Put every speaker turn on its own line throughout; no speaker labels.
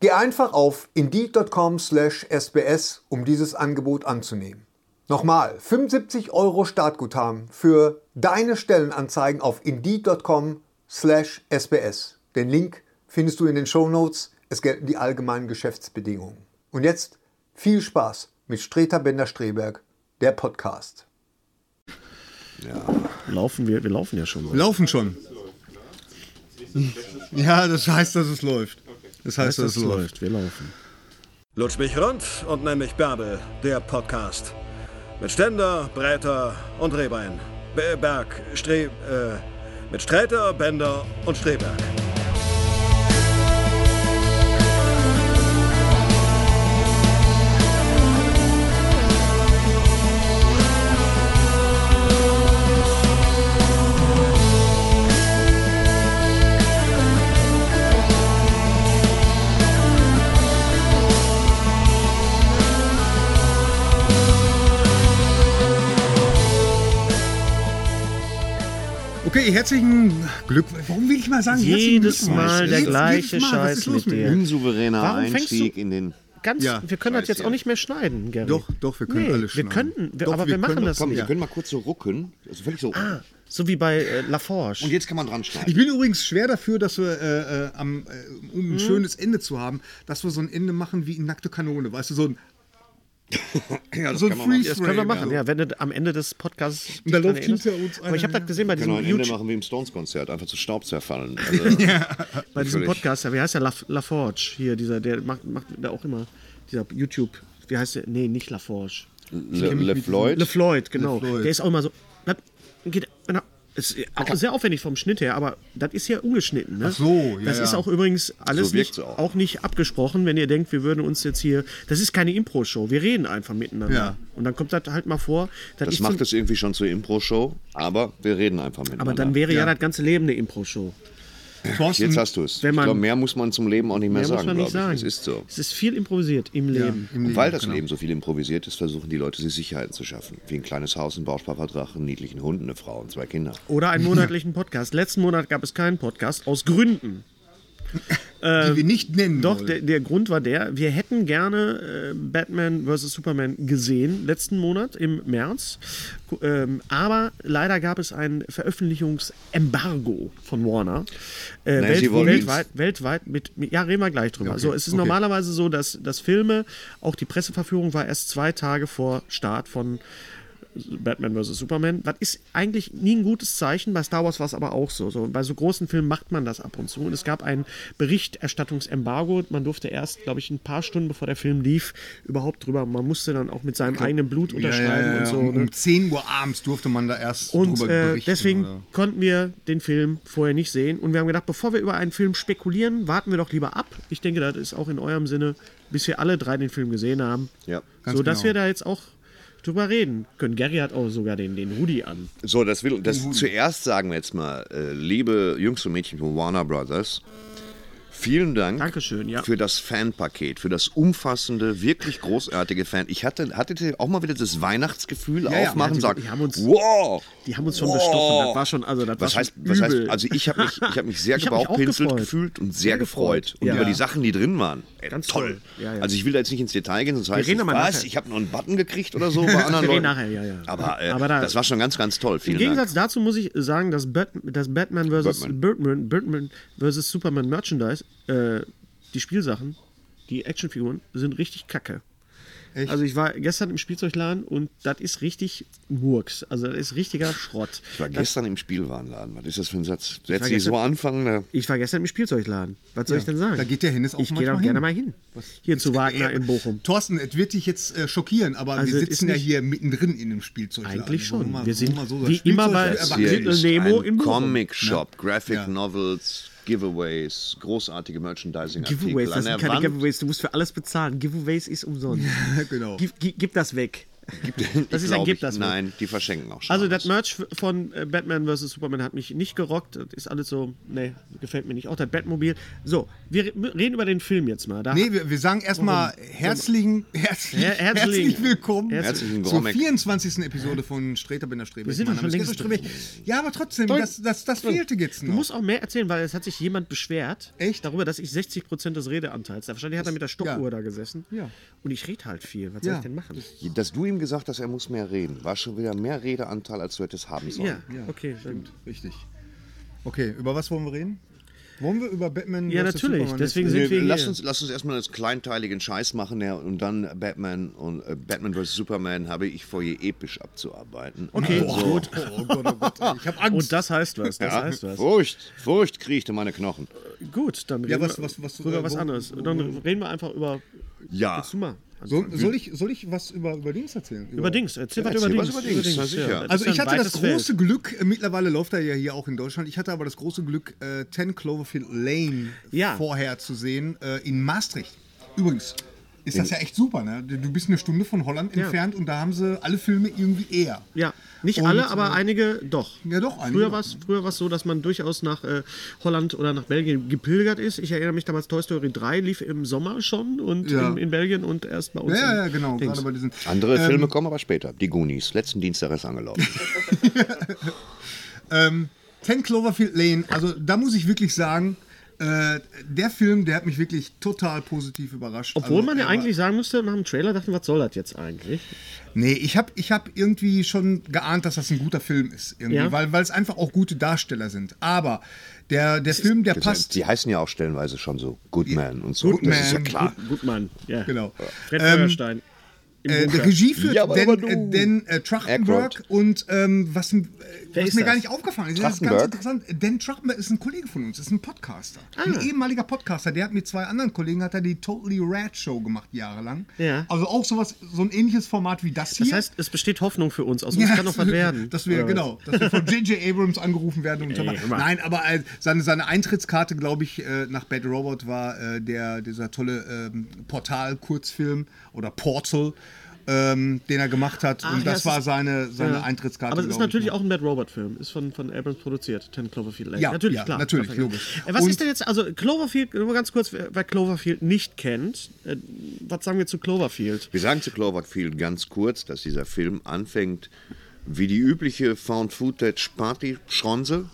Geh einfach auf indeed.com/sbs, um dieses Angebot anzunehmen. Nochmal, 75 Euro Startguthaben für deine Stellenanzeigen auf indeed.com/sbs. Den Link findest du in den Shownotes. Es gelten die allgemeinen Geschäftsbedingungen. Und jetzt viel Spaß mit Streter Bender-Streberg, der Podcast.
Laufen wir, wir laufen ja schon mal.
Wir laufen schon. Ja, das heißt, dass es läuft. Das heißt, dass es läuft.
Wir laufen.
Lutsch mich rund und nenn mich Bärbel, der Podcast. Mit Ständer, Breiter und Rehbein. Be- Berg, Stre... Äh, mit Sträter, Bender und Streberg.
Okay, herzlichen Glückwunsch. Warum will ich mal sagen, herzlichen
Jedes
Glückwunsch?
Mal der
Jedes-
gleiche
jedes Mal, was
Scheiß
ist los
mit
Äh,
dir.
Unsouveräner
Warum fängst
Einstieg
du-
in den.
Ganz,
Ja.
wir können das jetzt auch nicht mehr schneiden, Gary.
Doch, doch, wir können
nee,
alles schneiden.
Wir könnten, wir,
Doch,
aber
wir
wir, machen
können-
das
komm,
nicht.
Wir
Ja.
können mal kurz so rucken. Also völlig so.
Ah. So wie bei äh, Laforge.
Und jetzt kann man dran schneiden.
Ich bin übrigens schwer dafür, dass wir, äh, äh, am, äh, um ein
Mhm.
schönes Ende zu haben, dass wir so ein Ende machen wie in Nackte Kanone. Weißt du, so ein,
Ja, das
so ein
kann man machen.
Freeze
das können wir machen, ja, wenn du am Ende des Podcasts. dich
Und da
dran
läuft
erinnerst.
hinter uns
Aber ich
einer-
habe das gesehen bei
Wir können
diesem,
auch ein Genau, Ende
YouTube,
machen wie im Stones-Konzert, einfach zu Staub zerfallen. Also,
bei diesem
Natürlich.
Podcast, ja, wie heißt der? La, Laforge hier, dieser, der macht, macht da auch immer, dieser YouTube, wie heißt der? Nee, nicht Laforge.
Le, Le Floyd.
Le Floyd, genau.
Floyd.
Der ist auch immer so. Das geht, na, ist
Ah,
auch sehr aufwendig vom Schnitt her, aber das ist ja ungeschnitten. Ne? Ach
so, ja,
Das ist
ja.
auch übrigens alles
So wirkt's
nicht, auch.
auch.
nicht abgesprochen, wenn ihr denkt, wir würden uns jetzt hier. Das ist keine Impro-Show, wir reden einfach miteinander.
Ja.
Und dann kommt das halt mal vor. dass
das
ich
macht
zum-
es irgendwie schon zur Impro-Show, aber wir reden einfach miteinander.
aber dann wäre ja. das ganze Leben eine Impro-Show.
Thorsten,
Jetzt hast du es. Ich
Wenn man-
glaube, mehr muss man zum Leben auch nicht mehr,
Mehr muss
sagen,
man
glaube
nicht
ich.
sagen.
Es ist so.
Es ist viel improvisiert im Leben.
im
Und
Leben,
weil das
genau.
Leben so viel improvisiert ist, versuchen die Leute, sich Sicherheiten zu schaffen. Wie ein kleines Haus, ein Bausparvertrag, einen niedlichen Hund, eine Frau und zwei Kinder.
Oder einen monatlichen Podcast. Letzten Monat gab es keinen Podcast, aus Gründen.
die wir nicht nennen
Doch,
wollen.
der, der Grund war der, wir hätten gerne äh, Batman vs. Superman gesehen, letzten Monat im März. Ku- Ähm, aber leider gab es ein Veröffentlichungsembargo von Warner. Äh,
Nein, sie wollen
weltweit, weltweit mit, mit, ja, reden wir gleich drüber. Also es ist normalerweise so, dass, dass Filme, auch die Presseverführung war erst zwei Tage vor Start von Batman vs. Superman. Das ist eigentlich nie ein gutes Zeichen. Bei Star Wars war es aber auch so. so. Bei so großen Filmen macht man das ab und zu. Und es gab ein Berichterstattungsembargo. Man durfte erst, glaube ich, ein paar Stunden bevor der Film lief, überhaupt drüber. Man musste dann auch mit seinem eigenen Blut unterschreiben und so.
um,
Ne?
um 10 Uhr abends durfte man da erst
Und
drüber
äh,
berichten.
deswegen
oder?
konnten wir den Film vorher nicht sehen. Und wir haben gedacht, bevor wir über einen Film spekulieren, warten wir doch lieber ab. Ich denke, das ist auch in eurem Sinne, bis wir alle drei den Film gesehen haben.
Ja.
So dass
genau.
wir da jetzt auch drüber reden können. Gary hat auch sogar den, den Hoodie an.
So, das will das zuerst sagen wir jetzt mal, äh, liebe Jungs und Mädchen von Warner Brothers, vielen Dank
Dankeschön, ja.
für das Fanpaket, für das umfassende, wirklich großartige Fan. Ich hatte, hatte auch mal wieder das Weihnachtsgefühl
ja,
aufmachen,
die-
sagen,
die haben uns-
wow,
Die haben uns schon
Wow.
bestochen. Das war schon, also das
Oh. Was
war
heißt,
schon
was heißt,
übel.
also ich habe mich, ich hab mich sehr
Ich hab mich auch
gebauchpinselt
gefreut.
gefühlt und sehr gefreut. Und
Ja.
über die Sachen, die drin waren. Ey,
Ganz toll.
toll.
Ja, ja.
Also ich will da jetzt nicht ins Detail gehen, sonst heißt
reden
es,
aber
was,
nachher.
ich habe noch einen Button gekriegt oder so bei anderen
Wir reden
Leuten.
nachher, ja, ja.
Aber, äh,
Aber da-
das war schon ganz, ganz toll. Vielen
Im
Dank.
Gegensatz dazu muss ich sagen, dass, Bat dass Batman vs.
Birdman.
Birdman, Birdman vs. Superman Merchandise, äh, die Spielsachen, die Actionfiguren, sind richtig kacke.
Echt?
Also ich war gestern im Spielzeugladen und das ist richtig Murks. Also das ist richtiger Schrott.
Ich war gestern im Spielwarenladen. Was ist das für ein Satz? Setz dich so anfangen. ne? Da
Ich war gestern im Spielzeugladen. Was soll ich denn sagen?
da geht der Hennes auch
Ich gehe
manchmal
doch
hin.
gerne mal hin. Hier zu Wagner
Äh,
in Bochum.
Thorsten, es wird dich jetzt äh, schockieren, aber
Also,
wir
es ist
sitzen ja
nicht-
hier mittendrin in dem Spielzeugladen.
Eigentlich
Wollen
schon.
mal-
Wir
wollen
sind
mal so das
wie immer bei-
Spielzeug-
Das
Aber
hier
Little
ist
Äh, Nemo
ein
in Bochum.
Comic Shop, Graphic
Ja.
Novels, Giveaways, großartige Merchandising-Artikel.
Giveaways, das
An
sind
der
keine
Wand
Giveaways, du musst für alles bezahlen. Giveaways ist umsonst.
genau.
Gib, gib, gib das weg.
Ich
Das ist ein
glaub,
Gib
ich-
das weg.
Nein, die verschenken auch schon.
Also das
alles.
Merch von äh, Batman vs. Superman hat mich nicht gerockt. Das ist alles so, nee, gefällt mir nicht. Auch das Batmobil. So, wir re- reden über den Film jetzt mal. Da
Nee, wir, wir sagen erstmal herzlichen, herzlich,
Her- herzlichen-
herzlich willkommen
Herzlichen
zur
Gromek.
24. Episode von Streter bin der Strebe.
Wir sind
Mein
doch schon
Name ist
längst
Gerrit Strebe. Ja, aber trotzdem, das, das, das fehlte jetzt
du
noch.
musst auch mehr erzählen, weil es hat sich jemand beschwert
Echt?
darüber, dass ich 60% des Redeanteils. Wahrscheinlich hat er mit der Stoppuhr
ja.
da gesessen.
Ja.
Und ich rede halt viel. Was soll
Ja.
ich denn machen?
Dass du ihm gesagt hast, er muss mehr reden, war schon wieder mehr Redeanteil, als du hättest haben sollen.
Ja, okay. Stimmt.
Richtig. Okay, über was wollen wir reden? Wollen wir über Batman
Ja,
vs.
natürlich,
Superman
deswegen
jetzt
sind
Nee,
wir
lass,
hier.
uns, lass uns erstmal das kleinteiligen Scheiß machen ja, und dann Batman und äh, Batman vs. Superman habe ich vor, je episch abzuarbeiten. Also,
Okay, gut.
reden? Oh Gott, oh Gott, ich habe Angst.
Und das heißt was, das
Ja,
heißt was.
Furcht, Furcht kriechte meine Knochen.
Gut, dann reden
was-
wir
was- was-
über
äh,
was
wo-
anderes.
wo- Ah.
Dann reden wir einfach über
Ja.
Zuma.
So, soll, ich, soll ich was über, über Dings erzählen?
Über Dings, erzähl was
erzähl
über
was
Dings.
über Dings, na sicher.
das
Also
ist ja
ich
ein
hatte das
weites Feld.
große Glück, äh, mittlerweile läuft er ja hier auch in Deutschland, ich hatte aber das große Glück, äh, 10 Cloverfield Lane
Ja.
vorher zu sehen, äh, in Maastricht. Übrigens, ist das ja echt super, ne? Du du bist eine Stunde von Holland
Ja.
entfernt und da haben sie alle Filme irgendwie eher.
Ja, nicht
Und,
alle, aber
äh,
einige doch.
Ja, doch, einige.
Früher war es früher war's so, dass man durchaus nach äh, Holland oder nach Belgien gepilgert ist. Ich erinnere mich damals, Toy Story 3 lief im Sommer schon und
Ja.
in, in Belgien und erst bei uns.
Ja, ja,
in
ja, genau.
Dings.
Gerade bei diesen.
Andere
Ähm,
Filme kommen aber später. Die Goonies, letzten Dienstag ist angelaufen.
10 Cloverfield Lane, also da muss ich wirklich sagen, äh, der Film, der hat mich wirklich total positiv überrascht.
Obwohl
also,
man ja
er war-
eigentlich sagen musste, nach dem Trailer dachten, was soll das jetzt eigentlich?
Nee, ich habe ich hab irgendwie schon geahnt, dass das ein guter Film ist. Irgendwie,
Ja.
Weil weil es einfach auch gute Darsteller sind. Aber der, der Film, der passt.
Die heißen ja auch stellenweise schon so Good Man und so.
Good
das ist ja
Man,
klar.
Gut, Mann. Ja.
Genau.
Fred
Ähm,
Feuerstein. Im
Äh,
Bunker.
der Regie führt
Ja, aber
Dan,
du-
äh, Dan äh, Trachtenberg
Aykroyd.
und ähm, was, äh, was
ist
mir gar
das?
nicht aufgefallen ist, das ist ganz
Trachtenberg?
interessant. Dan Trachtenberg ist ein Kollege von uns, ist ein Podcaster.
Ah.
Ein ehemaliger Podcaster, der hat mit zwei anderen Kollegen, hat er die Totally Rad Show gemacht, jahrelang.
Ja.
Also auch sowas, so ein ähnliches Format wie das hier.
Das heißt, es besteht Hoffnung für uns, aus uns kann noch was werden.
Dass wir,
Oder was?
genau, dass wir von J.J. Abrams angerufen werden. Und so
Ey,
weiter.
hör mal.
Nein, aber äh, seine, seine Eintrittskarte, glaube ich, äh, nach Bad Robot war äh, der, dieser tolle ähm, Portal-Kurzfilm oder Portal, ähm, den er gemacht hat.
Ach,
und
Ah, ja,
das
es
war
ist-
seine, seine
Ja.
Eintrittskarte.
Aber es ist
glaub ich,
natürlich
ne?
auch ein Matt Robert-Film. Ist von, von Abrams produziert, 10 Cloverfield Lane.
Ja,
natürlich,
ja,
klar.
natürlich,
Perfekt.
logisch.
Äh, Was
Und-
ist denn jetzt, also Cloverfield, nur ganz kurz, wer wer Cloverfield nicht kennt, äh, was sagen wir zu Cloverfield?
Wir sagen zu Cloverfield ganz kurz, dass dieser Film anfängt wie die übliche Found-Footage-Party-Schronse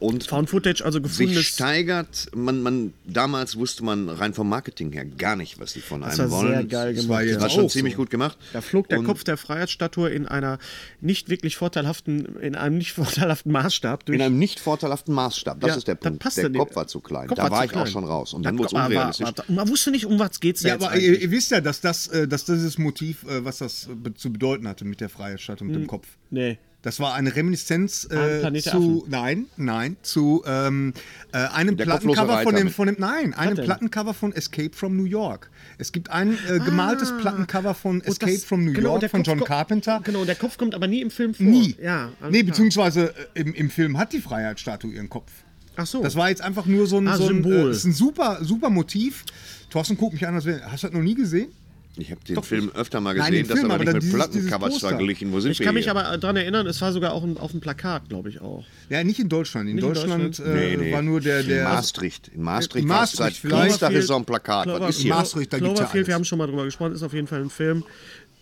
und
Found Footage, also
sich
gefundenes.
steigert. Man, man, damals wusste man rein vom Marketing her gar nicht, was die von einem
war
wollen.
sehr geil
Das
gemacht,
war,
ja.
war schon
Auch
ziemlich
so.
gut gemacht.
Da flog der
Und
Kopf der Freiheitsstatue in einer nicht wirklich vorteilhaften, in einem nicht vorteilhaften Maßstab durch.
in einem nicht vorteilhaften Maßstab. Das
Ja,
ist der
dann
Punkt.
passte
Der
die-
Kopf war zu klein.
Kopf
da war
zu
ich
klein. ah,
auch schon raus. Und
Das
dann wurde es
war- war-
unrealistisch.
war- Man wusste nicht, um was geht's da
Ja,
jetzt
aber ihr,
eigentlich.
ihr wisst ja, dass das, äh, dass das das Motiv, äh, was das äh, be- zu bedeuten hatte mit der Freiheitsstatue mit dem Kopf.
Nee.
Das war eine Reminiszenz
An
äh,
Hm. Ah, Planet der
zu nein, nein, zu ähm, äh, einem
Der
Plattencover
kopflose
von dem,
Reiter.
von dem nein, einem
denn?
Plattencover von Escape from New York. Es gibt ein äh, gemaltes Plattencover von
Und
Escape
Ah. das-
from New
genau, der
York von
Kopf
John
ko-
Carpenter.
Genau, und der Kopf kommt aber nie im Film vor.
Nie.
Ja, alles
nee,
klar.
beziehungsweise äh, im, im Film hat die Freiheitsstatue ihren Kopf.
Ach so.
Das war jetzt einfach nur so ein,
Oh. Ah,
so ein
Symbol.
Äh, ist ein super, super Motiv. Thorsten guckt mich an, als wäre, hast du das noch nie gesehen?
Ich habe den Film öfter mal
Nein,
gesehen,
den
das
Film,
aber
aber
nicht
dann
mit
dieses-
Plattencovers
dieses Poster.
verglichen. Wo sind
Ich
wir
kann mich
hier?
aber daran erinnern, es war sogar auch ein, auf dem Plakat, glaube ich auch.
Ja, nicht in Deutschland. In
Nicht in
Deutschland,
Deutschland.
Äh, war nur der,
in
der
Maastricht. In Maastricht,
In
war's
Maastricht
seit
vielleicht.
Dienstag ist so ein Plakat.
Clover-
Was ist hier?
Maastricht. da gibt's ja
Cloverfield, wir
alles.
haben schon mal drüber gesprochen, ist auf jeden Fall ein Film,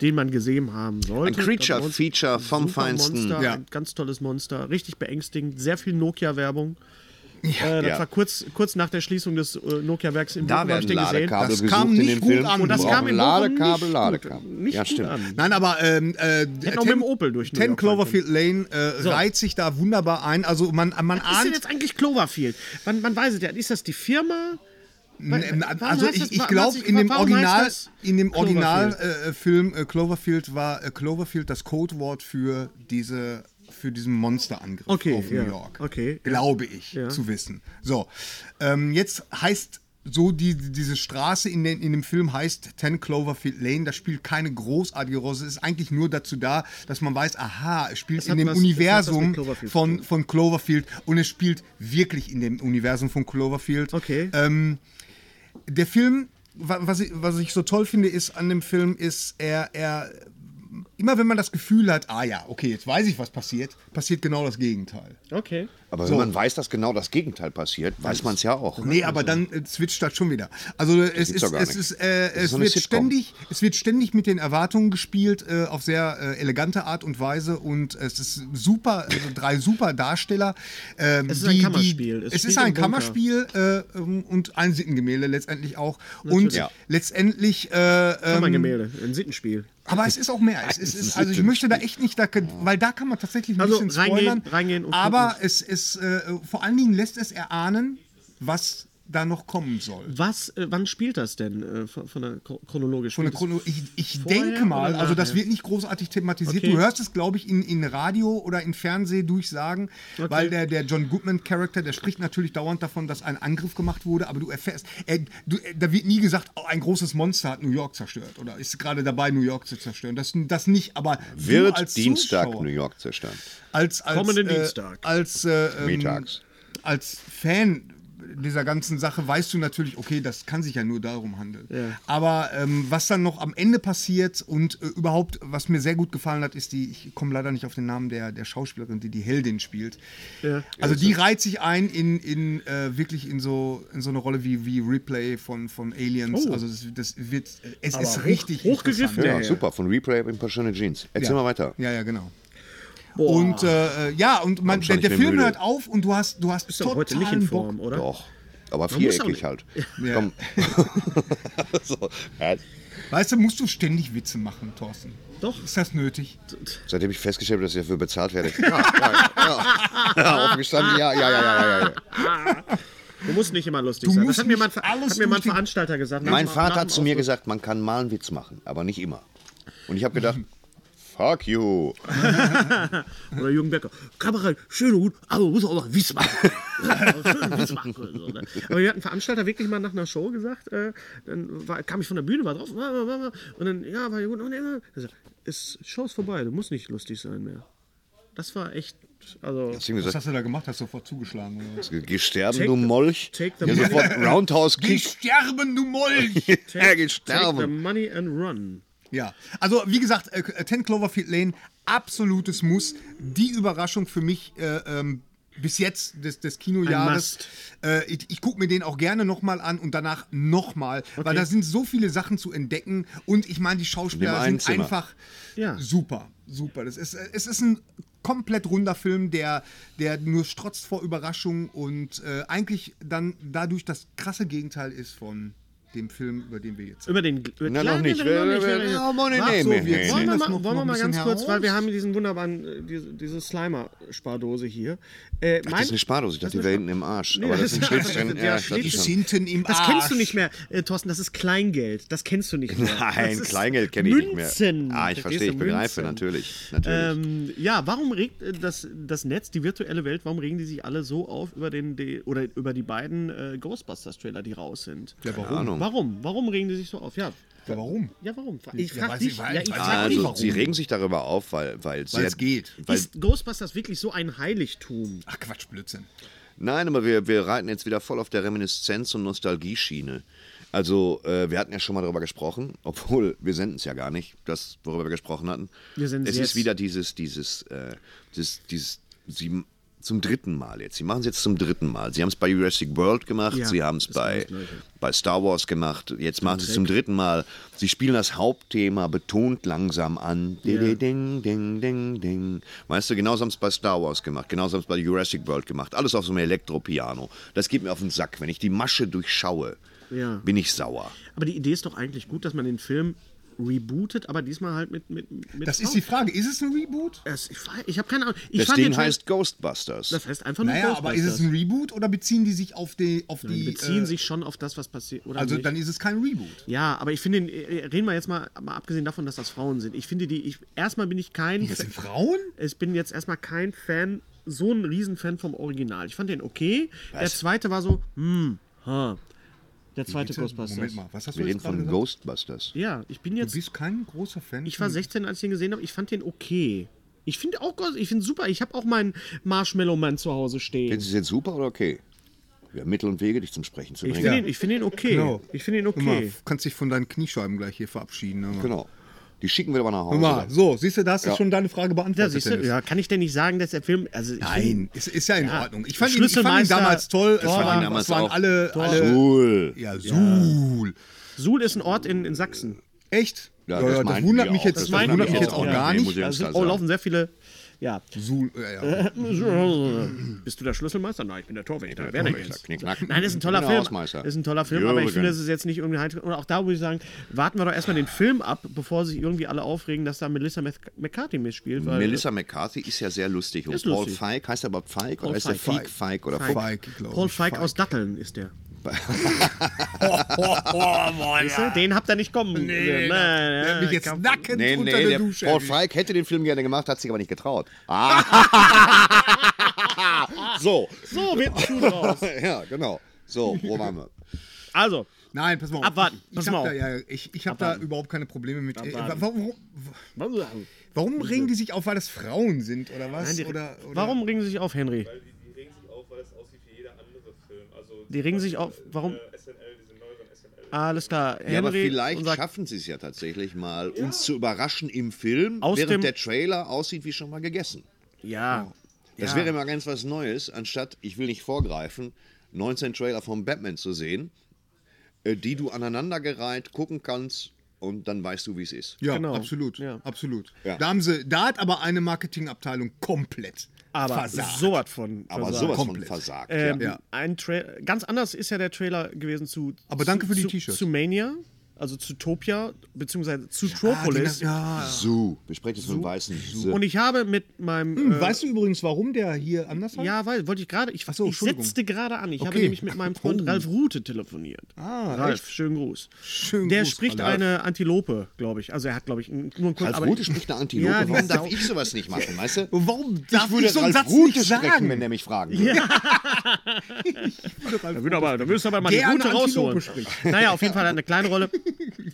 den man gesehen haben
Ein
sollte. Das Monster-
Creature-Feature vom
super
Feinsten.
Monster,
Ja.
Ein ganz tolles Monster, richtig beängstigend, sehr viel Nokia-Werbung. äh, das
ja.
war kurz, kurz nach der Schließung des äh, Nokia-Werks in
Da
Bochum, hab ich
werden
den gesehen.
Ladekabel
Das
gesucht
kam
in
nicht
dem
gut
Film.
an.
Wir
Und das
brauchen
kam in
Ladekabel,
Bochum nicht gut,
Ladekabel.
nicht
ja,
gut
stimmt.
an.
Nein, aber ähm, äh,
Hätten auch mit dem Opel durch New
10
York
Cloverfield Lane äh, reiht sich da wunderbar ein. Also man, man
Was ist denn
ahnt.
jetzt eigentlich Cloverfield? Man, man weiß es ja. Ist das die Firma?
Ähm,
Warum
Also
heißt
ich,
das-
ich
wa-
glaube,
was ich-
in dem
warum heißt
Original,
das
in dem
Cloverfield?
Originalfilm äh, Film, äh, Cloverfield war äh, Cloverfield das Codewort für diese für diesen Monsterangriff
Okay,
auf
ja.
New York.
Okay, ja.
Glaube ich
Ja.
zu wissen. So, ähm, jetzt heißt so die, diese Straße in, den, in dem Film heißt 10 Cloverfield Lane. Das spielt keine großartige Rolle. Es ist eigentlich nur dazu da, dass man weiß, aha, es spielt
Es
in
hat
dem
was- es hat was mit
Universum
Cloverfield zu
von,
tun.
von Cloverfield und es spielt wirklich in dem Universum von Cloverfield.
Okay.
Ähm, der Film, wa- was ich, was ich so toll finde, ist an dem Film, ist er, er, immer wenn man das Gefühl hat, ah ja, okay, jetzt weiß ich, was passiert, passiert genau das Gegenteil.
Okay.
Aber wenn man weiß, dass genau das Gegenteil passiert, weiß man es ja auch.
Nee, aber dann äh, switcht das schon wieder. Also äh, es
gibt's
ist,
doch gar
es
nicht.
ist, äh,
Das ist
es
so eine
wird
Sitcom.
ständig, es wird ständig mit den Erwartungen gespielt äh, auf sehr äh, elegante Art und Weise und es ist super, also drei super Darsteller. ähm,
Es ist ein Kammerspiel. Es
Es,
spielt
ist
im
ein
Bunker.
Kammerspiel äh, ähm, und ein Sittengemälde letztendlich auch und
Ja.
letztendlich. Äh, ähm,
Mein Gemälde, ein Sittenspiel.
aber es ist auch mehr. Es ist, es ist, also ich möchte da echt nicht, da, weil da kann man tatsächlich ein
Also
bisschen
reingehen-
spoilern.
reingehen und
aber
gucken.
es ist äh, vor allen Dingen lässt es erahnen, was da noch kommen soll.
Was, äh, wann spielt das denn äh, von, von der Chro- chronologisch?
Von der
Spielt
Chrono, ich ich
vorher
denke mal,
oder
also das
nachher?
wird nicht großartig thematisiert.
Okay.
Du hörst es, glaube ich, in, in Radio oder in Fernseh durchsagen, weil der, der John Goodman-Charakter, der spricht natürlich dauernd davon, dass ein Angriff gemacht wurde, aber du erfährst, äh, du, äh, da wird nie gesagt, oh, ein großes Monster hat New York zerstört oder ist gerade dabei, New York zu zerstören. Das, das nicht, aber du
Wird
als
Dienstag
Zuschauer-
New York zerstört.
als, als
Kommenden
äh,
Dienstag.
als äh, ähm,
Mittags.
als Fan dieser ganzen Sache weißt du natürlich, okay, das kann sich ja nur darum handeln. Aber ähm, was dann noch am Ende passiert und äh, überhaupt, was mir sehr gut gefallen hat, ist die, ich komme leider nicht auf den Namen der, der Schauspielerin, die die Heldin spielt. Also die reiht sich ein in, in äh, wirklich in so, in so eine Rolle wie, wie Replay von, von Aliens. Also das, das wird, es ist richtig
Oh. hochgegriffen,
interessant.
Ja,
Ja.
super. Von Replay in paar schöne Jeans. Erzähl mal weiter.
Ja, ja, genau. Und äh, ja, und man,
Komm
der,
schon, ich
der
bin
Film
müde.
hört auf und du hast, du hast
Bist doch heute nicht in
totalen Bock.
Form, oder?
Doch. Aber
muss auch
viereckig
nicht.
halt.
Ja.
Komm. so. ja,
Weißt du, musst du ständig Witze machen, Thorsten.
Doch.
Ist das nötig?
seitdem ich festgestellt habe, dass ich dafür bezahlt werde. Ja, ja, ja. ja. Aufgestanden, ja, ja, ja, ja, ja, ja.
Du musst nicht immer lustig
Du
sein. Das
musst
hat mir mal ein,
nicht
Ver-
alles
hat mir mal ein
durchdenken.
Veranstalter gesagt.
Mein
Nach-
Vater
nach
hat
dem
zu mir
Auftritt.
gesagt, man kann mal einen Witz machen, aber nicht immer. Und ich habe gedacht, fuck you.
Oder Jürgen Becker. Kamera, schön und gut, aber muss auch noch Wies machen. also schön Wies machen. und So, ne? Aber mir hat ein Veranstalter wirklich mal nach einer Show gesagt, äh, dann war, kam ich von der Bühne, war drauf, war, war, war, war, und dann, ja, war ja gut. Und er sagt, ist, Show ist vorbei, du musst nicht lustig sein mehr. Das war echt, also,
Deswegen
Was
gesagt,
hast du da gemacht? Hast du sofort zugeschlagen? Oder? was?
geh sterben,
Take
du
the-
Molch.
take the
Ja,
money.
sofort Roundhouse
Geh
Kick.
sterben, du Molch!
Ja, geh
take the
sterben.
money and run.
ja, also wie gesagt, äh, äh, 10 Cloverfield Lane, absolutes Muss. Die Überraschung für mich äh, ähm, bis jetzt des, des Kinojahres.
Must.
Äh, ich ich gucke mir den auch gerne nochmal an und danach nochmal, weil da sind so viele Sachen zu entdecken und ich meine, die
In dem
Schauspieler
einen
sind
Zimmer.
einfach
Ja.
super, super. Das ist, äh, es ist ein komplett runder Film, der, der nur strotzt vor Überraschungen und äh, eigentlich dann dadurch das krasse Gegenteil ist von dem Film, über den wir jetzt
Über den über
Na,
kleinen-
noch nicht.
über-
Wir-
noch
wir-
noch
wir- oh, Mann,
Warte,
nee,
so,
nee,
wir-
nee,
Wollen wir
nee.
mal,
Noch-
wollen wir
noch
mal
ein
ganz
bisschen
kurz, weil wir
heraus.
haben diesen wunderbaren, äh, diese, diese Slimer-Spardose hier. Äh, mein,
Das ist eine Spardose, ich dachte, die wäre hinten im Arsch.
Nee,
aber das
das
sind
ist-
Schlitz drin.
ja,
Ja, das
Schlitz-
ist schon-
Hinten im
Das
Arsch.
kennst du nicht mehr, äh, Thorsten, das ist Kleingeld. Das kennst du nicht mehr.
Nein,
das ist
Kleingeld kenne ich nicht mehr.
Münzen.
Ah, ich
Verstehst
verstehe,
du?
ich begreife,
Münzen.
natürlich. natürlich.
Ähm, ja, warum regt äh, das, das Netz, die virtuelle Welt, warum regen die sich alle so auf über den die, oder über die beiden äh, Ghostbusters-Trailer, die raus sind? Ja,
Keine Ahnung.
Warum? Warum regen die sich so auf? Ja,
Äh,
Ja, warum?
ja warum? Ich
Ja,
frag
weiß ich-
dich.
weiß-
ja, ich
weiß
frag
ich
dich.
also,
warum.
sie regen sich darüber auf, weil, weil sehr-
es geht.
Weil,
ist Ghostbusters wirklich so ein Heiligtum?
Ach Quatsch, Blödsinn.
Nein, aber wir, wir reiten jetzt wieder voll auf der Reminiszenz- und Nostalgieschiene. Also, äh, wir hatten ja schon mal darüber gesprochen, obwohl wir senden es ja gar nicht, das, worüber wir gesprochen hatten.
Wir senden's
es
jetzt.
ist wieder dieses, dieses, äh, dieses, dieses, sie, zum dritten Mal jetzt. Sie machen es jetzt zum dritten Mal. Sie haben es bei Jurassic World gemacht,
Ja,
sie haben es
ist immer
bei,
das ne? Gleiche.
bei Star Wars gemacht, jetzt machen sie es zum dritten Mal. Sie spielen das Hauptthema betont langsam an. Ding, ding, ding, ding, ding. Weißt du, genauso haben es bei Star Wars gemacht, genauso haben es bei Jurassic World gemacht. Alles auf so einem Elektropiano. Das geht mir auf den Sack. Wenn ich die Masche durchschaue,
Ja.
bin ich sauer.
Aber die Idee ist doch eigentlich gut, dass man den Film rebootet, aber diesmal halt mit. mit, mit
Das ist die Frage. Ist es ein Reboot?
Es- ich weiß- ich habe keine Ahnung. Ich
Das
fand
Ding
den Trailer-
heißt Ghostbusters.
Das heißt einfach nur.
Naja, aber ist es
Ghostbusters.
ein Reboot oder beziehen die sich auf die. Auf
Die
die
beziehen
äh,
sich schon auf das, was passiert. Oder
Also
nicht.
dann ist es kein Reboot.
Ja, aber ich finde, äh, reden wir jetzt mal, mal abgesehen davon, dass das Frauen sind. Ich finde die, ich, erstmal bin ich kein,
Das sind Frauen?
ich bin jetzt erstmal kein Fan, so ein Riesenfan vom Original. Ich fand den okay. Der zweite war so, hm, ha. Der zweite Ghostbusters.
Moment mal, was hast du
Wir reden
jetzt gerade
von
gesagt?
Ghostbusters.
Ja, ich bin
Du
jetzt,
bist kein großer Fan.
ich war
von-
16, als ich den gesehen habe. Ich fand den okay. Ich finde auch, Ghost- ich finde super. Ich habe auch meinen Marshmallow Man zu Hause stehen.
Ist es jetzt super oder okay? Wir haben Mittel und Wege, dich zum Sprechen zu
Ich
bringen.
finde ihn, ich find ihn okay.
Genau.
Ich finde ihn
Hör Mal,
okay.
kannst dich von deinen Kniescheiben gleich hier verabschieden. hör mal.
Genau. Die schicken wir aber nach
Hör
Hause.
mal, so, siehst du, da hast du
Ja.
schon deine Frage
Ja,
beantwortet.
siehst du,
Dennis.
ja, kann ich denn nicht sagen, dass der Film. Also ich
Nein,
find-
ist, ist ja in
Ja.
Ordnung. Ich fand, ihn, ich fand ihn
Schlüsselmeister,
damals toll. Es
Torwart.
Wir waren
waren,
damals
es waren
auch
alle, alle.
Cool.
Ja, Suhl.
Suhl ist ein Ort in, in Sachsen.
Echt?
Ja,
Ja,
das
ja, das,
meinten
wundert
wir
mich
auch.
jetzt,
Das
das
meinten
wundert
wir
mich jetzt
auch.
auch
Ja,
gar
nee,
nicht.
muss ich
Da sind,
ganz
oh,
klar
laufen sehr viele. Ja.
Suhl, ja, ja.
Bist du der Schlüsselmeister? Nein, ich bin der Torwächter. Wer denn jetzt?
Knick, knack.
Nein, das ist ein toller
Ich bin der
Film.
Hausmeister.
Das ist ein toller Film, aber ich
Jürgen.
finde, das ist jetzt nicht irgendwie halt. Und auch da würde ich sagen, warten wir doch erstmal den Film ab, bevor sich irgendwie alle aufregen, dass da Melissa Mac- McCarthy mitspielt. Weil
Melissa McCarthy ist ja sehr lustig. Und
Ist
Paul
lustig.
Feig heißt er aber Feig
Paul
oder ist er
Feig.
Feig, Feig oder
Feig.
Feig?
Feig, glaub
Paul
ich,
Feig,
Feig.
aus Datteln ist der. Oh, Siehst du, den habt ihr nicht kommen. sehen. Nein,
Der hat
ja,
mich jetzt
kaum-
nackend
Nee,
unter
nee,
der
der
Dusche.
Paul
erwischt.
Feig hätte den Film gerne gemacht, hat sich aber nicht getraut. Ah. so,
So, wird ein Schuh draus.
ja, genau. So, wo waren wir?
Also,
Nein, pass mal auf.
Abwarten,
Ich-
pass
Ich
mal auf.
habe da, ja, ich, ich hab da
Abwarten.
überhaupt keine Probleme mit. Äh,
Abwarten.
warum,
warum,
warum regen die sich auf, weil das Frauen sind oder was? oder, oder?
warum regen sie sich auf, Henry?
Weil die, die regen sich auf, weil es aussieht wie jeder andere Film. Also
Die regen sich auf, warum?
äh, SNL, diese neueren SNL.
Alles klar, Henry.
Ja, aber vielleicht
unser
schaffen sie es ja tatsächlich mal, uns zu überraschen im Film,
Aus dem-
während der Trailer aussieht wie schon mal gegessen.
ja.
Das
Ja.
wäre mal ganz was Neues, anstatt, ich will nicht vorgreifen, 19 Trailer vom Batman zu sehen, äh, die du aneinandergereiht gucken kannst und dann weißt du, wie es ist.
Ja,
Genau.
absolut.
Ja.
absolut.
Ja.
Da, haben sie, da hat aber eine Marketingabteilung komplett
aber
versagt.
sowas von.
Aber
versagt.
sowas
Komplett. Äh,
von versagt.
Ähm,
ja.
Ja.
Ein Tra ganz anders ist ja der Trailer gewesen zu.
Aber danke für die
zu-
T-Shirts.
Zu Mania, also zu Topia, beziehungsweise zu
Ah, den
Tropolis.
hast- ja.
Su, wir sprechen jetzt von weißen Su.
Und ich habe mit meinem. äh,
Weißt du übrigens, warum der hier anders war?
ja, weil wollte ich gerade. Ich,
so,
ich
Entschuldigung.
setzte gerade an. Ich habe
Okay.
nämlich mit meinem Freund
Oh.
Ralf Rute telefoniert.
Ah,
Ralf, schönen Gruß.
Schönen
Der
Gruß,
spricht
Ralf.
eine Antilope, glaube ich. Also er hat, glaube ich, n- nur einen kurzen.
Ralf
aber-
Rute spricht eine Antilope.
Ja, die
Warum darf
Sau-
ich sowas nicht machen, weißt du?
genau. Warum darf ich, so einen
Ralf
Satz
Rute
nicht
sprechen,
sagen?
wenn der mich fragen würde.
Da würdest aber, da würdest du aber mal die
Der eine
Route rausholen.
Antilope spricht.
Naja, auf jeden Fall hat er eine kleine Rolle.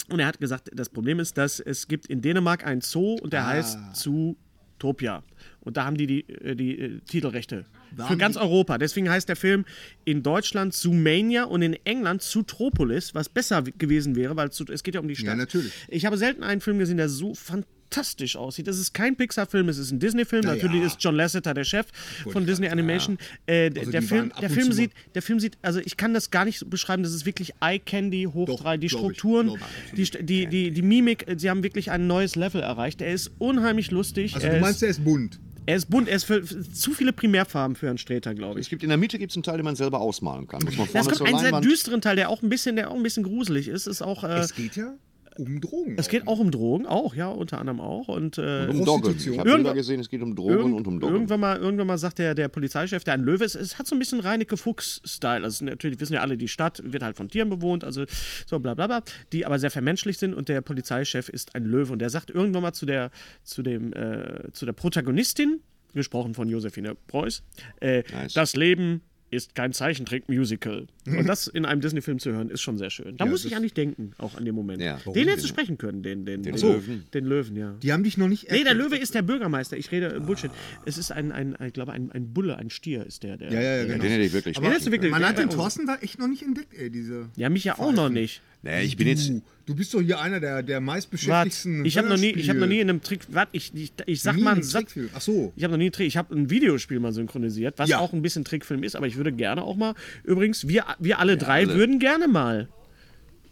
Und er hat gesagt, das Problem ist, dass es gibt in Dänemark einen Zoo und
Ah.
der heißt Zootopia. Und da haben die die, äh, die äh, Titelrechte. Für ganz Europa. Deswegen heißt der Film in Deutschland Zoomania und in England Zootropolis, was besser w- gewesen wäre, weil Zoot- es geht ja um die Stadt.
natürlich.
Ich habe selten einen Film gesehen, der so fantastisch aussieht. Es ist kein Pixar-Film, es ist ein Disney-Film. Natürlich ist John Lasseter der Chef von Disney Animation. Äh, d-
Also
der
die
Film,
waren ab
der
und
Film
zu
sieht, der Film sieht, also ich kann das gar nicht so beschreiben, das ist wirklich Eye Candy hoch
Doch,
drei. Die
glaub ich,
Strukturen,
glaub ich.
die, St- die, die, die Mimik, äh, sie haben wirklich ein neues Level erreicht. Er ist unheimlich lustig.
Also
er,
du meinst,
ist,
der ist bunt.
er ist bunt, er ist für, für zu viele Primärfarben für einen Streter, glaube
Es
ich.
gibt in der Mitte gibt's einen Teil, den man selber ausmalen kann. Muss man
Ja, Es
vorne
gibt
zur
einen sehr
Leinwand.
düsteren Teil, der auch ein bisschen, der auch ein bisschen gruselig ist. Ist auch, äh,
Es geht ja um Drogen.
es geht auch um Drogen, auch, ja, unter anderem auch. Und, äh,
um Doggen. Ich
Prostitution.
habe Bilder
Irgendwann-
gesehen, es geht um Drogen
Irgend-
und um Doggen.
Irgendwann mal, irgendwann mal sagt der, der Polizeichef, der ein Löwe ist, es hat so ein bisschen Reinecke Fuchs-Style. Also natürlich wissen ja alle, die Stadt wird halt von Tieren bewohnt, also so bla bla bla, die aber sehr vermenschlich sind und der Polizeichef ist ein Löwe. Und der sagt irgendwann mal zu der, zu dem, äh, zu der Protagonistin, gesprochen von Josephine Preuß, äh, das Leben ist kein Zeichentrick-Musical. Und das in einem Disney-Film zu hören, ist schon sehr schön. Da muss ich an dich denken, auch an dem Moment.
Ja. Warum
den hättest du sprechen können, den, den, den,
Löwen.
Den Löwen, ja.
Die haben dich noch nicht
Nee, der Löwe ist der Bürgermeister. Ich rede äh, Bullshit. Es ist ein, ein, ein ich glaube, ein, ein Bulle, ein Stier ist der. der
Ja, ja, ja,
Ja,
genau.
den hätte ich wirklich
den hättest du
sprechen
wirklich-
können.
Man hat den Thorsten da echt noch nicht entdeckt, ey, diese.
ja, mich ja auch noch nicht.
Nee, ich bin jetzt.
Du, du bist doch hier einer der, der
Warte,
meistbeschäftigsten.
ich habe noch nie, ich habe noch nie in einem Trick, warte, ich, ich, ich sag
Nie
mal einen
in einem
Satz.
Trickfilm. Ach so.
Ich habe noch nie einen Trick, ich habe ein Videospiel mal synchronisiert, was
Ja.
auch ein bisschen Trickfilm ist, aber ich würde gerne auch mal, übrigens, wir, wir alle drei würden gerne mal.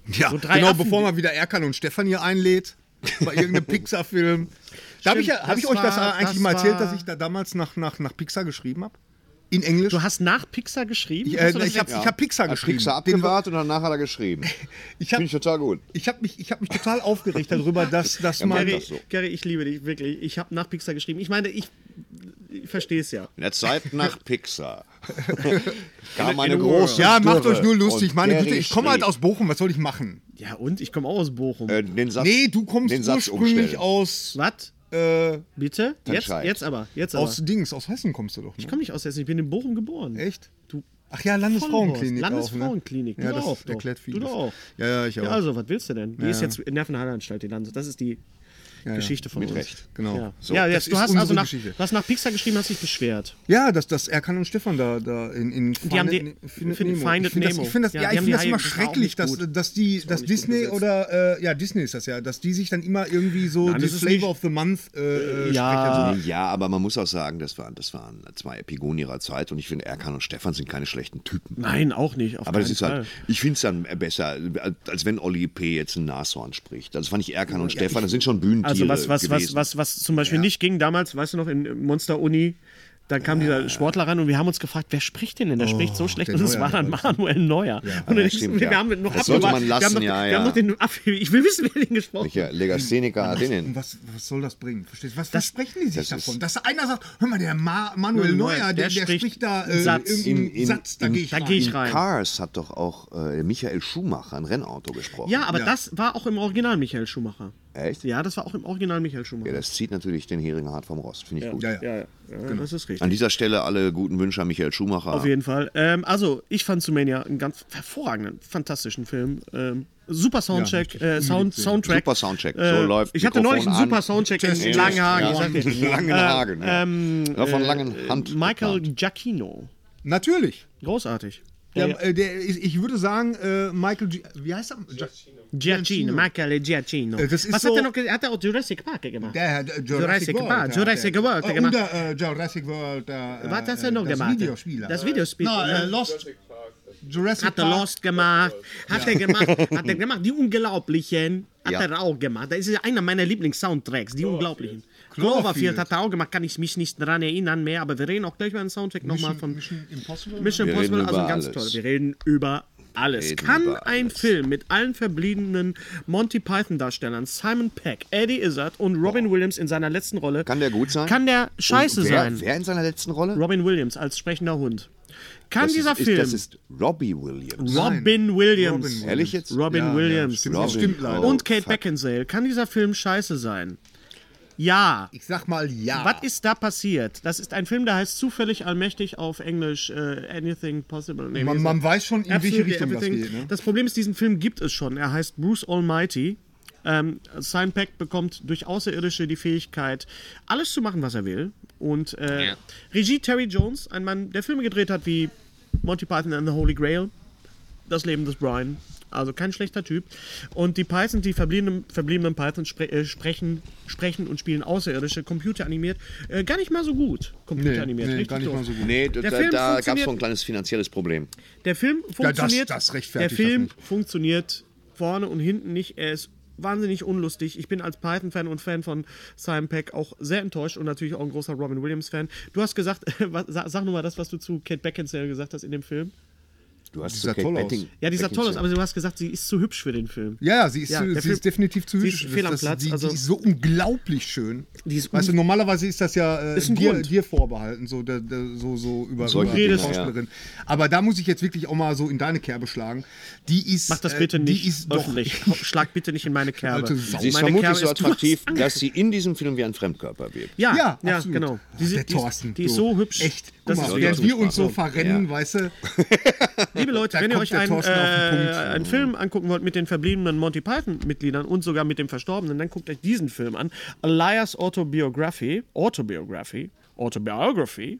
Ja,
so drei
genau,
Affen,
bevor
die-
man wieder Erkan und Stefan hier einlädt. Bei irgendeinem Pixar-Film. Da habe ich, ja,
Stimmt,
hab ich
das
euch das
war-
eigentlich
das
mal erzählt,
war-
dass ich da damals nach, nach, nach Pixar geschrieben habe? in Englisch.
Du hast nach Pixar geschrieben?
Ich,
Hast
äh,
du das
ich habe
jetzt-
ich hab Pixar
Hat
geschrieben.
Pixar
Den-
abgewartet und danach hat er geschrieben.
Ich hab-
Finde ich total gut.
Ich habe mich, ich hab mich total aufgeregt darüber, dass, dass man.
meint
Gary,
das so.
Gary, ich liebe dich, wirklich. Ich habe nach Pixar geschrieben. Ich meine, ich, ich verstehe es ja.
In der Zeit nach Pixar kam eine
in a world.
große.
Ja, macht
Dürre
euch nur lustig.
und
Meine
Gary
Güte, ich komme halt
schrieb,
aus Bochum, was soll ich machen?
Ja, und? Ich komme auch aus Bochum.
äh, den Satz,
Nee, du kommst
den Satz
ursprünglich
umstellen.
aus,
Was?
äh,
Bitte? Jetzt,
schreit.
jetzt aber. Jetzt aber.
aus Dings, aus Hessen kommst du doch.
ich
Ne?
komme nicht aus Hessen, ich bin in Bochum geboren.
Echt?
Du
Ach ja, Landesfrauenklinik.
Vollhorst.
auch, ne?
Landesfrauenklinik,
Ja,
du
das
auch. Doch.
erklärt vieles.
Du auch.
Ja, ja, ich auch.
Ja, also, was willst du denn? Die ist jetzt in Nervenheilanstalt, die Landes. Das ist die Geschichte von
Mit
uns.
Recht.
genau.
Ja,
So,
ja
das
jetzt,
ist
du hast also
unsere
nach,
Geschichte.
du hast nach Pixar geschrieben, hast dich beschwert.
Ja, dass das Erkan und Stefan da, da in, in Finded
haben die-
Ne-
Findet Finded
ich finde das,
Nemo.
ich find das,
Ja,
ja,
die
ich
haben
find
die
das immer
Haie- das war auch
schrecklich,
nicht
dass,
gut.
dass die,
nicht
dass
gut
Disney
besetzt.
oder äh, ja Disney ist das ja, dass die sich dann immer irgendwie so
Nein,
die
das ist
Flavor
nicht-
of the Month äh, äh,
Ja.
Sprecher
Ja, aber man muss auch sagen, das waren, das waren zwei Epigonen ihrer Zeit und ich finde, Erkan und Stefan sind keine schlechten Typen.
Nein, auch nicht. Auf
Aber das
keinen
ist halt,
Fall.
ich finde es dann besser, als wenn Olli P. jetzt ein Nashorn spricht. Also Das fand ich Erkan und Stefan, das sind schon
Also
Bühnentiere
was, was, was,
gewesen.
was, was zum Beispiel nicht ging damals, weißt du noch, in Monster Uni, da kam dieser Sportler ran und wir haben uns gefragt, wer spricht denn denn? Der spricht
Oh,
so schlecht
der
und es
Neuer
war dann
damals.
Manuel Neuer. Und
Ja,
dann-
stimmt,
wir
ja.
haben noch
Das sollte man
abgewartet.
lassen,
wir haben noch,
ja,
wir
ja.
Haben noch den ab, ich will wissen, wer den gesprochen hat.
Welcher Legastheniker hat den
Und
denn?
was, was soll das bringen? Verstehst du? Was versprechen die sich
das ist-
davon? Dass einer sagt, hör mal, der Ma Manuel
Neuer,
Neuer,
der
der, der
spricht
spricht, da
einen
äh,
Satz.
irgendeinen
In- in-
Satz, da
in-
gehe ich
Da
rein.
gehe ich rein.
Cars hat doch auch äh, Michael Schumacher ein Rennauto gesprochen.
Ja, aber
Ja.
das war auch im Original Michael Schumacher.
Echt?
Ja, das war auch im Original Michael Schumacher.
Ja, das Genau. zieht natürlich den Hering hart vom Rost, finde ich gut.
Ja, ja.
ja, ja, das ist richtig.
An dieser Stelle alle guten Wünsche an Michael Schumacher.
Auf jeden Fall. Ähm, also, ich fand Zumania einen ganz hervorragenden, fantastischen Film. Ähm, super Soundcheck, äh, Sound, Soundtrack.
Super Soundcheck. So
Äh,
läuft
Ich hatte neulich einen
Mikrofon
super
an.
Soundcheck in, in
Ja.
Langenhagen. Ich sag dir.
Langenhagen. ja. ja, von Langenhand.
Ähm, äh, Michael
bekannt.
Giacchino.
Natürlich.
Großartig. Ähm,
Der,
Der-
äh, der, ich, ich würde sagen, äh, Michael G. Wie heißt er? Giacchino.
Giacchino, Michael Giacchino.
Äh, das ist
Was
so-
hat er noch? ge- Hat er auch Jurassic Park gemacht?
Der, der
Jurassic
Jurassic,
Park,
World.
Jurassic
ja,
World,
der,
gemacht.
Oder äh, Jurassic World. Äh,
Was hat er
äh,
noch
das
gemacht?
Videospiel.
Das Videospiel,
Na,
ne?
äh, Lost. Jurassic
Hat er
Park.
Lost gemacht, hat er gemacht, hat er gemacht, die Unglaublichen hat
Ja.
er auch gemacht. Das ist einer meiner Lieblings-Soundtracks, die Unglaublichen. Cloverfield.
Cloverfield.
hat er auch gemacht, kann ich mich nicht dran erinnern mehr, aber wir reden auch gleich mal einen Soundtrack nochmal von
Mission Impossible.
Mission
Wir reden
Impossible, also
über
ganz
alles.
toll. Wir reden über alles.
Reden
Kann
über
ein
alles.
Film mit allen verbliebenen Monty Python-Darstellern, Simon Peck, Eddie Izzard und Robin Williams in seiner letzten Rolle.
Kann der gut sein?
Kann der scheiße
Und wer,
sein?
Wer in seiner letzten Rolle?
Robin Williams als sprechender Hund. Kann
das
dieser
ist,
Film.
Ist, das ist Robbie Williams.
Robin Williams.
Robin Williams.
Ehrlich jetzt?
Robin
Ja, ja,
Williams.
stimmt,
Robin.
stimmt leider.
Oh,
und Kate
fuck.
Beckinsale. Kann dieser Film scheiße sein? Ja.
Ich sag mal ja.
Was ist da passiert? Das ist ein Film, der heißt zufällig allmächtig auf Englisch äh, Anything Possible. Nee, wie
man,
ist
man
das?
weiß schon, in
Absolutely
welche Richtung
Everything.
das geht. Ne?
Das Problem ist, diesen Film gibt es schon. Er heißt Bruce Almighty. Ähm, Sign Pack bekommt durch Außerirdische die Fähigkeit, alles zu machen, was er will. Und äh, Regie Terry Jones, ein Mann, der Filme gedreht hat wie Monty Python and the Holy Grail, Das Leben des Brian. Also kein schlechter Typ. Und die Python, die verbliebenen, verbliebenen Python spre äh, sprechen, sprechen und spielen Außerirdische, computeranimiert. Äh, gar nicht mal so gut. Computeranimiert,
Nee, nee,
richtig
gar nicht
doof.
mal so gut.
Nee, da,
Der Film
da gab es
funktioniert-
so ein kleines finanzielles Problem.
Der Film
das-
funktioniert.
das rechtfertigt
der Film
das
funktioniert vorne und hinten nicht. Er ist wahnsinnig unlustig. Ich bin als Python-Fan und Fan von Simon Peck auch sehr enttäuscht und natürlich auch ein großer Robin Williams-Fan. Du hast gesagt, was, sag, sag nur mal das, was du zu Kate Beckinsale gesagt hast in dem Film.
Du hast
Die
zu
sah
Kate
toll aus.
Betting-
Ja, die sah toll aus,
Beckinsale-
aber du hast gesagt, sie ist zu hübsch für den Film.
Ja, ja, sie ist,
Ja,
zu,
der
sie
Film-
ist definitiv zu
sie
hübsch.
ist fehl am
Das- das-
Platz,
Die,
also-
die ist so unglaublich schön.
Die ist
weißt du,
un-
normalerweise ist das ja äh,
Ist ein
dir,
Grund.
dir vorbehalten, so, der, der, so, so über,
Solche
über
Dinge,
Schauspielerin. Aber da muss ich jetzt wirklich auch mal so in deine Kerbe schlagen. Die ist.
Mach das
äh,
bitte nicht
Die ist doch
öffentlich. Schlag bitte nicht in meine Kerbe.
Alte Sau.
Sie ist
meine
vermutlich
Kerbe
so attraktiv,
du hast-
dass sie in diesem Film wie ein Fremdkörper wirkt.
Ja, ja,
Ja, absolut.
genau.
Ach,
Die,
der
sind- die, ist-
Thorsten,
die ist
du.
so hübsch.
Echt, guck
das
mal,
ist
so
wirklich
während
die
wir uns so
Aussprache.
verrennen,
Ja.
weißt du,
Liebe Leute,
Da
wenn ihr
kommt
euch
der
einen, äh,
Thorsten auf den Punkt.
einen Film angucken wollt mit den verbliebenen Monty Python-Mitgliedern und sogar mit dem Verstorbenen, dann guckt euch diesen Film an. Elias Autobiography, Autobiography, Autobiography,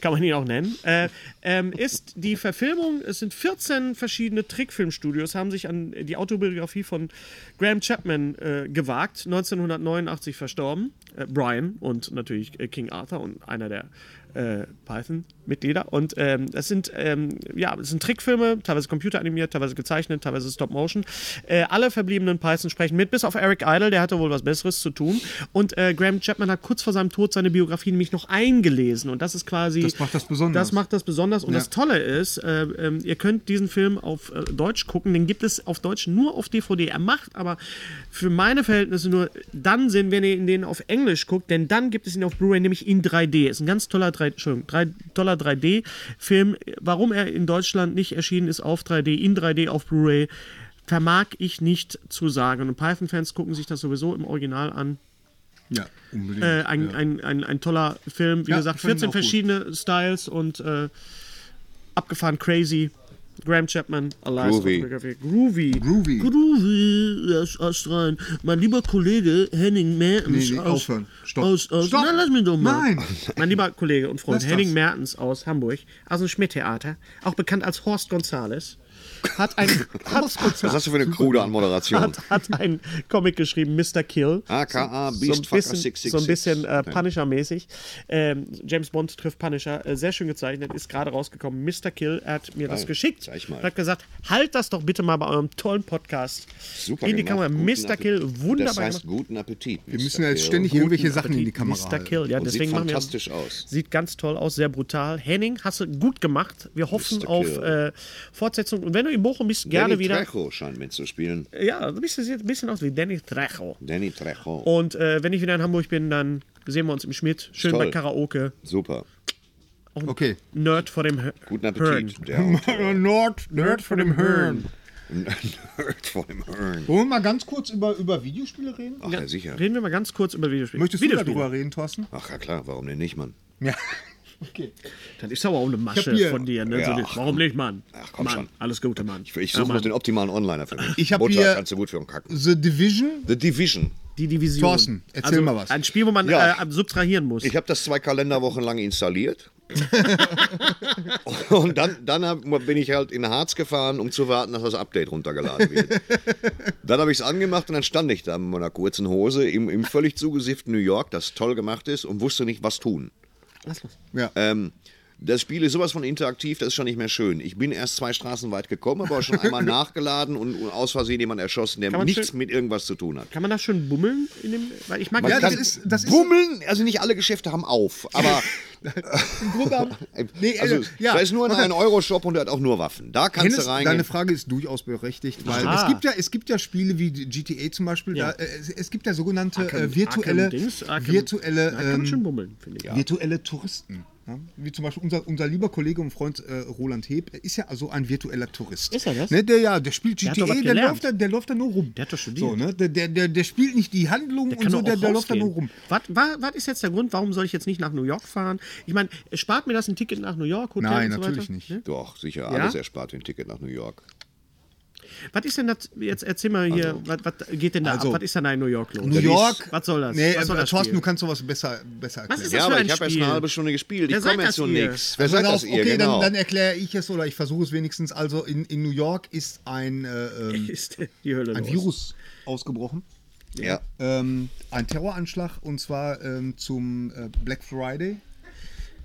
kann man ihn auch nennen, äh, ähm, ist die Verfilmung, es sind 14 verschiedene Trickfilmstudios, haben sich an die Autobiografie von Graham Chapman äh, gewagt, 1989 verstorben, äh, Brian und natürlich äh, King Arthur und einer der äh, Python-Mitglieder. Und ähm, das sind ähm, ja, es sind Trickfilme, teilweise computeranimiert, teilweise gezeichnet, teilweise Stop-Motion. Äh, alle verbliebenen Python sprechen mit, bis auf Eric Idle, der hatte wohl was Besseres zu tun. Und äh, Graham Chapman hat kurz vor seinem Tod seine Biografie nämlich noch eingelesen. Und das ist quasi.
Das macht das besonders.
Das macht das besonders. Und das Tolle ist, äh, ähm, ihr könnt diesen Film auf äh, Deutsch gucken. Den gibt es auf Deutsch nur auf DVD. Er macht aber für meine Verhältnisse nur dann Sinn, wenn ihr den auf Englisch guckt, denn dann gibt es ihn auf Blu-ray, nämlich in 3D. Ist ein ganz toller, 3, Entschuldigung, 3, toller 3D-Film. Warum er in Deutschland nicht erschienen ist auf 3D, in 3D auf Blu-ray, vermag ich nicht zu sagen. Und Python-Fans gucken sich das sowieso im Original an.
Ja, unbedingt.
Äh, ein,
Hm, ja.
ein, ein, ein toller Film, wie
Ja,
gesagt,
ich fand ihn
14
auch gut.
verschiedene Styles und äh, abgefahren crazy. Graham Chapman, Alive,
Groovy.
Autobiografie. Groovy.
Groovy.
Groovy, das Astrein. Mein lieber Kollege Henning Mertens
Nee, nee,
aus,
aufhören. Stopp.
aus, aus
Stopp.
Nein, lass mich doch mal.
Nein.
Mein lieber Kollege und Freund
Lass das.
Henning Mertens aus Hamburg, aus dem Schmidt-Theater, auch bekannt als Horst Gonzales, hat ein, hat,
Was hast du für eine krude Anmoderation?
hat, hat einen Comic geschrieben, Mr. Kill.
AKA
So-
Beast
so ein bisschen,
Fucker 666.
So ein bisschen äh,
Nein.
Punisher-mäßig. Ähm, James Bond trifft Punisher. Äh, sehr schön gezeichnet. Ist gerade rausgekommen. Mr. Kill. Er hat mir das geschickt.
gleich mal.
Und hat gesagt, halt das doch bitte mal bei eurem tollen Podcast.
Super
in die Kamera.
gemacht. Guten
Mr.
Appetit.
Kill. Wunderbar
Das heißt,
gemacht.
guten Appetit.
Wir müssen ja jetzt
Kill.
ständig irgendwelche Sachen in die Kamera
Mr.
halten.
Kill. Ja,
Und sieht
deswegen machen wir-
fantastisch aus.
Sieht ganz toll aus, sehr brutal. Henning, hast du gut gemacht. Wir hoffen
Mr.
auf
Kill.
äh, Fortsetzung. Und wenn du in Bochum bist, gerne
Danny
wieder.
Trejo scheint mitzuspielen.
Ja, du bist jetzt ein bisschen aus wie Danny Trejo.
Danny Trejo.
Und äh, wenn ich wieder in Hamburg bin, dann sehen wir uns im Schmidt. Schön
Toll.
bei Karaoke.
Super.
Okay.
Nerd vor dem Hö-
Guten
Hörn.
Appetit. Der
Nerd, Nerd von dem Hirn.
Nerd vor dem Hirn.
Wollen wir mal ganz kurz über, über Videospiele reden?
Ach, ja, sicher.
Reden wir mal ganz kurz über Videospiele.
Möchtest du
Videospiele.
darüber reden, Thorsten?
Ach ja, klar, warum denn nicht, Mann?
Ja. Okay.
Das ist aber auch eine
Ich
Masche
hab hier-
von dir. Ne?
Ja,
so,
ach,
warum nicht, Mann?
Ach, komm
Mann,
schon.
Alles Gute, Mann.
Ich, ich
Ja,
suche
Mann.
noch den optimalen Onliner für mich.
Ich hab
Mutter,
hier-
kannst du gut für einen Kacken.
The Division.
The Division.
Die Division. Also,
Thorsten, erzähl mal was.
Ein Spiel, wo man
Ja.
äh, subtrahieren muss.
Ich habe das zwei Kalenderwochen lang installiert. und dann, dann hab, bin ich halt in Harz gefahren, um zu warten, dass das Update runtergeladen wird. Dann habe ich es angemacht und dann stand ich da mit meiner kurzen Hose im, im völlig zugesifften New York, das toll gemacht ist und wusste nicht, was tun.
Lass los.
Ja.
Ähm, das Spiel ist sowas von interaktiv, das ist schon nicht mehr schön. Ich bin erst zwei Straßen weit gekommen, aber auch schon einmal nachgeladen und, und aus Versehen jemand erschossen, der
Kann man
nichts
schön-
mit irgendwas zu tun hat.
Kann man da schön bummeln? In dem, weil ich mag
Man
Ja, das
kann
ist- das ist-
bummeln, also nicht alle Geschäfte haben auf, aber
Im Grunde haben- Nee,
also,
also, ja.
da ist nur ein 1-Euro-Shop und der hat auch nur Waffen. Da kannst
Hennes,
du reingehen.
deine Frage ist durchaus berechtigt, weil
Aha.
es gibt, ja, es gibt ja Spiele wie die GTA zum Beispiel,
Ja.
da, äh, es, es gibt ja sogenannte
Arkham-
äh, virtuelle,
Arkham Dings, Arkham-
virtuelle,
Da kann man
ähm,
schön bummeln, finde ich.
virtuelle Touristen. Ja? Wie zum Beispiel unser, unser lieber Kollege und Freund äh, Roland Heb er ist ja also ein virtueller Tourist.
Ist er das?
Ne, der, ja, der spielt
Der hat
GTA,
doch was
der,
gelernt.
läuft da, der läuft da nur rum.
Der hat doch studiert.
So, ne? der, der, der, der spielt nicht die Handlung und so,
doch
der,
auch
der läuft da
rausgehen.
nur rum.
Was, was, was ist jetzt der Grund, warum soll ich jetzt nicht nach New York fahren? Ich meine, spart mir das ein Ticket nach New York? Hotel und
Nein,
so
natürlich
weiter?
nicht.
Ne?
Doch, sicher, alles erspart für ein Ticket nach New York.
Was ist denn das? Jetzt erzähl mal hier, was, was geht denn da
Also.
ab? Was ist denn da in New York los?
New York.
Was soll das?
Nee,
Was soll
äh,
das
Thorsten,
Spiel?
du kannst sowas besser, besser erklären.
Was ist das
Ja,
für
aber
ein
ich habe erst
Spiel?
eine halbe Stunde gespielt.
Wer
Ich
seid
komme
das
jetzt zu
ihr?
nichts. Wer
Pass
sagt
auf,
das ihr?
Okay,
genau.
dann, dann erkläre ich es oder ich versuche es wenigstens. Also in, in New York ist ein, äh, ähm,
Ist die Hölle
ein
los.
Virus ausgebrochen.
ja.
Ähm, ein Terroranschlag und zwar ähm, zum äh, Black Friday.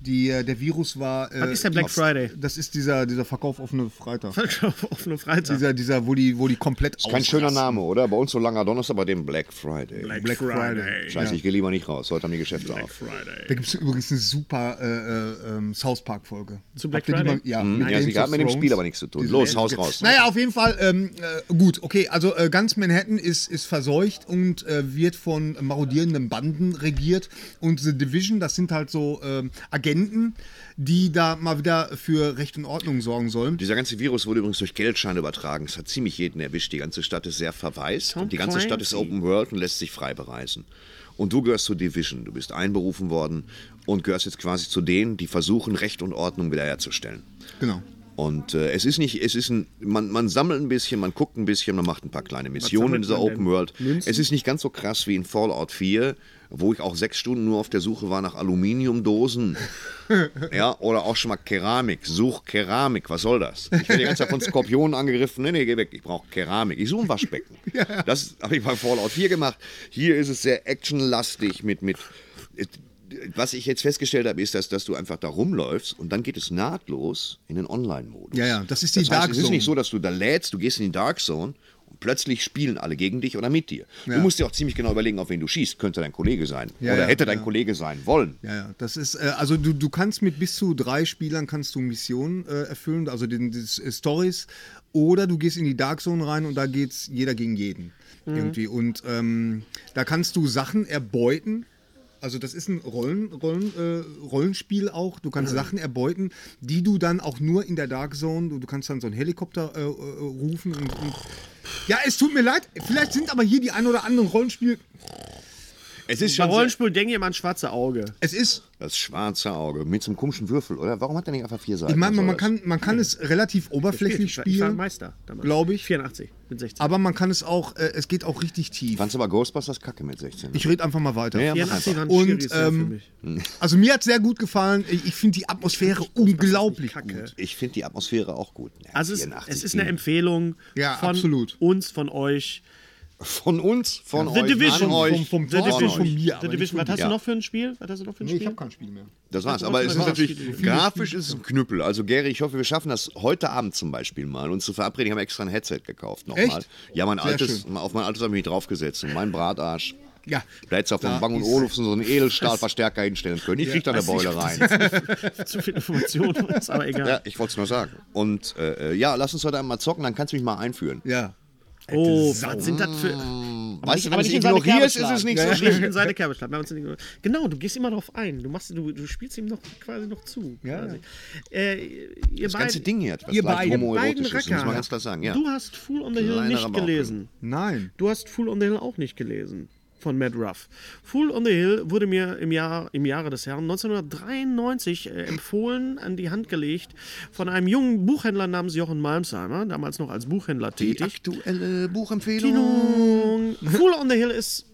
Die, äh, der Virus war. Äh,
Was ist der Black Friday?
Das ist dieser, dieser Verkauf offene Freitag.
Halt Offene Freitag.
Dieser, dieser, wo die, wo die komplett
Kein
ausrasten.
schöner Name, oder? Bei uns so langer Donnerstag, bei dem Black Friday.
Black Friday.
Scheiße, ich gehe lieber nicht raus. Heute haben die Geschäfte auf.
Da gibt es übrigens eine super äh, äh, ähm, South Park-Folge.
Zu Black
Habt ihr die
Friday?
Mal, ja,
Hm,
mit
ja,
Games
sie hat
of
mit dem
Thrones.
Spiel aber nichts zu tun.
Diese
Los,
Lady-
haus raus.
Naja, auf jeden Fall, ähm, äh, gut, okay, also äh, ganz Manhattan ist, ist verseucht und äh, wird von marodierenden Banden regiert. Und The Division, das sind halt so ähm, Agenten, die da mal wieder für Recht und Ordnung sorgen sollen.
Dieser ganze Virus wurde übrigens durch Geldscheine übertragen. Es hat ziemlich jeden erwischt. Die ganze Stadt ist sehr verwaist. Und die ganze Stadt ist Open World und lässt sich frei bereisen. Und du gehörst zur Division. Du bist einberufen worden und gehörst jetzt quasi zu denen, die versuchen, Recht und Ordnung wiederherzustellen.
Genau.
Und äh, es ist nicht, es ist ein, man, man sammelt ein bisschen, man guckt ein bisschen, man macht ein paar kleine Missionen in dieser Open World. Es ist nicht ganz so krass wie in Fallout 4, wo ich auch sechs Stunden nur auf der Suche war nach Aluminiumdosen. ja, oder auch schon mal Keramik. Such Keramik, was soll das? Ich werde die ganze Zeit von Skorpionen angegriffen. Nee, nee, geh weg, ich brauche Keramik. Ich suche ein Waschbecken. Das habe ich bei Fallout 4 gemacht. Hier ist es sehr actionlastig mit, mit was ich jetzt festgestellt habe, ist, dass, dass du einfach da rumläufst und dann geht es nahtlos in den Online-Modus.
Ja, ja, das ist die
das
Dark
heißt, Es ist
Zone.
nicht so, dass du da lädst, du gehst in die Dark Zone und plötzlich spielen alle gegen dich oder mit dir. Du musst dir auch ziemlich genau überlegen, auf wen du schießt. Könnte dein Kollege sein
Ja,
oder
ja,
hätte dein
ja.
Kollege sein wollen.
Ja, ja, das ist, äh, also du, du kannst mit bis zu drei Spielern kannst du Missionen äh, erfüllen, also den, des, äh, Stories, oder du gehst in die Dark Zone rein und da geht's jeder gegen jeden. Irgendwie. Und ähm, da kannst du Sachen erbeuten. Also das ist ein Rollen, Rollen, äh, Rollenspiel auch. Du kannst Sachen erbeuten, die du dann auch nur in der Dark Zone, du, du kannst dann so einen Helikopter äh, äh, rufen und, und ja, es tut mir leid, vielleicht sind aber hier die ein oder anderen Rollenspiel.
Es ist
Bei
schon sehr,
Rollenspiel denke ich immer an schwarze Auge.
Es ist
das schwarze Auge mit so einem komischen Würfel, oder? Warum hat er nicht einfach vier Seiten?
Ich meine,
Was soll
man, man,
das?
kann, man kann es relativ oberflächlich
Also, Ich war, ich war
spielen,
Meister damals.
Glaub ich.
84 mit 16.
aber man kann es auch, äh, es geht auch richtig tief.
Fandst du aber Ghostbusters kacke mit 16? ne?
Ich rede einfach mal weiter.
Ja, ja.
84 waren
Ah, Und,
schwieriges Jahr
ähm,
für mich.
Also mir hat sehr gut gefallen. Ich ich finde die Atmosphäre unglaublich
Kacke.
gut.
Ich finde die Atmosphäre auch gut. Ja,
Also es,
84
es ist eine
ging.
Empfehlung
Ja,
von
absolut.
uns, von euch.
Von uns, von
The
euch,
Division.
an euch.
Vom, vom
The
Thorsten
Division.
und von mir.
The
aber nicht
Division,
von
was hast
Ja.
du noch für ein Spiel? Was hast du noch für ein
dir. ich
Spiel?
habe kein Spiel mehr.
Das war's.
Also,
Aber es
das
ist
war's.
natürlich,
Viele Spiele.
grafisch ist es ein Knüppel. Also Gary, ich hoffe, wir schaffen das heute Abend zum Beispiel mal. Uns zu verabreden, ich habe extra ein Headset gekauft nochmal.
Echt?
Ja, mein
Sehr
altes,
schön.
auf mein altes habe ich mich draufgesetzt. Und mein Bratarsch.
Ja.
Blätzer
Da
von Bang und
ist-
Olufsen so einen Edelstahlverstärker hinstellen können. Ich krieg da eine Beule rein.
Zu viel Information, ist aber egal.
Ja, ich wollte es nur sagen. Und äh, äh, ja, lass uns heute Abend mal zocken, dann kannst du mich mal einführen.
Ja.
oh, was sind das für...
weißt du,
aber
wenn du es
nicht in seine Kerbe
ignorierst, ist es
schlagen.
nicht so
Ja,
schlimm.
nicht in seine Kerbe schlagen. Wir haben uns nicht igno- Genau, du gehst immer drauf ein. Du, machst, du, du spielst ihm noch quasi noch zu. quasi. Äh, ihr
Das ganze Ding hier hat was
Ihr
leicht
beiden-
beiden
homoerotisch ist,
Racker,
muss man ganz klar sagen. Ja.
du hast Fool on the Hill
Kleiner
nicht
Rabauke.
gelesen.
Nein.
Du hast Fool on the Hill auch nicht gelesen von Matt Ruff. Fool on the Hill wurde mir im, Jahr, im Jahre des Herrn 1993 äh, empfohlen, an die Hand gelegt von einem jungen Buchhändler namens Jochen Malmsheimer, damals noch als Buchhändler
Die
tätig.
aktuelle Buchempfehlung.
Fool on the Hill ist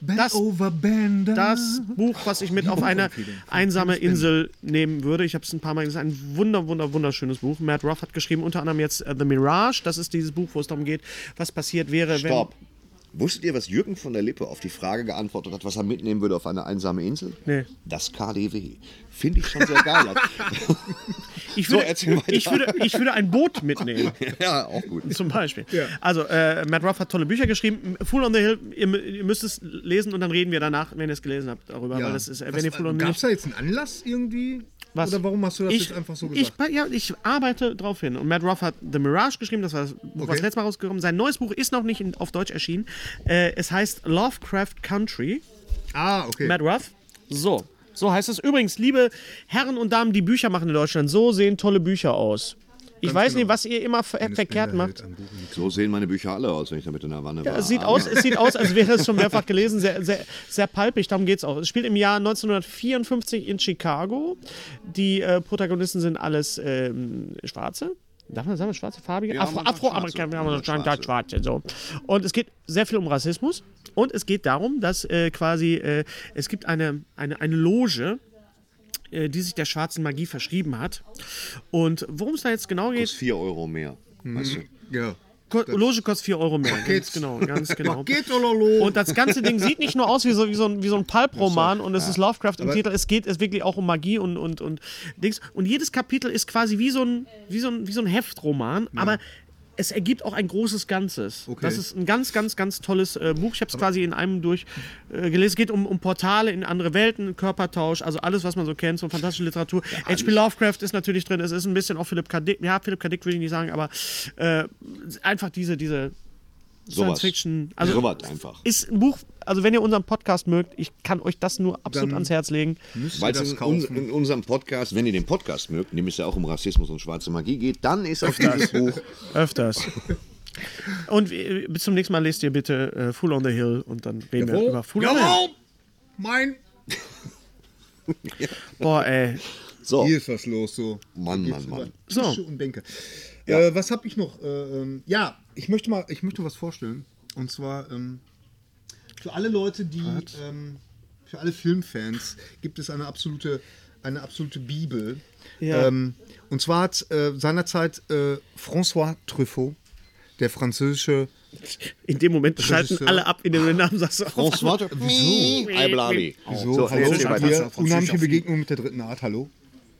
Bend
Das-
over Bender.
das Buch, was ich mit auf eine einsame Insel nehmen würde. Ich habe es ein paar Mal gesagt. Ein wunder, wunder, wunderschönes Buch. Matt Ruff hat geschrieben unter anderem jetzt äh, The Mirage. Das ist dieses Buch, wo es darum geht, was passiert wäre,
Stopp. Wusstet ihr, was Jürgen von der Lippe auf die Frage geantwortet hat, was er mitnehmen würde auf eine einsame Insel?
Nee.
Das KDW. Finde ich schon sehr geil.
wenn. Ich würde,
erzähl weiter.
ich, würde, ich würde ein Boot mitnehmen.
ja, auch gut.
Zum Beispiel. Also, äh, Matt Ruff hat tolle Bücher geschrieben. Fool on the Hill, ihr, mü- ihr müsst es lesen und dann reden wir danach, wenn ihr es gelesen habt, darüber. Weil das ist, äh, wenn ihr Fool on the Hill
Gab es da jetzt einen Anlass irgendwie? Oder warum hast du das
ich,
jetzt einfach so
ich,
gesagt?
ja, ich arbeite drauf hin. Und Matt Ruff hat The Mirage geschrieben, das war das Buch, was
Okay.
letztes Mal rausgekommen ist. Sein neues Buch ist noch nicht in, auf Deutsch erschienen. Äh, es heißt Lovecraft Country.
ah, okay.
Matt Ruff. So. So heißt es. Übrigens, liebe Herren und Damen, die Bücher machen in Deutschland, so sehen tolle Bücher aus. Ich weiß
genau.
nicht, was ihr immer ver verkehrt macht.
So sehen meine Bücher alle aus, wenn ich damit in der Wanne war.
Es sieht,
Aber
aus, es sieht aus, als wäre es schon mehrfach gelesen. Sehr, sehr, sehr palpig, darum geht es auch. Es spielt im Jahr 1954 in Chicago. Die äh, Protagonisten sind alles ähm, Schwarze. Darf man sagen, schwarze, farbige?
Ja,
Afro,
man sagt
Afroamerikaner,
Schwarze.
ja, man sagt schwarze. So. Und es geht sehr viel um Rassismus. Und es geht darum, dass äh, quasi äh, es gibt eine, eine, eine Loge, äh, die sich der schwarzen Magie verschrieben hat. Und worum es da jetzt genau
Plus
geht,
4 Euro mehr. Weißt du?
ja.
Ko Loge kostet 4 Euro mehr. Ganz
geht's.
genau, ganz genau.
Geht oder los?
Und das ganze Ding sieht nicht nur aus wie so, wie so ein, wie so ein Pulp-Roman und es ist Lovecraft im Titel. Es geht es wirklich auch um Magie und, und, und Dings. Und jedes Kapitel ist quasi wie so ein, wie so ein, wie so ein Heftroman, aber es ergibt auch ein großes Ganzes.
Okay.
Das ist ein ganz, ganz, ganz tolles äh, Buch. Ich habe es quasi in einem durch äh, gelesen. Es geht um, um Portale in andere Welten, Körpertausch, also alles, was man so kennt, so fantastische Literatur. H.P. Lovecraft ist natürlich drin. Es ist ein bisschen auch Philipp K. Dick. Ja, Philipp K. Dick würde ich nicht sagen, aber äh, einfach diese, diese Science
Sowas.
Fiction. Also
Also, Sowas einfach.
ist ein Buch, also wenn ihr unseren Podcast mögt, ich kann euch das nur absolut
Dann-
ans Herz legen.
Weil
das
es in,
kaufen.
uns- in unserem Podcast, wenn ihr den Podcast mögt, in dem es ja auch um Rassismus und schwarze Magie geht, dann ist auf dieses Buch
Öfters. Und äh, bis zum nächsten Mal lest ihr bitte äh, Fool on the Hill und dann reden wir über Fool on the Hill.
Jawohl! Mein.
Boah, ey.
so.
Hier ist was los, so.
Mann,
Hier ist
Mann,
überall
Mann.
So.
Tische und Bänke. Äh, was habe ich noch? Äh, ähm, ja, ich möchte mal, ich möchte was vorstellen. Und zwar ähm, für alle Leute, die, ähm, für alle Filmfans gibt es eine absolute, eine absolute Bibel.
Ja.
Ähm, und zwar hat äh, seinerzeit äh, François Truffaut der französische
In dem Moment schalten
Regisseur.
alle ab, indem du den Namen sagst.
François, wieso? Iblali.
so,
Oh, So, jetzt
hallo,
geht's
hat
weiter.
hier unheimliche Begegnung mit der dritten Art, hallo?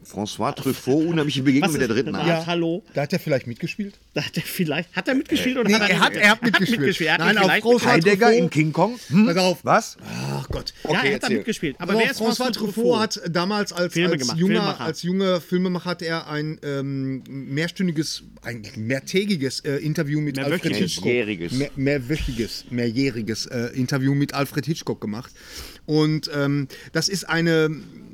François Truffaut, unheimliche Begegnung
Was
mit der
ist-
dritten
Ja.
Art.
Ach, hallo.
Da hat er vielleicht mitgespielt?
Da Hat er vielleicht, hat er mitgespielt oder
Äh, Nee,
hat er,
er hat-
nicht
er hat mitgespielt.
Er hat
Nein,
nicht
auf
vielleicht
Groß-
mitgespielt.
Heidegger
Truffaut.
in King Kong? Hm?
Pass auf.
Was?
Ach Gott. ja, er hat da
erzähl.
mitgespielt. Aber
Aber
wer ist
François Also Truffaut hat damals als,
Filme
als,
gemacht,
junger,
Filmemacher.
als junger Filmemacher hat er ein ähm, mehrstündiges, eigentlich mehrtägiges äh, Interview mit Alfred
Mehrwöchiges.
Hitchcock.
Mehrjähriges.
Mehr, mehrwöchiges, mehrjähriges äh, Interview mit Alfred Hitchcock gemacht. Und ähm, das ist eine,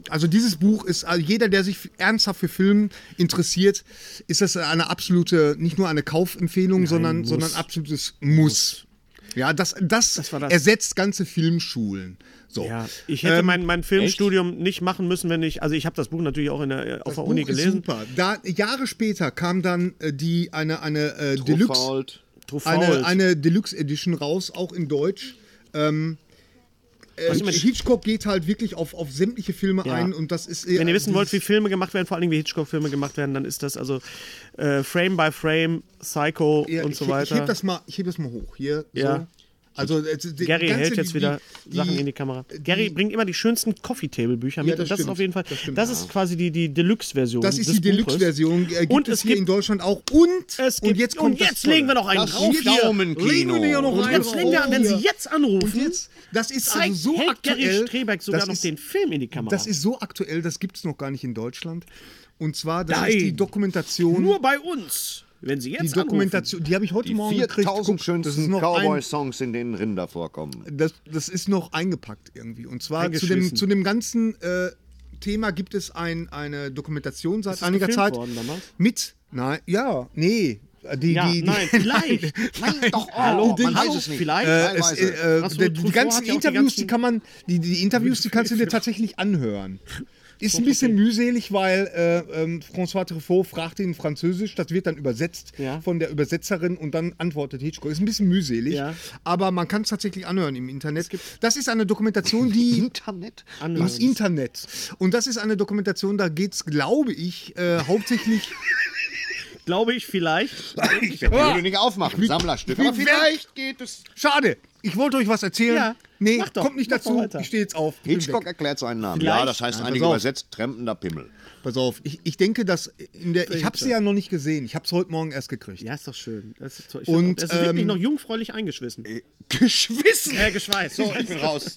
also dieses Buch ist, also jeder, der sich ernsthaft für Film interessiert, ist das eine absolute, nicht nur eine Kaufempfehlung, sondern, sondern absolutes Muss. Ja, das, das,
war das.
ersetzt ganze Filmschulen. So.
Ja, ich
Ähm,
hätte mein, mein Filmstudium nicht machen müssen, wenn ich. Also, ich habe das Buch natürlich auch in der, äh, auf der Uni
Buch ist
gelesen.
Super. Da, Jahre später kam dann äh, die eine, eine äh, Deluxe
Truffaut.
Truffaut.
eine, eine Deluxe Edition raus, auch in Deutsch. Ähm,
Was
äh,
ist mit-
Hitchcock geht halt wirklich auf, auf sämtliche Filme
Ja.
ein und das ist äh,
Wenn ihr wissen wollt, wie
dieses-
Filme gemacht werden, vor allem wie Hitchcock-Filme gemacht werden, dann ist das also äh, Frame by Frame, Psycho
ja,
und
ich,
so
Ich heb
weiter.
das mal, ich heb das mal hoch hier. So.
Ja.
Also äh, die- die
Gary
ganze-
hält jetzt
die-
wieder
die-
Sachen in die Kamera. Gary bringt immer die schönsten Coffee-Table-Bücher mit.
das
und das
stimmt.
ist auf jeden Fall.
Das
Das,
stimmt.
ist quasi die, die Deluxe-Version.
Das ist
des
die Deluxe-Version. Äh, gibt
Und
es
es
hier
gibt-
in Deutschland auch. Und,
Buches. Es gibt,
und jetzt kommt
und
das
jetzt legen wir
Tolle.
noch einen
Das
drauf. hier.
Legen wir hier noch
Daumenkino.
Und jetzt
einen
legen wir,
drauf
wenn
hier.
sie jetzt anrufen,
Und jetzt, das ist
zeigt,
also so
hält
aktuell.
Gary Strebeck sogar
das
noch
ist,
den Film in die Kamera.
Das ist so aktuell, das gibt es noch gar nicht in Deutschland. Und zwar, das
Nein.
ist die Dokumentation.
Nur bei uns. Wenn sie jetzt
die Dokumentation, die habe ich heute
Die
Morgen gekriegt.
4000
das ist
schönsten
noch ein,
Cowboy-Songs, in denen Rinder vorkommen.
das, das ist noch eingepackt irgendwie. Und zwar zu dem,
Eingeschliffen.
zu dem ganzen äh, Thema gibt es ein, eine Dokumentation seit
das
einiger
gefilmt
Zeit
worden damals?
mit. Nein, ja, nee. Die,
Ja,
die, die,
nein, vielleicht.
Nein, doch, oh,
Hallo,
man
hallo,
weiß es nicht.
vielleicht.
Äh, es,
Teilweise.
äh, äh,
Ach so,
die, die
Truffaut
ganzen
hat ja auch die
Interviews, die
ganzen-
kann man, die, die Interviews, die kannst du dir tatsächlich anhören. Ist ein bisschen mühselig, weil äh, ähm, François Truffaut fragt ihn in Französisch, das wird dann übersetzt
Ja.
von der Übersetzerin und dann antwortet Hitchcock. Ist ein bisschen mühselig,
Ja.
aber man kann es tatsächlich anhören im Internet. Das ist eine Dokumentation, die
Internet?
im Internet. Und das ist eine Dokumentation, da geht es, glaube ich, äh, hauptsächlich.
Glaube ich vielleicht.
Ich werde nicht aufmachen. Sammlerstück.
ah. wie
Aber vielleicht geht es.
Schade, ich wollte euch was erzählen.
Ja,
nee,
mach doch,
kommt nicht
mach doch
dazu.
weiter.
Ich stehe jetzt auf. Ich bin weg.
Hitchcock erklärt seinen Namen.
Vielleicht.
Ja, das heißt, einige
auf.
übersetzt, trempender Pimmel.
Pass auf, ich, ich denke, dass in der. Ich habe sie ja noch nicht gesehen. Ich habe es heute Morgen erst gekriegt.
Ja, ist doch schön. Das ist, toll. Ich
Und,
find auch- das ist wirklich
ähm, Äh,
noch jungfräulich eingeschwissen.
Geschwissen!
Äh, geschweißt.
So, ich bin raus.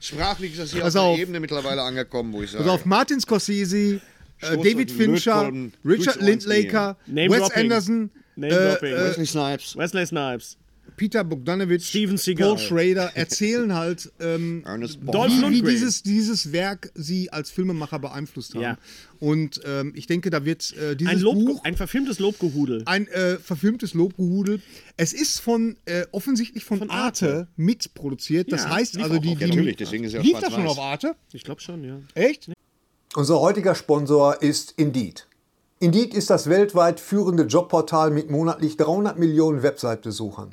Sprachlich ist das hier
Pass
auf
auf.
einer Ebene mittlerweile angekommen, wo ich sage.
Pass auf, Martin Scorsese, äh,
Stoß
David
euch in den
Fincher,
Lötkolben,
Richard
durch uns
Lindlaker,
Name
Wes
dropping.
Anderson, äh,
Name-Dropping.
Wesley Snipes.
Wesley Snipes.
Peter Bogdanovich,
Steven Seagal.
Paul Schrader erzählen halt, ähm,
Ernest
Dolph
Bormann.
Lundgren.
wie dieses, dieses Werk sie als Filmemacher beeinflusst haben.
Ja.
Und ähm, ich denke, da wird äh, dieses
Ein, Lob,
Buch.
ein verfilmtes Lobgehudel.
ein äh, verfilmtes Lobgehudel. Es ist von äh, offensichtlich von,
Von
Arte,
Arte.
mitproduziert. Das
Ja,
heißt
lief
also
auch
die,
auf-
die
Ja, natürlich, deswegen ist ja
lief das
schwarz-weiß.
schon auf Arte.
Ich glaube schon, ja.
Echt?
Unser heutiger Sponsor ist Indeed. Indeed ist das weltweit führende Jobportal mit monatlich 300 Millionen Website-Besuchern.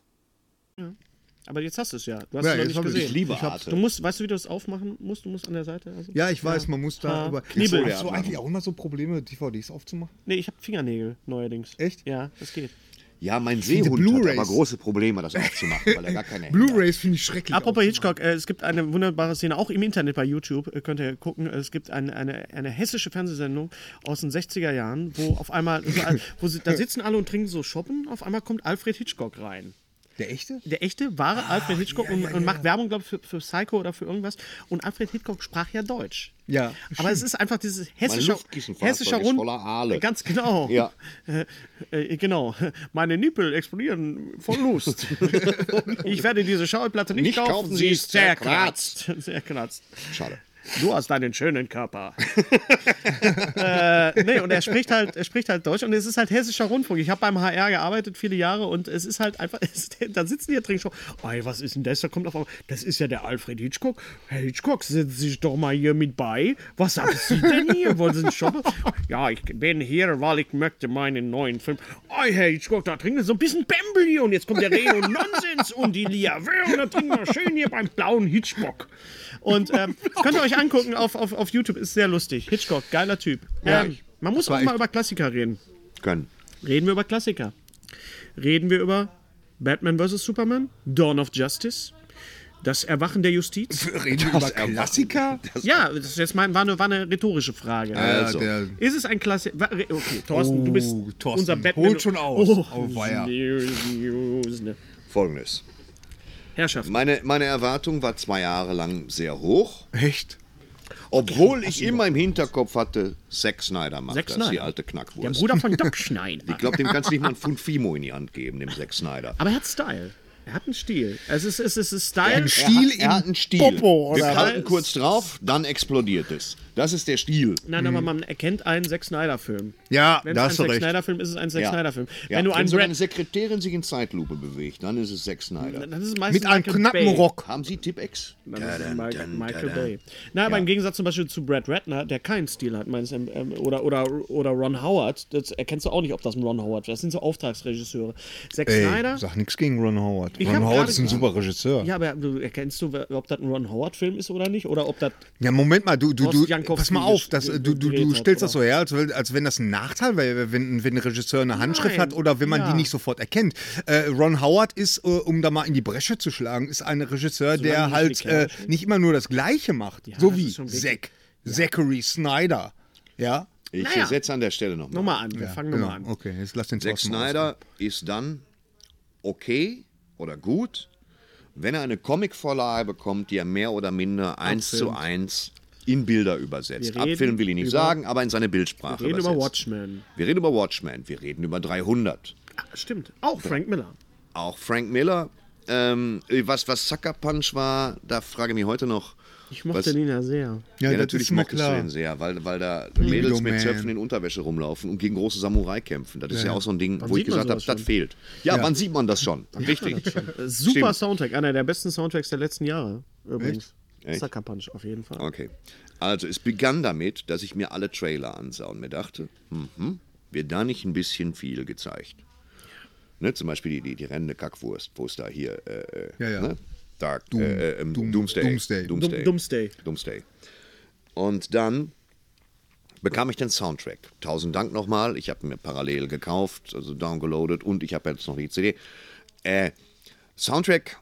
Aber jetzt hast du es ja. Du hast
Ja,
es noch
jetzt
nicht
hab ich-
gesehen.
Ich liebe
Ich hab's-
Du
Arte.
musst, weißt du, wie du das aufmachen musst? Du musst an der Seite. Also?
Ja, ich weiß, man muss da
Ah,
über.
Knibbel.
Hast du eigentlich auch immer so Probleme, DVDs aufzumachen?
Nee, ich habe Fingernägel neuerdings.
Echt?
Ja, das geht.
Ja, mein
finde
Seehund hat
Blu-rays-
aber große Probleme, das abzumachen, weil er gar keine Hände
Blu-rays finde ich schrecklich.
Äh, Apropos
auch.
Hitchcock, äh, es gibt eine wunderbare Szene, auch im Internet bei YouTube, äh, könnt ihr gucken. Es gibt eine, eine, eine hessische Fernsehsendung aus den 60er Jahren, wo auf einmal, so, ein- wo sie, da sitzen alle und trinken so shoppen, auf einmal kommt Alfred Hitchcock rein.
Der echte?
Der echte,
Ah,
wahre Alfred Hitchcock und, und macht Werbung, glaube ich, für, für Psycho oder für irgendwas. Und Alfred Hitchcock sprach ja Deutsch.
Ja.
Aber es ist einfach dieses hessische,
Luftkissenfahrzeug
hessischer
ist
Rund.
voller Aale.
Ganz genau.
Ja.
Äh, äh, genau. Meine Nippel explodieren vor Lust. ich werde diese Schallplatte nicht,
Nicht
kaufen,
kaufen,
sie ist zerkratzt. zerkratzt.
hat. Schade.
Du hast einen schönen Körper. äh, nee, und er spricht halt, er spricht halt Deutsch und es ist halt hessischer Rundfunk. Ich habe beim HR gearbeitet viele Jahre und es ist halt einfach, es, da sitzen die ja drin schon, ey, was ist denn das? Da kommt auf einmal, das ist ja der Alfred Hitchcock. Herr Hitchcock, setzen Sie sich doch mal hier mit bei. Was haben Sie denn hier? Wollen Sie einen Shop? Ja, ich bin hier, weil ich möchte meinen neuen Film. Ey, Herr Hitchcock, da trinken Sie so ein bisschen Bembel hier und jetzt kommt der Rede und Nonsens und die Liaveur und da trinken wir schön hier beim blauen Hitchcock. Und ähm, könnt ihr euch angucken auf, auf, auf YouTube, ist sehr lustig. Hitchcock, geiler Typ. Ähm, man muss auch mal über Klassiker reden.
Können.
Reden wir über Klassiker. Reden wir über Batman vs. Superman, Dawn of Justice, Das Erwachen der Justiz.
Reden wir über Klassiker?
ja, das ist jetzt mein, war, eine, war eine rhetorische Frage.
Also.
Der,
Ist es ein Klassiker? Okay, Thorsten, du bist
Oh, Thorsten,
unser Batman.
holt schon aus. Oh, weia.
Folgendes.
ne. Herrschaft.
Meine, meine Erwartung war zwei Jahre lang sehr hoch,
echt?
obwohl ich immer im Hinterkopf hatte, Zack Snyder macht
Zack
das, die
Snyder. Der
alte Knackwurst.
Bruder von Doc Schneider.
ich glaube, dem kannst du nicht mal einen Pfund Fimo in die Hand geben, dem Zack Snyder.
Aber er hat Style. Er hat einen Stil. Es ist, es ist, es ist Style.
Ein Stil
er hat einen
in
Stil.
Popo,
Wir
oder?
halten kurz drauf, dann explodiert es. Das ist der Stil.
Nein, aber man erkennt einen Zack Snyder-Film.
Mhm. Ja,
Wenn
da
es ein
hast du
Zack
recht.
Snyder-Film ist, ist es ein Zack
Ja.
Snyder-Film.
Ja.
Wenn du einen
sogar
Brad.
eine Sekretärin sich in Zeitlupe bewegt, dann ist es Zack Snyder.
Das ist meistens
Mit einem
Michael
knappen
Bay.
Rock.
Haben Sie Tipp-Ex?
Dann ist es Michael, Michael Bay. Na, aber im Gegensatz zum Beispiel zu Brad Ratner, der keinen Stil hat, meines ähm, ähm, oder, oder, oder Ron Howard, das erkennst du auch nicht, ob das ein Ron Howard war. Das sind so Auftragsregisseure. Zack Snyder.
Ey, sag nichts gegen Ron Howard.
Ich hab
Ron Howard
gerade
ist ein super Regisseur.
Ja, aber du- erkennst du, ob das ein Ron Howard-Film ist oder nicht? Oder ob das.
Ja, Moment mal, du, du,
Horst
du
Jankowski
pass mal auf, das,
ges-
du, du, du
gedreht hat,
stellst das so
oder?
her, als, wenn- als wenn das ein Nachteil wäre, wenn, wenn ein Regisseur eine Handschrift
Nein,
hat oder wenn man
ja.
die nicht sofort erkennt. Äh, Ron Howard ist, äh, um da mal in die Bresche zu schlagen, ist ein Regisseur,
man
der
nicht
halt
die Kerle
äh,
schlägt.
nicht immer nur das Gleiche macht.
das
so
ist
wie
schon
Zack,
richtig.
Zachary Snyder. Ja?
Ich
Naja.
setze an der Stelle nochmal.
Nochmal an, wir fangen
Genau.
nochmal an.
Okay, jetzt lass den
Zack
Thorsten mal
Snyder ist dann okay oder gut, wenn er eine Comicvorlage bekommt, die er mehr oder minder eins zu eins in Bilder übersetzt.
Wir reden
Abfilmen will ich nicht
über-
sagen, aber in seine Bildsprache
Wir reden über
übersetzt.
Watchmen.
Wir reden über Watchmen, wir reden über 300.
Ah, stimmt. Auch Frank Miller.
Auch Frank Miller. Ähm, was, was Sucker Punch war, da frage ich mich heute noch.
Ich mochte
was,
den ja sehr.
Ja,
Ja,
das
natürlich
ist mir
mochtest
klar. Hm.
du den sehr, weil, weil da Mädels
Dildo
mit
Man.
Zöpfen in Unterwäsche rumlaufen und gegen große Samurai kämpfen. Das ist ja,
Ja.
auch so ein Ding,
Wann
wo ich
sieht man
gesagt habe,
sowas
das
schon?
fehlt. Ja, wann sieht man das schon? Richtig.
Äh, Super
Stimmt.
Soundtrack, einer der besten Soundtracks der letzten Jahre. Übrigens. Sucker Punch auf jeden Fall.
Okay. Also, es begann damit, dass ich mir alle Trailer ansah und mir dachte, mhm, wird da nicht ein bisschen viel gezeigt? Ne, zum Beispiel die, die, die rennende Kackwurst, wo es da hier, äh, äh,
Ja, ja.
Ne? Dark, äh, äh, ähm,
Doom-
Doomsday.
Doomsday.
Doomsday.
Doom- Doomsday.
Doomsday. Und dann bekam ich den Soundtrack. Tausend Dank nochmal. Ich habe mir parallel gekauft, also downgeloadet und ich habe jetzt noch die CD. Äh, Soundtrack,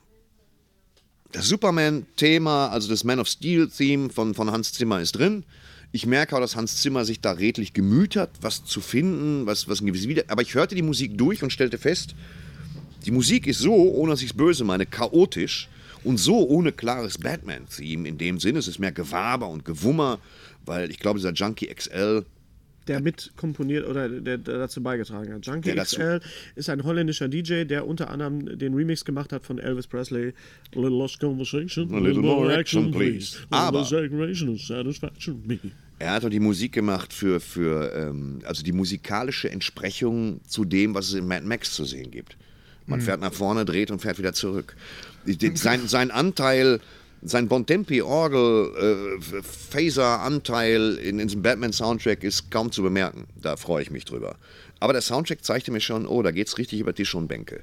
das Superman-Thema, also das Man of Steel-Theme von, von Hans Zimmer ist drin. Ich merke auch, dass Hans Zimmer sich da redlich gemüht hat, was zu finden, was, was ein gewisses Wieder. Aber ich hörte die Musik durch und stellte fest, die Musik ist so, ohne dass ich es böse meine, chaotisch und so ohne klares Batman-Theme in dem Sinne. Es ist mehr Gewaber und Gewummer, weil ich glaube, dieser Junkie XL,
der mit komponiert oder der, der dazu beigetragen hat. Junkie
Der dazu-
XL ist ein holländischer DJ, der unter anderem den Remix gemacht hat von Elvis Presley. A little lost conversation, a little more action, please.
Aber-
A little aggression and satisfaction, me.
Er hat auch die Musik gemacht für, für ähm, also die musikalische Entsprechung zu dem, was es in Mad Max zu sehen gibt. Man fährt nach vorne, dreht und fährt wieder zurück. Die- Sein, sein Anteil, sein Bontempi-Orgel, äh, Phaser-Anteil in, in diesem Batman-Soundtrack ist kaum zu bemerken. Da freue ich mich drüber. Aber der Soundtrack zeigte mir schon, oh, da geht's richtig über Tisch und Bänke.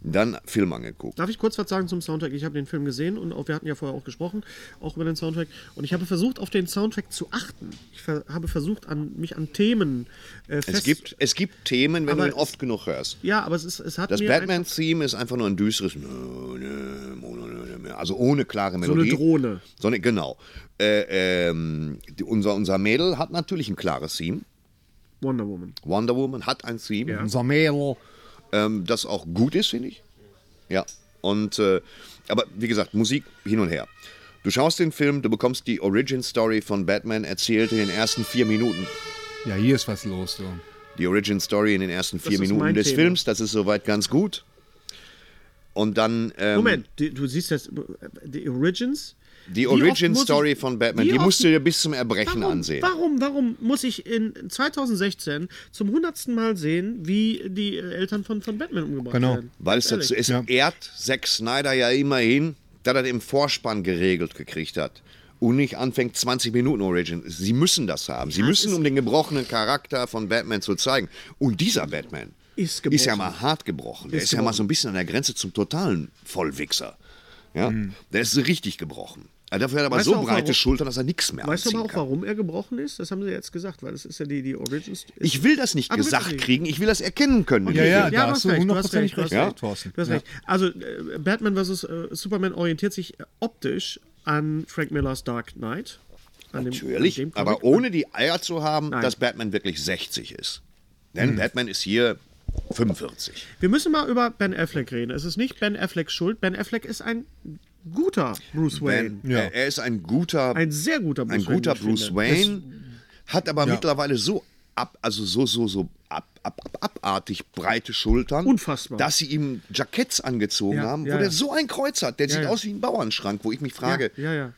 Dann Film angeguckt.
Darf ich kurz was sagen zum Soundtrack? Ich habe den Film gesehen und auch, wir hatten ja vorher auch gesprochen, auch über den Soundtrack. Und ich habe versucht, auf den Soundtrack zu achten. Ich ver habe versucht, an, mich an Themen äh, fest...
Es gibt, es gibt Themen, wenn
Aber
du ihn oft genug hörst.
Ja, aber es, ist, es hat
Das
mir
Batman-Theme ist einfach nur ein düsteres. Nö, nö, nö, nö, nö, Also ohne klare
so eine
Melodie.
Drohne.
So eine- genau. Äh, ähm, die, unser, unser Mädel hat natürlich ein klares Theme.
Wonder Woman.
Wonder Woman hat ein Theme.
Unser Mädel.
ähm, das auch gut ist, finde ich. Ja. Und äh, aber wie gesagt, Musik hin und her. Du schaust den Film, du bekommst die Origin Story von Batman erzählt in den ersten vier Minuten.
Ja, hier ist was los, du.
Die Origin Story in den ersten vier
ist
Minuten
mein
des
Thema.
Films, das ist soweit ganz gut. Und dann ähm,
Moment, die, du siehst jetzt die Origins.
die
oft
Origin
muss ich-
Story von Batman,
wie
die
oft-
musst du dir bis zum Erbrechen
Warum,
ansehen.
warum, warum muss ich in 2016 zum hundertsten Mal sehen, wie die äh, Eltern von, von Batman umgebracht
Genau.
werden?
Weil es
Ehrlich.
dazu ist,
Ja.
ehrt Zack Snyder ja immerhin, dass er im Vorspann geregelt gekriegt hat. Und nicht anfängt 20 Minuten Origin. Sie müssen das haben. Sie müssen, um den gebrochenen Charakter von Batman zu zeigen. Und dieser Batman
Ist
ist ja
gebrochen.
mal hart gebrochen. Der ist, ja mal so ein bisschen an der Grenze zum totalen Vollwichser. Ja? Der ist richtig gebrochen. Aber dafür hat er aber
Mhm. Weißt du
so
auch,
breite
warum-
Schultern, dass er nichts mehr
Weißt du
anziehen
aber auch,
kann.
warum er gebrochen ist? Das haben sie jetzt gesagt, weil das ist ja die, die Origins.
Ich will das nicht
Ah, du willst das
gesagt
nicht.
kriegen, ich will das erkennen können. in
Ja,
dem
ja,
Film.
da hast du
du hast
hundertprozentig
du hast
recht,
recht,
Thorsten.
Du hast
Ja.
recht. Also, äh, Batman vs. Äh, Superman orientiert sich äh, optisch an Frank Millers Dark Knight. An dem-
Natürlich,
an dem Comic.
aber ohne die Eier zu haben,
Nein. Hm.
dass Batman wirklich 60 ist. Denn Batman ist hier 45.
Wir müssen mal über Ben Affleck reden. Es ist nicht Ben Afflecks Schuld. Ben Affleck ist ein guter Bruce Wayne.
Ben, äh, er, er ist ein
Äh,
guter,
Ein
ein,
sehr guter Bruce Wayne.
guter
wie ich finde.
Bruce Wayne, hat aber mittlerweile so ab, also so so so ab, ab, ab, abartig breite Schultern,
Unfassbar.
dass sie ihm Jacketts angezogen
Ja,
haben,
ja,
wo
ja.
der so ein Kreuz hat, der sieht
ja.
aus wie ein Bauernschrank, wo ich mich
Ja,
frage.
ja, ja.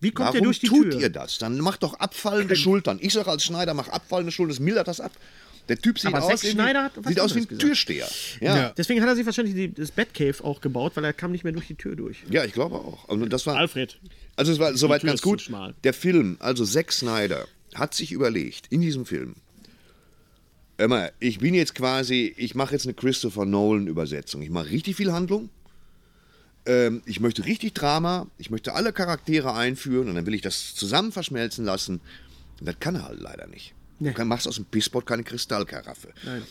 Wie kommt
Warum
er durch die
tut
Tür?
ihr das? Dann macht doch abfallende Schultern. Ich sage als Schneider, mach abfallende Schultern, das mildert das ab. Der Typ sieht
Aber
aus,
Zack
irgendwie-
Schneider hat was
sieht aus wie ein
anderes gesagt.
Türsteher. Ja. ja.
Deswegen hat er sich wahrscheinlich die, das Batcave auch gebaut, weil er kam nicht mehr durch die Tür durch.
ich glaube auch. Und das war,
Alfred.
also es war soweit
Tür
ganz
ist zu
gut.
schmal.
Der Film, also Zack Snyder, hat sich überlegt, in diesem Film, immer, ich bin jetzt quasi, ich mache jetzt eine Christopher Nolan-Übersetzung. Ich mache richtig viel Handlung. Ähm, ich möchte richtig Drama. Ich möchte alle Charaktere einführen und dann will ich das zusammen verschmelzen lassen. Und das kann er halt leider nicht.
Nee.
Du kann, machst aus dem Pisspot keine Kristallkaraffe.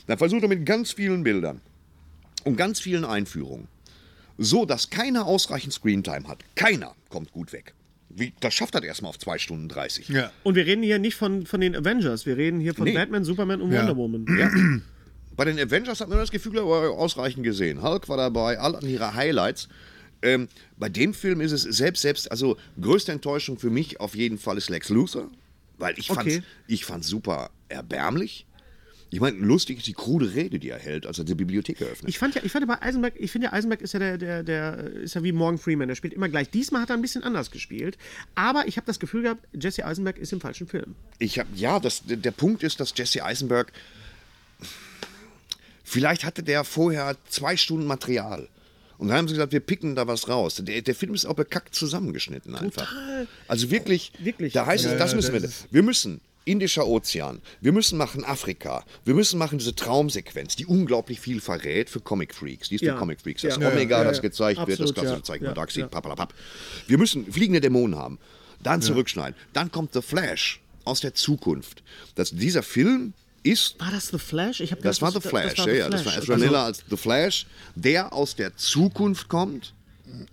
Dann versucht er mit ganz vielen Bildern und ganz vielen Einführungen, so dass keiner ausreichend Screentime hat. Keiner kommt gut weg. Wie, das schafft er erstmal auf 2 Stunden 30.
Ja.
Und wir reden hier nicht von, von den Avengers, wir reden hier von
Nee.
Batman, Superman und
Ja.
Wonder Woman.
Bei den Avengers hat man das Gefühl, er war ausreichend gesehen. Hulk war dabei, all an ihre Highlights. Ähm, bei dem Film ist es selbst, selbst, also größte Enttäuschung für mich auf jeden Fall ist Lex Luthor, weil ich fand's,
Okay.
ich fand's super erbärmlich. Ich meine, lustig ist die krude Rede, die er hält, als er die Bibliothek eröffnet.
Ich fand ja, ich fand ja bei Eisenberg, ich finde ja Eisenberg ist ja der, der, der ist ja wie Morgan Freeman, der spielt immer gleich. Diesmal hat er ein bisschen anders gespielt, aber ich habe das Gefühl gehabt, Jesse Eisenberg ist im falschen Film.
Ich hab, ja, das, der Punkt ist, dass Jesse Eisenberg. Vielleicht hatte der vorher zwei Stunden Material. Und dann haben sie gesagt, wir picken da was raus. Der, der Film ist auch bekackt zusammengeschnitten einfach. Also wirklich,
Wirklich.
da heißt es, das müssen wir. Wir müssen Indischer Ozean, wir müssen machen Afrika, wir müssen machen diese Traumsequenz, die unglaublich viel verrät für Comic Freaks. Die ist
Ja.
für Comic Freaks. Das
Ja.
Omega,
Ja, ja,
das
ja.
gezeigt wird,
Absolut,
das klassische
ja.
Zeichen
Ja,
von Darkseid,
ja.
papalapap. Wir müssen fliegende Dämonen haben. Dann zurückschneiden. Dann kommt The Flash aus der Zukunft. Das, dieser Film ist.
War das The Flash? Ich habe
Das war The Flash, ja, ja. Das war Ezra
Also
Miller als The Flash, der aus der Zukunft kommt,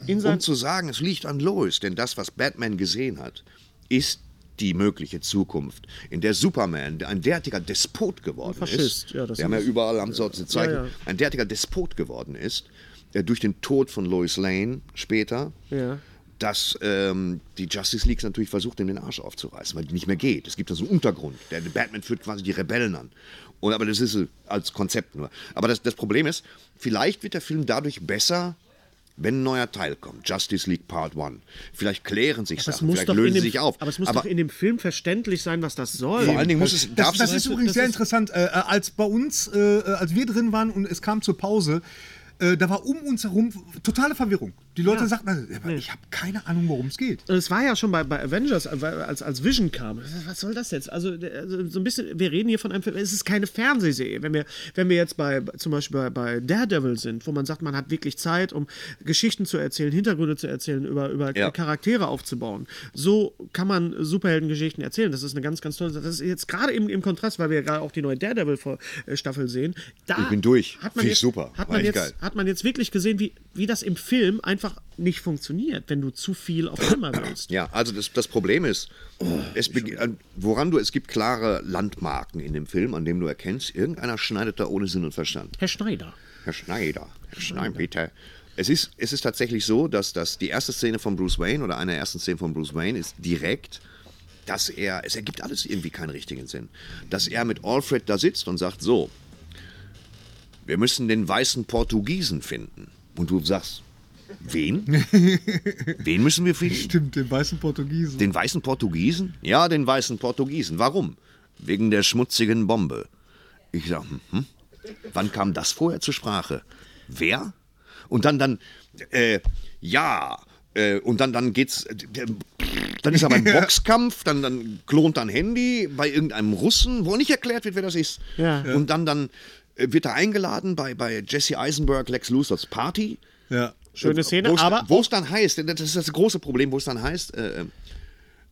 in
um
sein,
zu sagen, es liegt an Lois. Denn das, was Batman gesehen hat, ist die mögliche Zukunft, in der Superman, der ein derartiger Despot geworden
Faschist,
ist.
ja, das
wir haben ja
ist-
überall am Sort zu zeigen,
ja.
ein derartiger Despot geworden ist, äh, durch den Tod von Lois Lane später
ja.
dass ähm, die Justice League natürlich versucht, ihm den Arsch aufzureißen, weil die nicht mehr geht. Es gibt da so einen Untergrund. Der Batman führt quasi die Rebellen an. Und, aber das ist äh, als Konzept nur. Aber das, das Problem ist, vielleicht wird der Film dadurch besser, wenn ein neuer Teil kommt. Justice League Part 1. Vielleicht klären sich
Das
Sachen,
muss
vielleicht
doch in
lösen
dem,
sie sich auf.
Aber es muss doch in dem Film verständlich sein, was das soll.
vor allen Dingen muss es,
Das,
darf
das
es,
äh, ist übrigens sehr interessant. Äh, als bei uns, äh, als wir drin waren und es kam zur Pause, Äh, da war um uns herum totale Verwirrung. Die Leute sagten, also, aber ich habe keine Ahnung, worum es geht.
Und es war ja schon bei, bei Avengers, äh, weil- als, als Vision kam. Was soll das jetzt? Also, der- also so ein bisschen, wir reden hier von einem Film, es ist keine Fernsehserie. Wenn wir, wenn wir jetzt bei zum Beispiel bei, bei Daredevil sind, wo man sagt, man hat wirklich Zeit, um Geschichten zu erzählen, Hintergründe zu erzählen, über, über
Ja.
Charaktere aufzubauen. So kann man Superheldengeschichten erzählen. Das ist eine ganz, ganz tolle Sache. Das ist jetzt gerade im, im Kontrast, weil wir ja gerade auch die neue Daredevil-Staffel sehen. Da
Ich bin durch.
Hat man
Finde ich
jetzt,
super.
Hat
War
man,
echt
jetzt,
geil.
hat man jetzt wirklich gesehen, wie, wie das im Film einfach nicht funktioniert, wenn du zu viel auf einmal willst.
Ja, also das, das Problem ist, es beg- an- woran du, es gibt klare Landmarken in dem Film, an dem du erkennst, irgendeiner schneidet da ohne Sinn und Verstand.
Herr Schneider.
Herr Schneider, Herr Schneider, bitte. Es ist, es ist tatsächlich so, dass das die erste Szene von Bruce Wayne oder eine der ersten Szenen von Bruce Wayne ist direkt, dass er, es ergibt alles irgendwie keinen richtigen Sinn, dass er mit Alfred da sitzt und sagt, so, wir müssen den weißen Portugiesen finden. Und du sagst, wen? wen müssen wir finden?
Stimmt, den weißen Portugiesen.
Den weißen Portugiesen? Ja, den weißen Portugiesen. Warum? Wegen der schmutzigen Bombe. Ich sag, hm, hm. wann kam das vorher zur Sprache? Wer? Und dann, dann, äh, ja, äh, und dann, dann geht's, äh, der- dann ist er beim Boxkampf, dann, dann klont er ein Handy bei irgendeinem Russen, wo nicht erklärt wird, wer das ist.
Ja.
Und dann, dann äh, wird er eingeladen bei, bei Jesse Eisenberg, Lex Luthors Party.
ja.
Schöne Szene,
Äh, Wo es-
aber
Wo es dann heißt, das ist das große Problem, wo es dann heißt, äh, äh,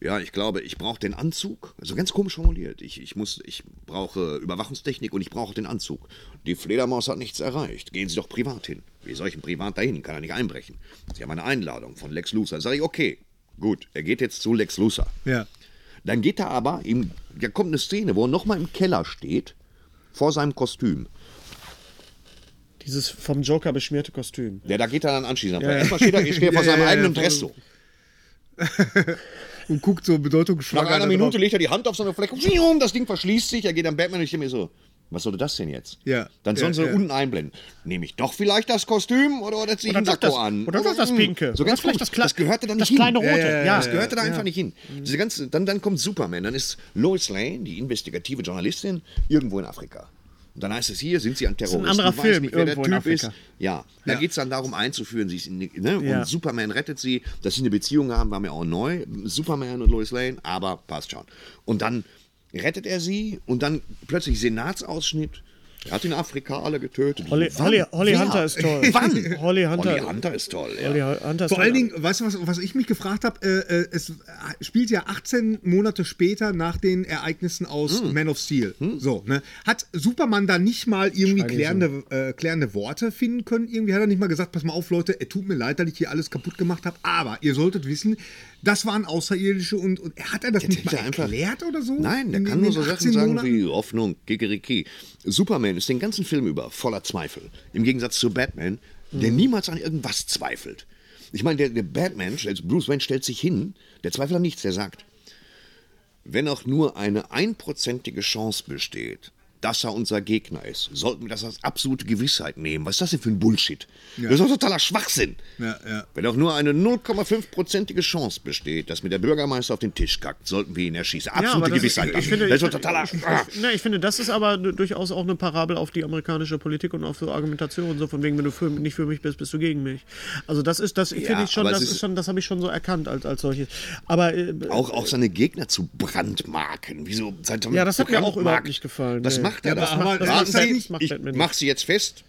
ja, ich glaube, ich brauche den Anzug. Also ganz komisch formuliert. Ich, ich, muss, ich brauche Überwachungstechnik und ich brauche den Anzug. Die Fledermaus hat nichts erreicht. Gehen Sie doch privat hin. Wie soll ich denn privat dahin? Kann er nicht einbrechen. Sie haben eine Einladung von Lex Luthor. Sag ich, okay, gut, er geht jetzt zu Lex Luthor.
Ja.
Dann geht er aber, ihm, da kommt eine Szene, wo er nochmal im Keller steht, vor seinem Kostüm.
dieses vom Joker beschmierte Kostüm.
Ja, da geht er dann anschließend. Ja, Erstmal steht er, steht er vor seinem eigenen Dress so.
Und guckt so
Nach
bedeutungsschwanger.
einer
da
Minute
drauf.
legt er die Hand auf seine Flecke. Wium, Das Ding verschließt sich. Er geht am Batman und ich denke mir so, was sollte das denn jetzt?
Ja,
Dann sollen
ja,
sie
ja.
unten einblenden. Nehme ich doch vielleicht das Kostüm oder oder ziehe
Oder
ich einen
doch
Sakko
das-
an?
oder doch das
mh,
Pinke.
So
Oder
ganz
vielleicht
komisch.
das Kle-
das gehörte da
das
nicht hin.
kleine Rote. Ja, ja, ja,
das
ja,
gehörte da einfach nicht hin. Diese ganze, dann, dann kommt Superman. Dann ist Lois Lane, die investigative Journalistin, irgendwo in Afrika. Und dann heißt es hier, sind sie an Terroristen.
anderer
weiß
Film,
nicht, wer der
irgendwo in
Typ ist.
Afrika.
Ja, da geht es dann darum einzuführen, sie ist in, ne?
Ja.
und Superman rettet sie, dass sie eine Beziehung haben, war mir auch neu, Superman und Lois Lane, aber passt schon. Und dann rettet er sie und dann plötzlich Senatsausschnitt, er hat in Afrika alle getötet.
Holly-
Wann?
Holly- Holly
Wer?
Hunter ist toll.
Wann?
Holly Hunter-
Holly Hunter ist toll, ja.
Vor allen Dingen, weißt du, was, was ich mich gefragt habe? Äh, äh, es spielt ja 18 Monate später nach den Ereignissen aus
Hm.
Man of Steel. So, ne? Hat Superman da nicht mal irgendwie klärende, äh, klärende Worte finden können? Irgendwie hat er nicht mal gesagt, pass mal auf, Leute, es tut mir leid, dass ich hier alles kaputt gemacht habe, aber ihr solltet wissen, das waren Außerirdische und, und hat er das nicht mal
hätte einfach-
erklärt oder so?
Nein, der
In-
kann
in
nur
den
so
18
Sachen sagen
Monaten?
wie Hoffnung, Kikeriki. Superman ist den ganzen Film über voller Zweifel. Im Gegensatz zu Batman,
Mhm.
der niemals an irgendwas zweifelt. Ich meine, der, der Batman, stellt- Bruce Wayne stellt sich hin, der zweifelt an nichts, der sagt, wenn auch nur eine einprozentige Chance besteht, dass er unser Gegner ist, sollten wir das als absolute Gewissheit nehmen. Was ist das denn für ein Bullshit? Das ist doch totaler Schwachsinn.
Ja, ja.
Wenn auch nur eine 0,5-prozentige Chance besteht, dass mir der Bürgermeister auf den Tisch kackt, sollten wir ihn erschießen. Absolute
aber das-
Gewissheit.
ich finde-
das ist doch totaler. Ah.
Na, ich finde, das ist aber du- durchaus auch eine Parabel auf die amerikanische Politik und auf so Argumentationen, so von wegen, wenn du für, nicht für mich bist, bist du gegen mich. Also das ist, das finde ich schon,
aber es
das ist,
ist-
schon, das habe ich schon so erkannt als, als solches. Aber äh,
auch, auch seine Gegner zu brandmarken. Wieso? Seit
Ja, das hat mir auch
Brandmarken.
überhaupt nicht gefallen,
Das
nee.
macht er
Ja,
doch.
aber-
Er
aber
sagt,
das macht-
macht
ich
Batman
mach sie jetzt fest.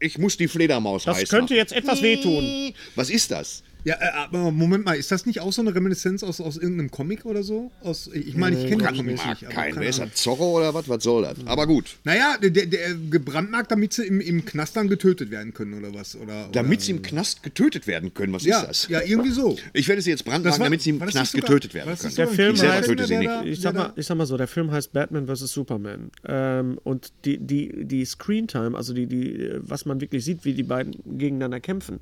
Ich muss die Fledermaus
das
heiß
könnte
machen.
jetzt etwas wehtun.
Was ist das?
Ja, äh, aber Moment mal, ist das nicht auch so eine Reminiszenz aus, aus irgendeinem Comic oder so? Aus, ich meine, ich kenne die Comics
Brandmark
nicht. aber
kein.
keine
Wer ist
Ahnung.
das? Zorro oder was? Was soll das? Aber gut.
Naja, der, der, der gebrandmarkt, damit sie im, im Knast dann getötet werden können oder was? Oder, oder
Damit sie im Knast getötet werden können. Was
ja,
ist das?
Ja, irgendwie so.
Ich werde sie jetzt
Das
brandmarken,
war-
damit sie im
war das
Knast
nicht sogar-
getötet
war
werden
das
können.
nicht sogar
Der Film
ich selber
heißt-
töte sie nicht.
Der da-
Ich sag, mal, ich sag mal so, der Film heißt Batman vs. Superman. Ähm, und die, die, die Screentime, also die, die, äh, was man wirklich sieht, wie die beiden gegeneinander kämpfen,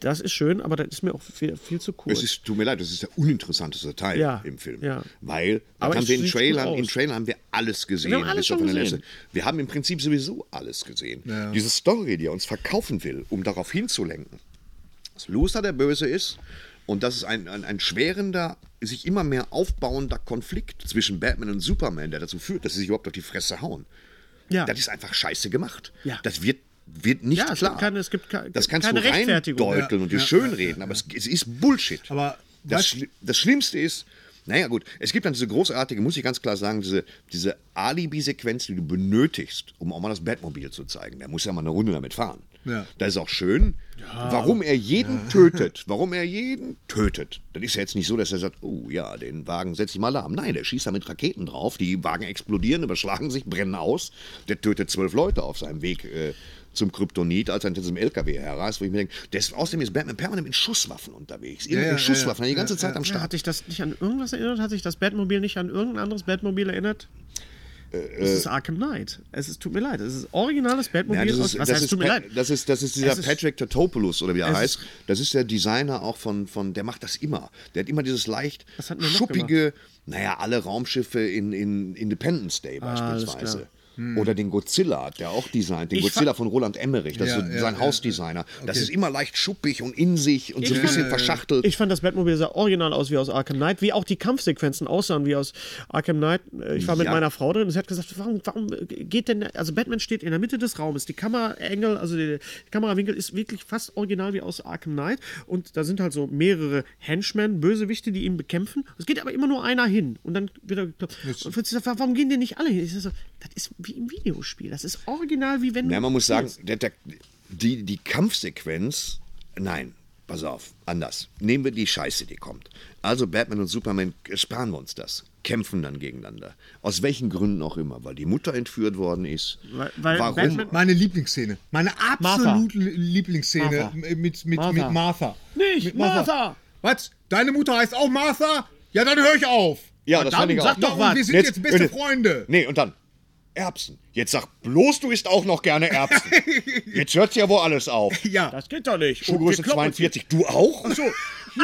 das ist schön, aber das ist mir auch viel, viel zu kurz.
Es ist, tut mir leid, das ist der uninteressanteste Teil
Ja,
im Film.
ja.
Weil da
Aber
haben
es
wir in
sieht gut
Trailern,
aus.
in Trailern haben wir alles gesehen.
Wir haben alles
bis auf
schon
eine
gesehen.
letzte. wir haben im Prinzip sowieso alles gesehen. Diese Story, die er uns verkaufen will, um darauf hinzulenken, dass Luther der Böse ist und dass es ein, ein, ein schwerender, sich immer mehr aufbauender Konflikt zwischen Batman und Superman, der dazu führt, dass sie sich überhaupt auf die Fresse hauen.
ja.
Das ist einfach scheiße gemacht.
Ja.
Das wird wird nicht
Ja, es
klar.
gibt keine- es gibt ke-
das kannst
keine
du
Rechtfertigung.
reindeuteln und dir schönreden, aber es, es ist Bullshit.
Aber
das,
weißt-
Schli- das Schlimmste ist, naja gut, es gibt dann diese großartige, muss ich ganz klar sagen, diese, diese Alibi-Sequenz, die du benötigst, um auch mal das Batmobil zu zeigen. Der muss ja mal eine Runde damit fahren.
Ja.
Da ist auch schön, warum er jeden tötet. Warum er jeden tötet. Das ist ja jetzt nicht so, dass er sagt, oh ja, den Wagen setze ich mal lahm. Nein, der schießt da mit Raketen drauf, die Wagen explodieren, überschlagen sich, brennen aus. Der tötet zwölf Leute auf seinem Weg äh, zum Kryptonit, als er hinter diesem LKW herrast, wo ich mir denke, des, außerdem ist Batman permanent mit Schusswaffen unterwegs. Immer
Ja, ja,
mit Schusswaffen,
ja, ja.
die ganze
Ja,
Zeit am
Ja,
Start.
hat sich das nicht an irgendwas erinnert? Hat sich das Batmobil nicht an irgendein anderes Batmobil erinnert? Es ist Arkham Knight. Es ist, tut mir leid, es ist originales Batmobil.
Äh, Ja, das
aus-
ist,
was
das
heißt,
ist
tut mir
Pa-
leid?
Das ist, das ist dieser
Es ist-
Patrick Tatopoulos oder wie er
Es
heißt.
ist-
Das ist der Designer auch von, von, der macht das immer. Der hat immer dieses leicht
Was hat denn der noch
schuppige, naja, alle Raumschiffe in, in Independence Day
Ah, alles klar. Hm.
beispielsweise. Oder den Godzilla hat der auch designt. Den
Ich
Godzilla von Roland Emmerich, das
Ja,
ist so
ja,
sein
ja,
Hausdesigner. Das ist immer leicht schuppig und in sich und so ein bisschen verschachtelt.
Ich fand das Batmobil sah original aus wie aus Arkham Knight, wie auch die Kampfsequenzen aussahen wie aus Arkham Knight. Äh, Ich war mit
Ja.
meiner Frau drin und sie hat gesagt, warum, warum geht denn, also Batman steht in der Mitte des Raumes, die Kameraengel, also der Kamerawinkel ist wirklich fast original wie aus Arkham Knight und da sind halt so mehrere Henchmen, Bösewichte, die ihn bekämpfen. Es geht aber immer nur einer hin und dann wieder geklappt. Und Fritz sagt, warum gehen denn nicht alle hin? Ich sag so, das ist wie im Videospiel, das ist original wie wenn
Ja,
du
man muss sagen,
spielst.
der, der, die, die Kampfsequenz, nein, pass auf, anders. Nehmen wir die Scheiße, die kommt. Also Batman und Superman äh, sparen wir uns das. Kämpfen dann gegeneinander. Aus welchen Gründen auch immer. Weil die Mutter entführt worden ist.
Weil- weil
Warum?
Batman-
Meine Lieblingsszene. Meine absolute Lieblingsszene
Martha.
mit mit mit
Martha.
Martha. Mit Martha.
Nicht
mit
Martha.
Was? Deine Mutter heißt auch Martha? Ja, dann höre ich auf.
Ja, das fand ich auch.
sag doch
und
was.
Wir sind jetzt, beste Freunde.
Nee, und dann. Erbsen. Jetzt sag bloß, du isst auch noch gerne Erbsen. Jetzt hört ja wohl alles auf.
Ja.
Das geht doch nicht. Und
Schuhgröße
wir kloppen uns
42. Du auch? So.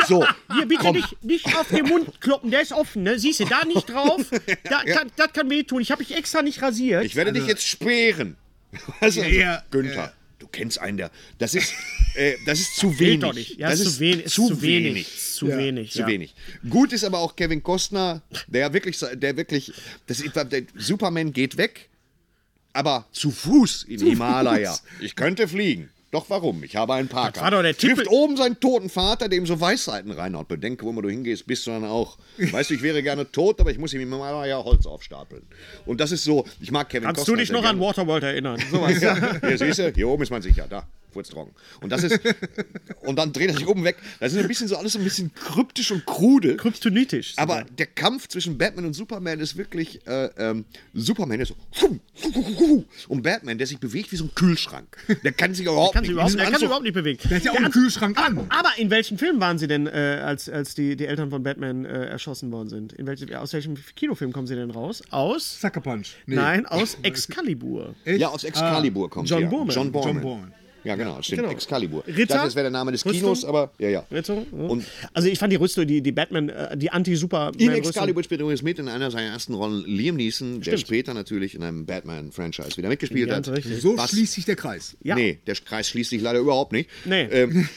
so.
Hier bitte
komm.
nicht, nicht auf den Mund kloppen, der ist offen, ne? Siehst du, da nicht drauf. Da, kann, das kann wehtun. Ich habe mich extra nicht rasiert.
Ich werde dich jetzt sperren. Also,
Ja,
Günther,
ja.
du kennst einen, der. Das ist, äh, das ist zu
Geht
wenig.
doch nicht. Ja, das ist zu wenig. Ist zu wenig. Ist Zu wenig.
Zu
ja.
wenig. Gut ist aber auch Kevin Costner, der wirklich, der wirklich, das ist, der Superman geht weg, aber zu Fuß in Himalaya. Ich könnte fliegen. Doch warum? Ich habe einen Parker.
war doch der
Trifft
Tippel-
oben seinen toten Vater, dem so Weisheiten reinhaut. Bedenke, wo immer du hingehst, bist du dann auch. Weißt du, ich wäre gerne tot, aber ich muss im Himalaya Holz aufstapeln. Und das ist so, ich mag Kevin
Kannst
Costner.
du dich
sehr
noch an
gerne.
Waterworld erinnern?
Ja, hier, siehst du, hier oben ist man sicher, da, furztrocken. Und das ist, und dann dreht er sich oben weg. Das ist ein bisschen so alles so ein bisschen kryptisch und krude.
Kryptonitisch.
Aber der Kampf zwischen Batman und Superman ist wirklich, äh, ähm, Superman ist so, hum, hu, hu, hu, hu. und Batman, der sich bewegt wie so ein Kühlschrank. Der kann sich überhaupt
kann
nicht,
sich
in
überhaupt,
diesem
er kann sich
Anzug-
überhaupt nicht bewegen.
Der hat ja auch einen Kühlschrank an.
Aber in welchen Filmen waren sie denn, äh, als, als die, die Eltern von Batman äh, erschossen worden sind? In welchem, aus welchem Kinofilm kommen sie denn raus? Aus?
Sucker Punch. Nee.
Nein, aus Excalibur.
Ja, aus Excalibur kommt
John
der.
Boorman.
John Borman.
John Boorman.
Ja, genau, stimmt.
Genau.
Excalibur.
Ritter?
Das wäre der Name des
Rüstung?
Kinos, aber ja, ja.
Rüstung, ja.
Und
Also ich fand die Rüstung, die, die Batman, äh, die
In
Anti-Superman-Rüstung.
Excalibur spielt übrigens mit in einer seiner ersten Rollen Liam Neeson, der später natürlich in einem Batman-Franchise wieder mitgespielt
Ganz
hat.
richtig.
Ah, So
Was?
schließt sich der Kreis.
Ja.
Nee, der Kreis schließt sich leider überhaupt nicht.
Nee.
Ähm,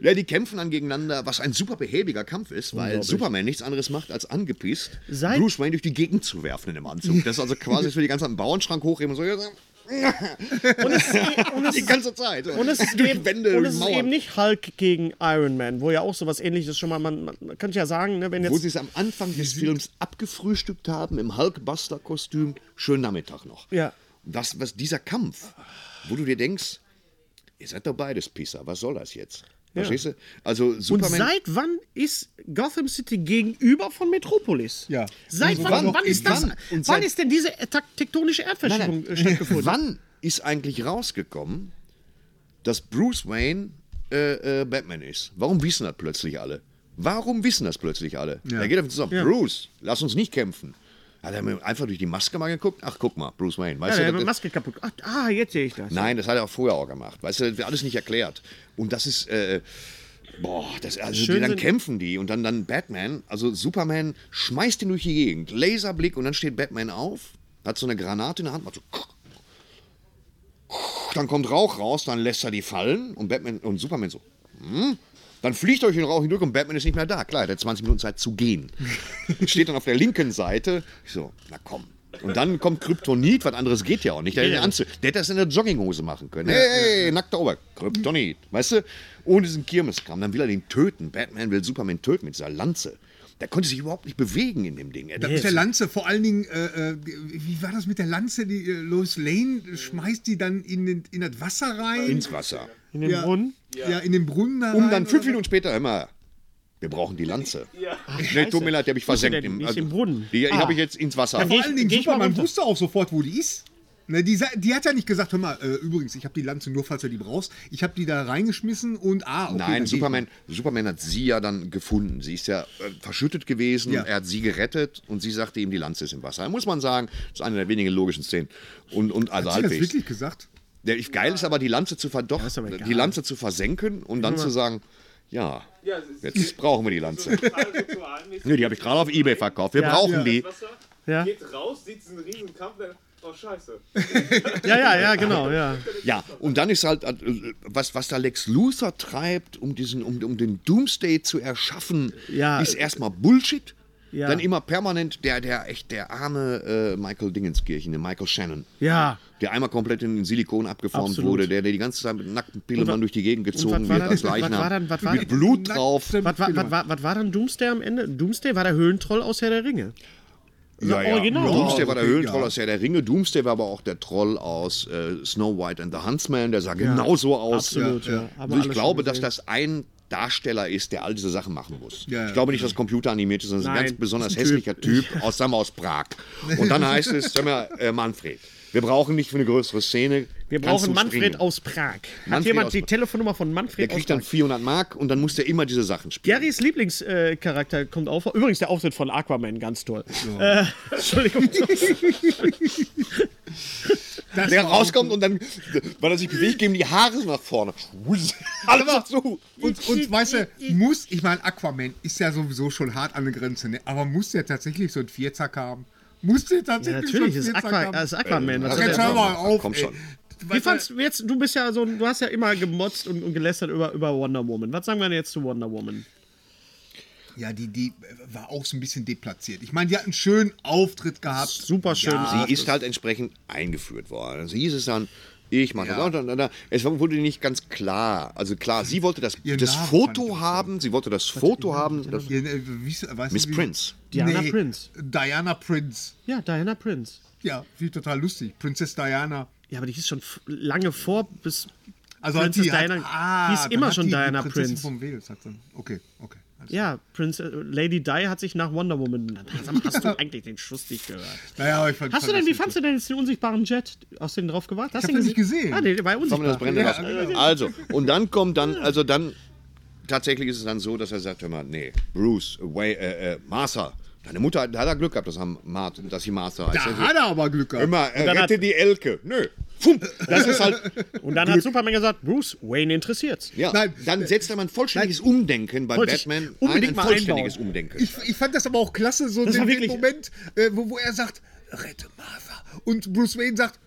ja, die kämpfen dann gegeneinander, was ein super behäbiger Kampf ist, weil Superman nichts anderes macht, als angepisst
Seit-
Bruce Wayne durch die Gegend zu werfen in dem Anzug. Das ist also quasi für die ganze Zeit einen Bauernschrank hochheben und so.
Und es, eh- und es
Die ganze Zeit.
Und es ist,
durch
eben,
Wände,
und es ist
Mauern.
eben nicht Hulk gegen Iron Man, wo ja auch sowas ähnliches schon mal, man, man könnte ja sagen, ne, wenn
Wo sie
jetzt.
es am Anfang des Films abgefrühstückt haben, im Hulkbuster-Kostüm. Schönen Nachmittag noch.
Ja.
Das, was dieser Kampf, wo du dir denkst, ihr seid doch beides Pisser, was soll das jetzt? Verstehst du? Also
Und
Superman.
seit wann ist Gotham City gegenüber von Metropolis?
Ja.
Seit
Und
wann,
wann-
wann, ist das,
wann-
wann,
und seit-
ist denn diese äh, tak- tektonische Erdverschiebung äh, stattgefunden?
Wann ist eigentlich rausgekommen, dass Bruce Wayne äh, äh, Batman ist? Warum wissen das plötzlich alle? Warum wissen das plötzlich alle? Da geht er und sagt, Bruce, lass uns nicht kämpfen. Hat er mir einfach durch die Maske mal geguckt? Ach, guck mal, Bruce Wayne.
Ja,
Weißt
der
du,
hat
das-
Maske kaputt. Ach, ah, jetzt sehe ich das.
Nein, das hat er auch vorher auch gemacht. Weißt du, das wird alles nicht erklärt. Und das ist, äh, boah, das, also
Schön
die, dann
sind-
kämpfen die und dann, dann Batman, also Superman schmeißt ihn durch die Gegend, Laserblick und dann steht Batman auf, hat so eine Granate in der Hand, macht so, dann kommt Rauch raus, dann lässt er die fallen und Batman und Superman so, hm? Dann fliegt er durch den Rauch hindurch und Batman ist nicht mehr da. Klar, der hat 20 Minuten Zeit zu gehen. Steht dann auf der linken Seite. Ich so, na komm, Und dann kommt Kryptonit, was anderes geht ja auch nicht. Der, hätte den Anzug, der hätte das in der Jogginghose machen können. Hey, nackter Ober, Kryptonit. Weißt du? Ohne diesen Kirmeskram. Dann will er den töten. Batman will Superman töten mit dieser Lanze. Der konnte sich überhaupt nicht bewegen in dem Ding. Er-
Das mit der Lanze, vor allen Dingen, äh, äh, wie war das mit der Lanze? Die äh, Lois Lane schmeißt die dann in, den, in das Wasser rein.
ins Wasser.
In den
ja,
Brunnen.
Ja. in den Brunnen da
Um
rein
dann
oder
fünf
was?
Minuten später immer. Wir brauchen die Lanze. nee,
scheiße.
tut mir leid, die habe ich
Wo ist die denn?
versenkt. Im- also
Die ist im Brunnen.
Die, die
Ah.
habe ich jetzt ins Wasser.
Dann geh
Vor allen Dingen,
Geh ich mal
Superman
runter.
wusste auch sofort, wo die ist. Ne, die, sa- die hat ja nicht gesagt, hör mal, äh, übrigens, ich habe die Lanze nur, falls du die brauchst. Ich habe die da reingeschmissen und ah, okay. dann
Nein,
geht
Superman, Superman hat sie ja dann gefunden. Sie ist ja äh, verschüttet gewesen,
Ja.
er hat sie gerettet und sie sagte ihm, die Lanze ist im Wasser. Da muss man sagen, das ist eine der wenigen logischen Szenen. Und, und
die.
also
Hat sie das
halbwegs.
wirklich gesagt?
Der, ich, geil ist aber, die Lanze zu verdochen,
ist aber egal.
die Lanze zu versenken und dann zu sagen, ja,
Ja, es ist-
jetzt brauchen wir die Lanze.
total ritualmäßig.
Nee, die habe ich gerade auf Ebay verkauft. Wir brauchen die.
Wasser,
Ja.
geht raus, sieht diesen riesen Kampf, dann, oh scheiße.
Ja, ja, ja, genau, ja.
Ja, und dann ist halt, äh, was, was da Lex Luthor treibt, um, diesen, um, um den Doomsday zu erschaffen,
Ja.
ist erstmal Bullshit.
Ja.
Dann immer permanent der, der, echt der arme äh, Michael Dingenskirchen, der Michael Shannon.
Ja.
Der einmal komplett in Silikon abgeformt
Absolut.
wurde, der, der die ganze Zeit mit nackten Pillemann durch die Gegend
was
gezogen
war
wird
dann-
als
was war
Leichnam.
dann- was war
mit
dann-
Blut drauf.
Nackte-
Was war, was, war, was war dann Doomsday am Ende? Doomsday war der Höhlentroll aus Herr der Ringe.
Ja, ja.
original.
Doomsday war der
Okay,
Höhlentroll
ja.
aus Herr der Ringe, Doomsday war aber auch der Troll aus äh, Snow White and the Huntsman, der sah genauso aus.
Absolut, ja. ja. Haben wir
Also ich
alles
glaube,
schon
dass
gesehen.
das ein Darsteller ist, der all diese Sachen machen muss.
Ja, ja.
ich glaube nicht, dass Computer animiert ist, sondern es ist ein
Nein,
ganz besonders
ist ein
hässlicher Typ, aus, sagen wir, aus Prag. Und dann heißt es, sag mal, äh, Manfred, wir brauchen nicht für eine größere Szene.
Wir
kannst
brauchen
du
Manfred
springen.
aus Prag. Hat
Manfred
jemand
aus
die
Prag.
Telefonnummer von
Der
Manfred aus
kriegt
Prag?
dann 400 Mark und dann muss der immer diese Sachen spielen.
Garys Lieblingscharakter äh, Charakter kommt auf. Übrigens der Auftritt von Aquaman, ganz toll. Äh, Entschuldigung.
Das
der
war-
rauskommt und dann, weil er sich bewegt, geben die Haare so nach vorne. Alles zu.
Und, und weißt du, muss, ich meine, Aquaman ist ja sowieso schon hart an der Grenze, ne? aber muss der tatsächlich so ein Vierzack haben? Muss der
Ja,
tatsächlich
natürlich
so
ist
ein Vierzack
Aqua,
haben?
also-
ist Aquaman. Was
das
hat
ist
der-
ja-
schau mal auf,
Komm
ey.
schon.
Wie fandst du jetzt, du bist ja so, ein- du hast ja immer gemotzt und, und gelästert über, über Wonder Woman. Was sagen wir denn jetzt zu Wonder Woman?
Ja, die, die war auch so ein bisschen deplatziert. Ich meine, die hat einen schönen Auftritt gehabt.
Super schön.
Sie ist halt entsprechend eingeführt worden. Also hieß es dann, ich mache
Ja.
das. Und, und, und, es wurde nicht ganz klar. Also klar, sie wollte das,
Ihr
das
Name fand ich
Foto
auch
haben, sie wollte das Foto haben. Das,
Hier, äh, wie, weißt
Miss
du, wie,
Prince.
Diana Prince.
Diana Prince.
Ja, Diana Prince.
Ja, viel total lustig. Prinzess Diana.
Ja, aber die hieß schon f- lange vor, bis.
Also
Princess
hat die,
Diana-
hat, ah,
hieß
dann
immer
hat
schon
die,
Diana
die Prinzessin
Prince.
Von Wales hat dann. Okay, okay. Alles-
Ja, Prinz, äh, Lady Di hat sich nach Wonder Woman benannt. Sag mal, Hast du eigentlich den Schuss nicht gehört?
Naja, aber ich fand,
Hast du
fand
denn,
das
wie fandst du denn jetzt den unsichtbaren Jet? Hast du den drauf gewartet? Hast
hab
du den
den nicht gesehen.
Ah, nee, der war
Kann man das
unsichtbar.
brennen lassen. Also, und dann kommt dann, also dann, tatsächlich ist es dann so, dass er sagt, hör mal, nee, Bruce, away, äh, äh, Martha, deine Mutter, da hat er Glück gehabt, dass, haben Martin, dass sie Martha heißt.
Da
Also,
hat er aber Glück gehabt.
Immer, äh,
dann
rette
hat-
die Elke. Nö. Fump. Das ist halt.
Und dann hat Superman gesagt, Bruce, Wayne interessiert's.
Ja,
Nein. äh,
dann setzt er mal ein vollständiges Umdenken bei
Wollte ich
Batman.
unbedingt
ein,
mal
ein vollständiges
einbauen.
Umdenken.
Ich, ich fand das aber auch klasse, so
Das
den,
war
den
wirklich-
Moment, äh, wo, wo er sagt, rette Martha. Und Bruce Wayne sagt,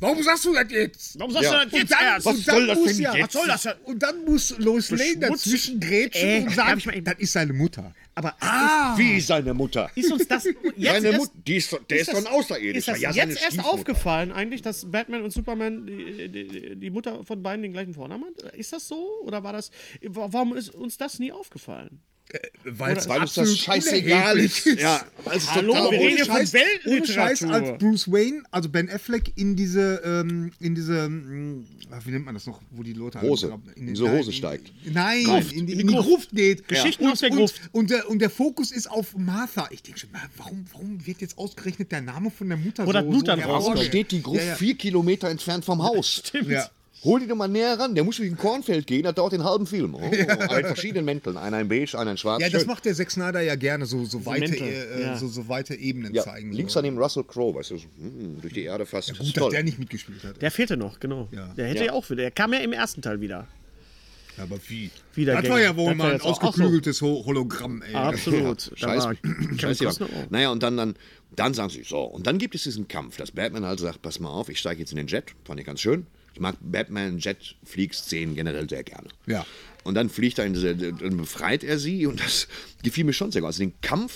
warum sagst du das jetzt?
Warum sagst
Ja.
du das jetzt erst?
was soll das
muss
denn
ja,
jetzt?
Was soll das denn? Und dann muss Lois Lane
Beschmutzen.
dazwischen grätschen
Äh,
und
darf
sagen,
ich mal eben-
das ist seine Mutter. Ah,
Aber
Wie seine Mutter.
ist uns das jetzt
Seine
erst,
Mutter. Die ist, der ist,
das-
doch ein Außerirdischer.
ist das
ja, seine
jetzt erst
Stiefmutter.
aufgefallen eigentlich, dass Batman und Superman die, die, die Mutter von beiden den gleichen Vornamen hat? Ist das so? Oder war das. Warum ist uns das nie aufgefallen?
Weil es
Weil uns das
absolut
scheißegal
unerheblich
ist. Ja, also
Hallo,
total
wir reden
wurscht.
hier von
ohne Scheiß,
Weltliteratur.
als Bruce Wayne, also Ben Affleck, in diese, ähm, in diese, ähm, ach, wie nennt man das noch, wo die Leute alle
Hose.
graben?
In diese Hose steigt.
Nein,
Gruft.
in die, in die Gruft geht.
Geschichten
Und-
aus der
und-
Gruft.
Und der, und der Fokus ist auf Martha. Ich denke schon, na, warum, warum wird jetzt ausgerechnet der Name von der Mutter
Wo
so
das Blut dann
Warum
rauskommt.
steht die Gruft
Ja, ja.
vier Kilometer entfernt vom Haus?
Ja.
Hol die doch mal näher ran. Der muss durch ein Kornfeld gehen, das dauert den halben Film. Oh, aber in verschiedenen Mänteln. Einer in beige, einer in schwarz.
ja, das
Schön.
macht der Zack Snyder ja gerne, so, so, weite,
Mäntel,
äh,
ja.
so, so weite Ebenen
ja,
zeigen.
links
so.
daneben Russell Crowe, weißt du, so, hm, durch die Erde fast.
Gut, dass
Toll.
der nicht mitgespielt hat.
Der fehlte noch, genau. Der hätte ja. auch wieder. Der kam ja im ersten Teil wieder.
Ja, aber wie?
Wieder
das
Gänge.
war ja wohl
Das war
mal ein
jetzt auch- ach so.
ausgeklügeltes Ho- Hologramm, ey.
Absolut. Da
Scheiß,
war Kevin
scheiß
Costner
Jahr.
auch.
Naja, und dann, dann, dann sagen sie, so, und dann gibt es diesen Kampf, dass Batman halt sagt, pass mal auf, ich steige jetzt in den Jet, fand ich ganz schön. Ich mag Batman-Jet-Flieg-Szenen generell sehr gerne.
Ja.
Und dann fliegt er in diese, dann befreit er sie und das gefiel mir schon sehr gut. Also den Kampf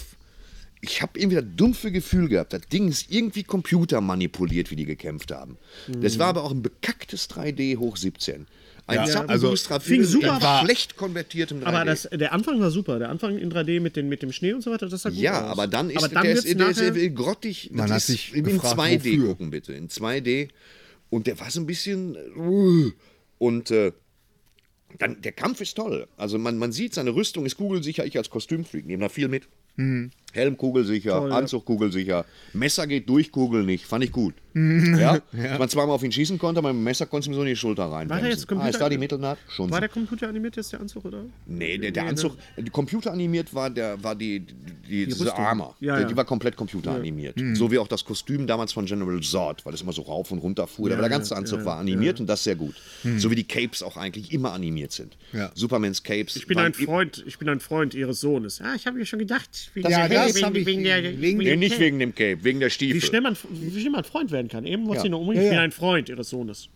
ich habe irgendwie das dumpfe Gefühl gehabt, das Ding ist irgendwie computermanipuliert, wie die gekämpft haben.
Mhm.
Das war aber auch ein bekacktes 3D hoch 17. Ein ja,
also, fing super,
mit
aber-
schlecht konvertiertem 3D.
Äh,
Aber das, äh, der Anfang war super. Der Anfang in 3D mit, den, mit dem Schnee und so weiter, das sah gut
ja,
aus.
aber dann ist
aber dann
der,
wird's
E
ist, der
nachher,
ist grottig.
Man
das
hat
ist
sich
in
gefragt,
2D
wofür.
gucken bitte, in 2D. Und der war so ein bisschen äh, und äh, dann, der Kampf ist toll. Also man, man sieht, seine Rüstung ist kugelsicher. Ich als Kostümfreak nehme da viel mit.
Hm.
Helm kugelsicher, Anzug kugelsicher, Messer geht durch, Kugel nicht. Fand ich gut.
Hm.
Ja? Dass man zweimal auf ihn schießen konnte, aber mit dem Messer konnte ich ihm so in die Schulter rein.
War der jetzt
ah, ist
Computer-
da die Mittelnaht? Schon
war der Computer animiert jetzt der Anzug, oder?
Nee, der, der
Nee, ne?
Anzug, äh, computeranimiert war, der war die, die, die diese
Rüstung.
Armor.
Ja, Hm.
die,
ja.
die war komplett computeranimiert. So wie auch das Kostüm damals von General Zod, weil es immer so rauf und runter fuhr. Aber der ganze Anzug war animiert und das sehr gut.
Hm.
So wie die Capes auch eigentlich immer animiert sind.
Ja.
Supermans Capes.
Ich bin ein Freund, ich bin ein Freund ihres Sohnes. Ja, ich habe mir schon gedacht. Wegen
Ja,
der-
das
wegen-
hab ich-
wegen der-
wegen-
wegen
Nee,
der-
nicht wegen dem Cape, wegen der Stiefel.
Wie schnell man, wie schnell man Freund werden kann. Eben wollte sie noch umbringen.
Ja,
Ich bin
ja.
ein Freund ihres Sohnes.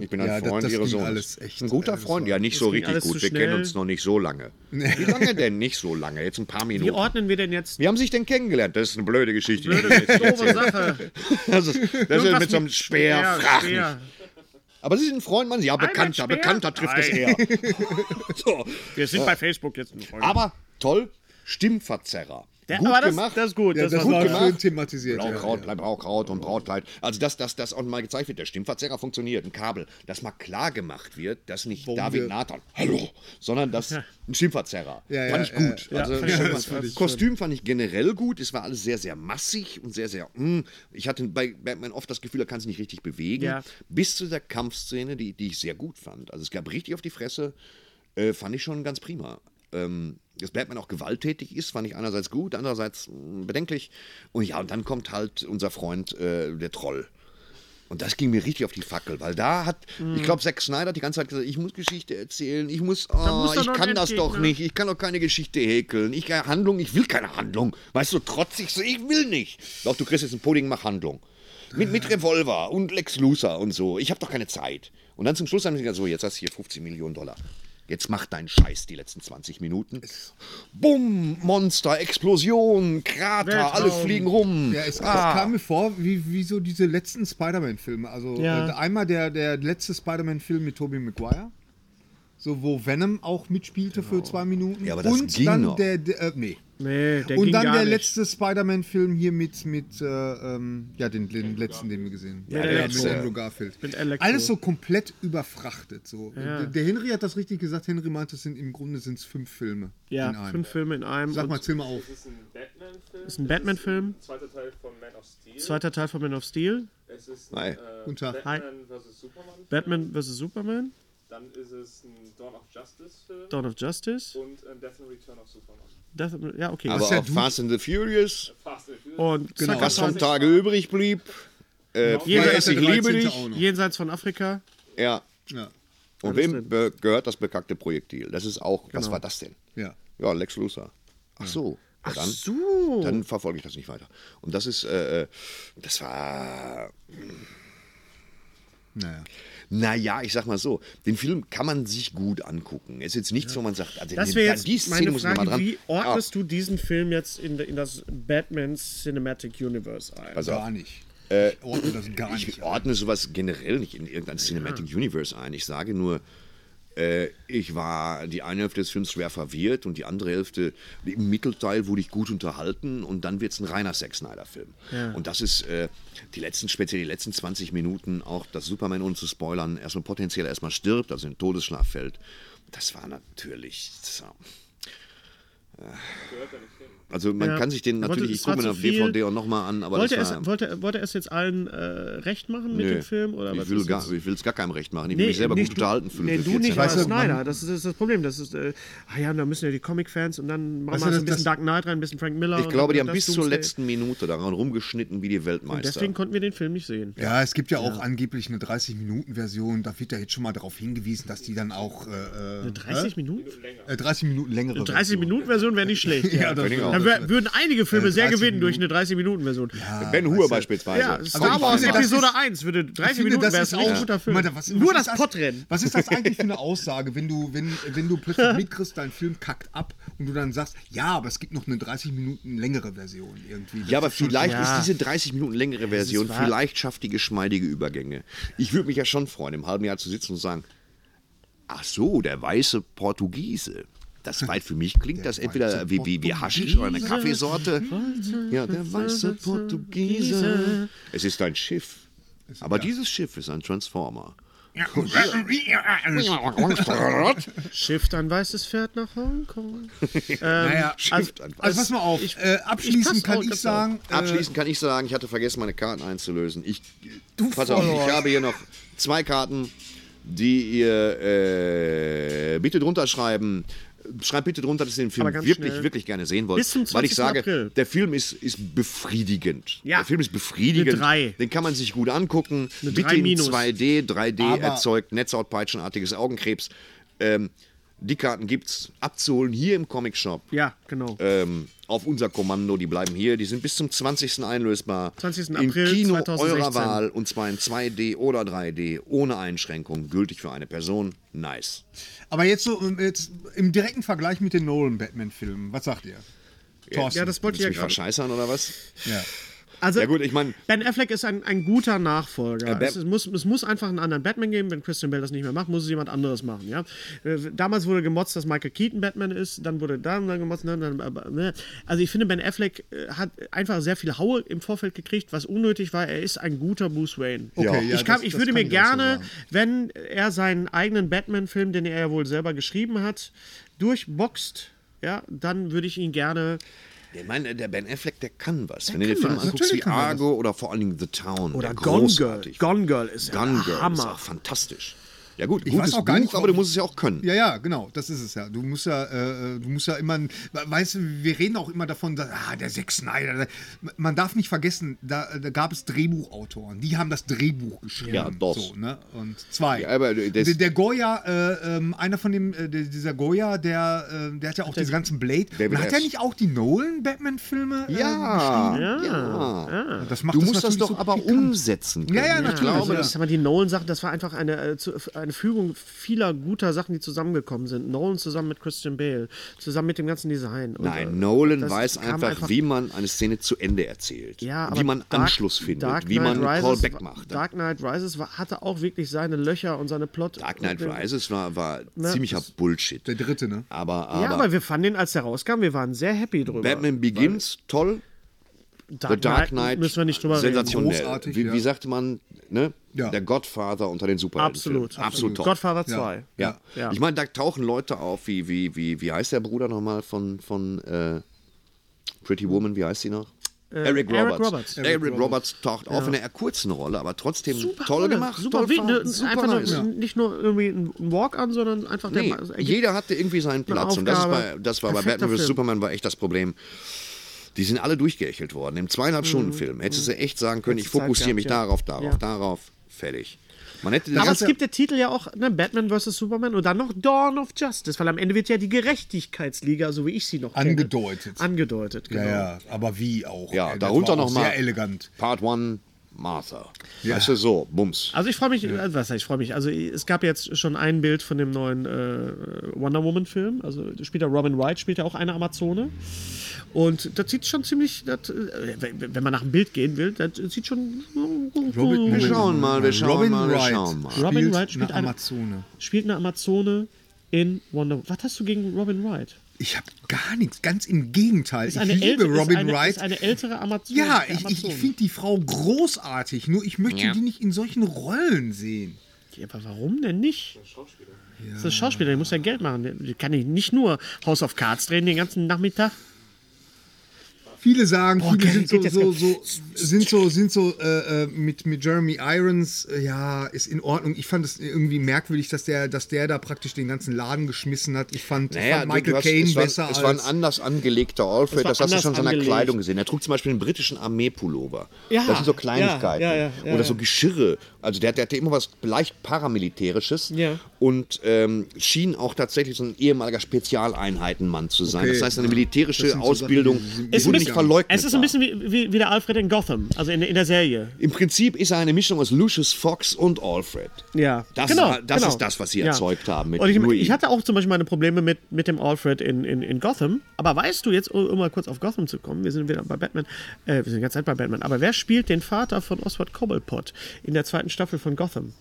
Ich bin ein
Ja, das-
Freund
das
ihres
ging
Sohnes.
alles echt,
ein guter
äh, das
Freund, ja, nicht so
ging
richtig
alles
gut.
zu
Wir kennen
schnell.
uns noch nicht so lange. Wie lange denn nicht so lange? Jetzt ein paar
Wie
Minuten.
ordnen wir denn jetzt?
Wie haben Sie sich denn kennengelernt? Das ist eine blöde Geschichte. die ich
Blöde,
jetzt erzähle.
doofe Sache.
Das ist, das ist
Irgendwas
mit so einem Speer,
Speer,
frag
Speer.
mich. Aber Sie sind ein Freund, Mann. Ja, bekannter,
Speer?
bekannter trifft es eher.
Nein.
so.
Wir sind bei Facebook jetzt. Freunde.
Aber toll, Stimmverzerrer.
Der-
gut
aber das,
gemacht.
das ist gut.
Ja,
das
das
war
war
gut.
gemacht.
schön thematisiert.
Blaukraut,
ja, ja.
Blaukraut und Brautkleid. Also, dass das, das auch mal gezeigt wird, der Stimmverzerrer funktioniert, ein Kabel, dass mal klar gemacht wird, dass nicht David
wir-
Nathan, hallo, sondern dass ein Stimmverzerrer.
Ja,
fand
ja,
ich gut.
ja.
also,
Ja,
schon
das
mal-
fand ich
Kostüm fand ich generell gut. Es war alles sehr, sehr massig und sehr, sehr. mm. Ich hatte bei Batman oft das Gefühl, er kann sich nicht richtig bewegen.
Ja.
Bis zu der Kampfszene, die, die ich sehr gut fand. Also, es gab richtig auf die Fresse, äh, fand ich schon ganz prima. Ähm, dass Batman auch gewalttätig ist, fand ich einerseits gut, andererseits mm, bedenklich. Und ja, und dann kommt halt unser Freund, äh, der Troll. Und das ging mir richtig auf die Fackel, weil da hat,
Mhm.
ich glaube, Zack Snyder hat die ganze Zeit gesagt, ich muss Geschichte erzählen, ich muss, oh,
muss doch
ich
noch
kann
ein
das doch
ne?
Endgegner.
nicht, ich kann doch keine Geschichte häkeln, ich keine Handlung, ich will keine Handlung. Weißt du, trotzig so, ich will nicht. Doch, du kriegst jetzt einen Pudding, mach Handlung. Mit, mit Revolver und Lex Luthor und so. Ich habe doch keine Zeit. Und dann zum Schluss haben sie gesagt, so, jetzt hast du hier 15 Millionen Dollar. Jetzt mach deinen Scheiß die letzten 20 Minuten. Bumm, Monster, Explosion, Krater,
Weltraum.
alle fliegen rum.
Ja, es,
Ah.
es kam mir vor, wie, wie so diese letzten Spider-Man-Filme. Also
Ja.
äh, einmal der, der letzte Spider-Man-Film mit Tobey Maguire. So, wo Venom auch mitspielte für zwei Minuten.
Genau. Ja, aber das
Und
ging
dann
noch.
der, der äh, nee.
Nee, der
Und
ging
dann
gar
der
nicht.
letzte Spider-Man-Film hier mit, mit äh, ähm, ja, den, den letzten, den wir gesehen haben. Ja,
der letzte.
Mit Andrew Garfield.
Mit Electro.
Alles so komplett überfrachtet. So. Der, der Henry hat das richtig gesagt. Henry meint, das sind im Grunde sind's fünf Filme
Ja,
in einem.
fünf Filme in einem.
Sag
und
mal, zähl mal auf.
Es ist ein Batman-Film.
Ist ein Batman-Film.
Es ist ein Zweiter Teil von Man of Steel.
Zweiter Teil von Man of Steel.
es ist
Hi.
ein äh,
Guten Tag.
Batman vs. Superman.
Batman vs. Superman.
Dann ist es ein Dawn of Justice-Film
Dawn of Justice.
und ein Death and Return of Superman.
Death, ja, okay.
Aber
ist ja
auch
du-
Fast and the Furious,
Fast and Furious.
und
Genau.
was
Sucker
vom
Punch,
Tage übrig blieb. Äh,
Jeder
Freies,
ist
ich
der
liebe
13.
dich.
auch noch.
Jenseits von Afrika.
Ja.
Ja.
Und wem be- gehört das bekackte Projektil? Das ist auch,
Genau.
was war das denn?
Ja.
Ja, Lex Luthor. Ach so. Ja, dann,
So.
dann verfolge ich das nicht weiter. Und das ist, äh, äh, das war
Naja.
Naja, ich sag mal so, den Film kann man sich gut angucken. Es ist jetzt nichts, wo man sagt, also
Das
nee,
wäre
an
jetzt
die Szene
meine
muss man mal
Frage,
dran.
wie ordnest du diesen Film jetzt in, in das Batman Cinematic Universe ein?
Also-
Gar nicht. ich ordne das gar nicht.
ich ordne sowas generell nicht in irgendein Cinematic Universe ein. Ich sage nur, äh, ich war die eine Hälfte des Films schwer verwirrt und die andere Hälfte, im Mittelteil wurde ich gut unterhalten und dann wird es ein reiner Zack Snyder-Film. Und das ist äh, die letzten, speziell die letzten 20 Minuten, auch dass Superman, ohne zu spoilern, erstmal potenziell erstmal stirbt, also in Todesschlaf fällt. Das war natürlich. So. Also man kann sich den
Wollte-
natürlich,
es
ich gucke
war
mir
zu
auf
viel.
DVD auch nochmal an, aber
wollte,
das
es,
war,
wollte, wollte er es jetzt allen äh, recht machen mit
Nö.
dem Film? Oder
ich
was
will
ist
gar,
jetzt?
ich will es gar keinem recht machen. Ich will mich selber
nicht
gut
du-
unterhalten fühlen.
Nee,
für
du
14
nicht,
Euro.
aber
Weißt du,
Snyder. Das ist, das ist das Problem. Das ist, äh, ah ja, und da müssen ja die Comic-Fans und dann machen
Weißt
wir
du,
so ein
das-
bisschen Dark Knight rein, ein bisschen Frank Miller.
Ich
und
glaube,
dann
die haben
das
bis zur
Doomsday.
letzten Minute daran rumgeschnitten wie die Weltmeister.
Deswegen konnten wir den Film nicht sehen.
Ja, es gibt ja auch angeblich eine 30-Minuten-Version. Da wird ja jetzt schon mal darauf hingewiesen, dass die dann auch äh, äh,
30 Minuten?
äh, 30 Minuten längere
30 Minuten Version Version wäre nicht schlecht.
Ja, das
ich auch.
Dann wär, würden einige Filme
Äh,
sehr
30
gewinnen durch eine 30-Minuten-Version. Ah, Ja,
Ben Hur beispielsweise.
Star
ich
Wars
finde, also, das
Episode
ist-
1 würde 30
Ich finde,
Minuten wäre
das
ein
ist
richtig
auch-
guter Film.
Warte, was-
Nur
was
das
ist
Podrennen.
Was ist das eigentlich für eine Aussage, wenn du, wenn, wenn du plötzlich mitkriegst, dein Film kackt ab und du dann sagst, ja, aber es gibt noch eine 30 Minuten längere Version irgendwie. Das
Ja, aber
ist schon-
vielleicht
Ja.
ist diese 30 Minuten längere Version,
wahr.
vielleicht schafft die geschmeidige Übergänge. Ich würde mich ja schon freuen, im halben Jahr zu sitzen und sagen, ach so, der weiße Portugiese. Das weit für mich klingt das entweder wie, wie, wie Haschisch oder eine Kaffeesorte. Ja, der weiße Portugiese. Es ist ein Schiff. Aber dieses Schiff ist ein Transformer.
also Schifft ein weißes Pferd nach Ähm, Hongkong.
Naja, also,
Schiff, ein weiß-
also pass mal auf. äh, abschließend
pass
kann
auch
ich
ganz
sagen, äh,
Abschließend kann ich sagen, ich hatte vergessen, meine Karten einzulösen. Ich, pass auf, ich habe hier noch zwei Karten, die ihr äh, bitte drunter schreiben. Schreibt bitte drunter, dass ihr den Film
Aber ganz
wirklich,
schnell.
wirklich gerne sehen wollt.
Bis zum
weil ich
20.
sage,
April.
der Film ist, ist befriedigend.
Ja.
Der Film ist befriedigend.
Eine Drei.
Den kann man sich gut angucken.
Drei
bitte in
minus.
2D, 3D
Aber-
erzeugt, Netzhautpeitschenartiges Augenkrebs. Ähm, die Karten gibt's abzuholen hier im Comicshop
Ja, genau.
Äh,
ähm, auf unser Kommando. Die bleiben hier. Die sind bis zum 20. einlösbar.
20.
Im
April
Kino
2016.
eurer Wahl und zwar in 2D oder 3D ohne Einschränkung, gültig für eine Person. Nice.
aber jetzt so ähm, jetzt im direkten Vergleich mit den Nolan-Batman-Filmen, was sagt ihr? Thorsten.
ja, das wollte ich
Willst
ja
mich
gerade.
verscheißern oder was?
Ja.
Also,
Ja gut, ich meine,
Ben Affleck ist ein, ein guter Nachfolger.
Bat-
es, es, muss, es muss einfach einen anderen Batman geben. Wenn Christian Bale das nicht mehr macht, muss es jemand anderes machen. Ja? Äh, Damals wurde gemotzt, dass Michael Keaton Batman ist. Dann wurde da und dann gemotzt. Dann, dann, aber, ne. Also ich finde, Ben Affleck äh, hat einfach sehr viel Haue im Vorfeld gekriegt, was unnötig war. Er ist ein guter Bruce Wayne.
Okay, ja,
ich, kann,
das-
ich
das
würde
kann
mir
ich auch so
gerne,
sagen.
wenn er seinen eigenen Batman-Film, den er ja wohl selber geschrieben hat, durchboxt, ja, dann würde ich ihn gerne...
ich meine, der Ben Affleck, der kann was. Wenn du dir
kann
Filme
was.
anguckst wie
Natürlich kann er
Argo oder vor allen Dingen The Town.
Oder
der
Gone Girl.
großartig war.
Gone Girl ist ja
Gun Girl
Hammer.
ist auch fantastisch. Ja gut, ich
weiß
gutes
auch gar
Buch,
nicht,
aber du musst es ja auch können.
Ja, ja, genau, das ist es ja. Du musst ja, äh, du musst ja immer, weißt du, wir reden auch immer davon, dass, ah, der Zack Snyder. Man darf nicht vergessen, da, da gab es Drehbuchautoren, die haben das Drehbuch geschrieben.
Ja, das.
So, ne? Und zwei.
Ja, aber das-
der, der Goya, äh, ähm, einer von dem, äh, der- dieser Goya, der, äh, der hat ja auch diese ganzen Blade.
David
Und hat ja
Ash.
nicht auch die Nolan-Batman-Filme?
Ja, ja.
Äh, das macht
Du
das
musst
natürlich
das doch
so
aber umsetzen können.
Ja, ja, natürlich.
Ich glaube,
also,
ja.
ich sag mal, die Nolan-Sachen, das war einfach eine, äh, zu, eine Fügung vieler guter Sachen, die zusammengekommen sind. Nolan zusammen mit Christian Bale, zusammen mit dem ganzen Design. Und, äh,
Nein, Nolan
das
weiß
kam
einfach, wie man eine Szene zu Ende erzählt.
Ja, aber
wie man
Dark-
Anschluss findet,
Dark
wie man
Knight
einen
Rises
Callback
war-
macht.
Dark Knight Rises war, hatte auch wirklich seine Löcher und seine Plot.
Dark Knight
und-
Rises war, war
Ne,
ziemlicher Bullshit.
Der dritte, ne?
Aber, aber,
Ja, aber wir fanden ihn, als der rauskam, wir waren sehr happy drüber.
Batman Begins, toll. The Dark Knight,
müssen wir nicht drüber reden.
sensationell.
Großartig,
wie,
ja.
wie sagte man, ne?
Ja.
der Godfather unter den Superhelden.
Absolut.
Absolut. Absolut toll.
Godfather 2.
Ja.
Ja.
Ich meine, da tauchen Leute auf, wie, wie, wie, wie heißt der Bruder nochmal von, von äh, Pretty Woman, wie heißt sie noch? Eric
Äh, Eric
Roberts.
Roberts.
Eric Roberts taucht auf in einer eher kurzen Rolle, aber trotzdem toll
Rolle,
gemacht.
Super,
toll
wie,
verhalten,
ne,
super
einfach
nice.
nur, nicht nur irgendwie ein Walk an, sondern einfach
Nee,
der. also,
jeder hatte irgendwie seinen Platz. Und das, ist
Aufgabe.
bei, das war bei
Perfekter
Batman vs.
Film.
Superman war echt das Problem. Die sind alle durchgeächelt worden. Im zweieinhalb Stunden Film hättest du echt sagen können,
Mhm.
ich
Hättest du Zeit
fokussiere mich
gehabt, ja.
darauf, darauf,
Ja.
darauf. Fertig. Man hätte das
Aber es
ganze-
gibt der Titel ja auch ne, Batman vs. Superman und dann noch Dawn of Justice, weil am Ende wird ja die Gerechtigkeitsliga, so wie ich sie noch kenne,
Angedeutet.
angedeutet. Genau.
Ja, ja, aber wie auch.
Ja,
Äh,
Ey, das
darunter
war auch
nochmal.
Sehr elegant.
Part 1, Martha. Weißt du, so, Bums.
Also ich freue mich, also was heißt, ich freue mich. Also es gab jetzt schon ein Bild von dem neuen äh, Wonder Woman Film. Also spielt ja Robin Wright, spielt ja auch eine Amazone. Und das sieht schon ziemlich, das, äh, wenn wenn man nach dem Bild gehen will, das sieht schon
Hm, Wir schauen mal, wir schauen
Robin
mal, wir
Wright.
schauen mal.
Robin
spielt
Wright spielt
eine
eine-
Amazone.
spielt eine Amazone in Wonder. Was hast du gegen Robin Wright?
Ich habe gar nichts, ganz im Gegenteil.
Ist eine
ich liebe
älte- ist
Robin
eine,
Wright.
Ist eine ältere Amazone.
ja,
der
ich, ich,
Amazone.
ich finde die Frau großartig, nur ich möchte die nicht in solchen Rollen sehen.
Ja, aber warum denn nicht? Das ist ein Schauspieler, der muss ja Geld machen. Der- Der kann ich nicht nur House of Cards drehen den ganzen Nachmittag.
Viele sagen,
Boah,
viele
geil,
sind
geht
so,
jetzt
so,
gar-
so, sind so, sind so äh, äh, mit, mit Jeremy Irons, äh, ja, ist in Ordnung. Ich fand es irgendwie merkwürdig, dass der, dass der da praktisch den ganzen Laden geschmissen hat. Ich fand, ich fand
du
Michael
hast-
Caine
es war,
besser
Es war ein
als.
anders angelegter Allfred,
war
das hast du
anders
schon an seiner
angelegt.
Kleidung gesehen. Er trug zum Beispiel einen britischen Armeepullover.
Ja,
das sind so Kleinigkeiten.
ja, ja, ja,
Oder
ja.
so Geschirre. Also der, der hatte immer was leicht Paramilitärisches
Ja.
und ähm, schien auch tatsächlich so ein ehemaliger Spezialeinheitenmann zu sein.
Okay.
Das heißt, eine militärische
so
Ausbildung
Sachen, die sind-
die
ein
wurde nicht
bisschen-
verleugnet.
Es ist ein
war.
bisschen wie, wie, wie der Alfred in Gotham, also in, in der Serie.
Im Prinzip ist er eine Mischung aus Lucius Fox und Alfred.
Ja,
Das,
genau.
das
genau.
ist das, was sie erzeugt haben.
Und ich,
nur
ich
ihm.
hatte auch zum Beispiel meine Probleme mit, mit dem Alfred in, in, in Gotham. Aber weißt du jetzt, um um mal kurz auf Gotham zu kommen, wir sind wieder bei Batman, äh, wir sind die ganze Zeit bei Batman, aber wer spielt den Vater von Oswald Cobblepot in der zweiten Staffel von Gotham?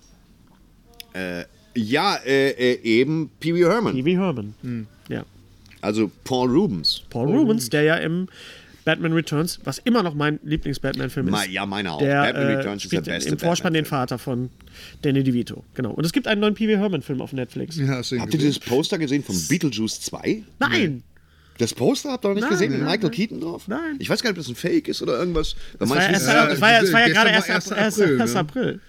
ja, äh, äh, eben Pee Wee Herman.
Evie Herman.
Hm,
Ja.
Also Paul Rubens.
Paul Rubens, der ja im Batman Returns, was immer noch mein Lieblings-Batman-Film
Ma-
ist.
ja, meiner auch.
Der,
Batman
äh,
Returns ist der
spielt
beste
Im Vorspann den
Batman-Film.
Vater von Danny DeVito. Genau. Und es gibt einen neuen Pee-Wee Herman-Film auf Netflix.
Hm.
Ja, hast du ihn
Habt ihr
gesehen?
dieses Poster gesehen von Beetlejuice 2?
Nein!
Das Poster habt ihr noch nicht
Nein,
gesehen mit
nein,
Michael Keaton drauf?
Nein.
Ich weiß gar nicht, ob das ein Fake ist oder irgendwas. Das
Es war ja- Es war,
äh,
es war, ja- es war ja
gestern
gerade
war
erst,
erst
April. Erst,
April,
erst
ne?
April.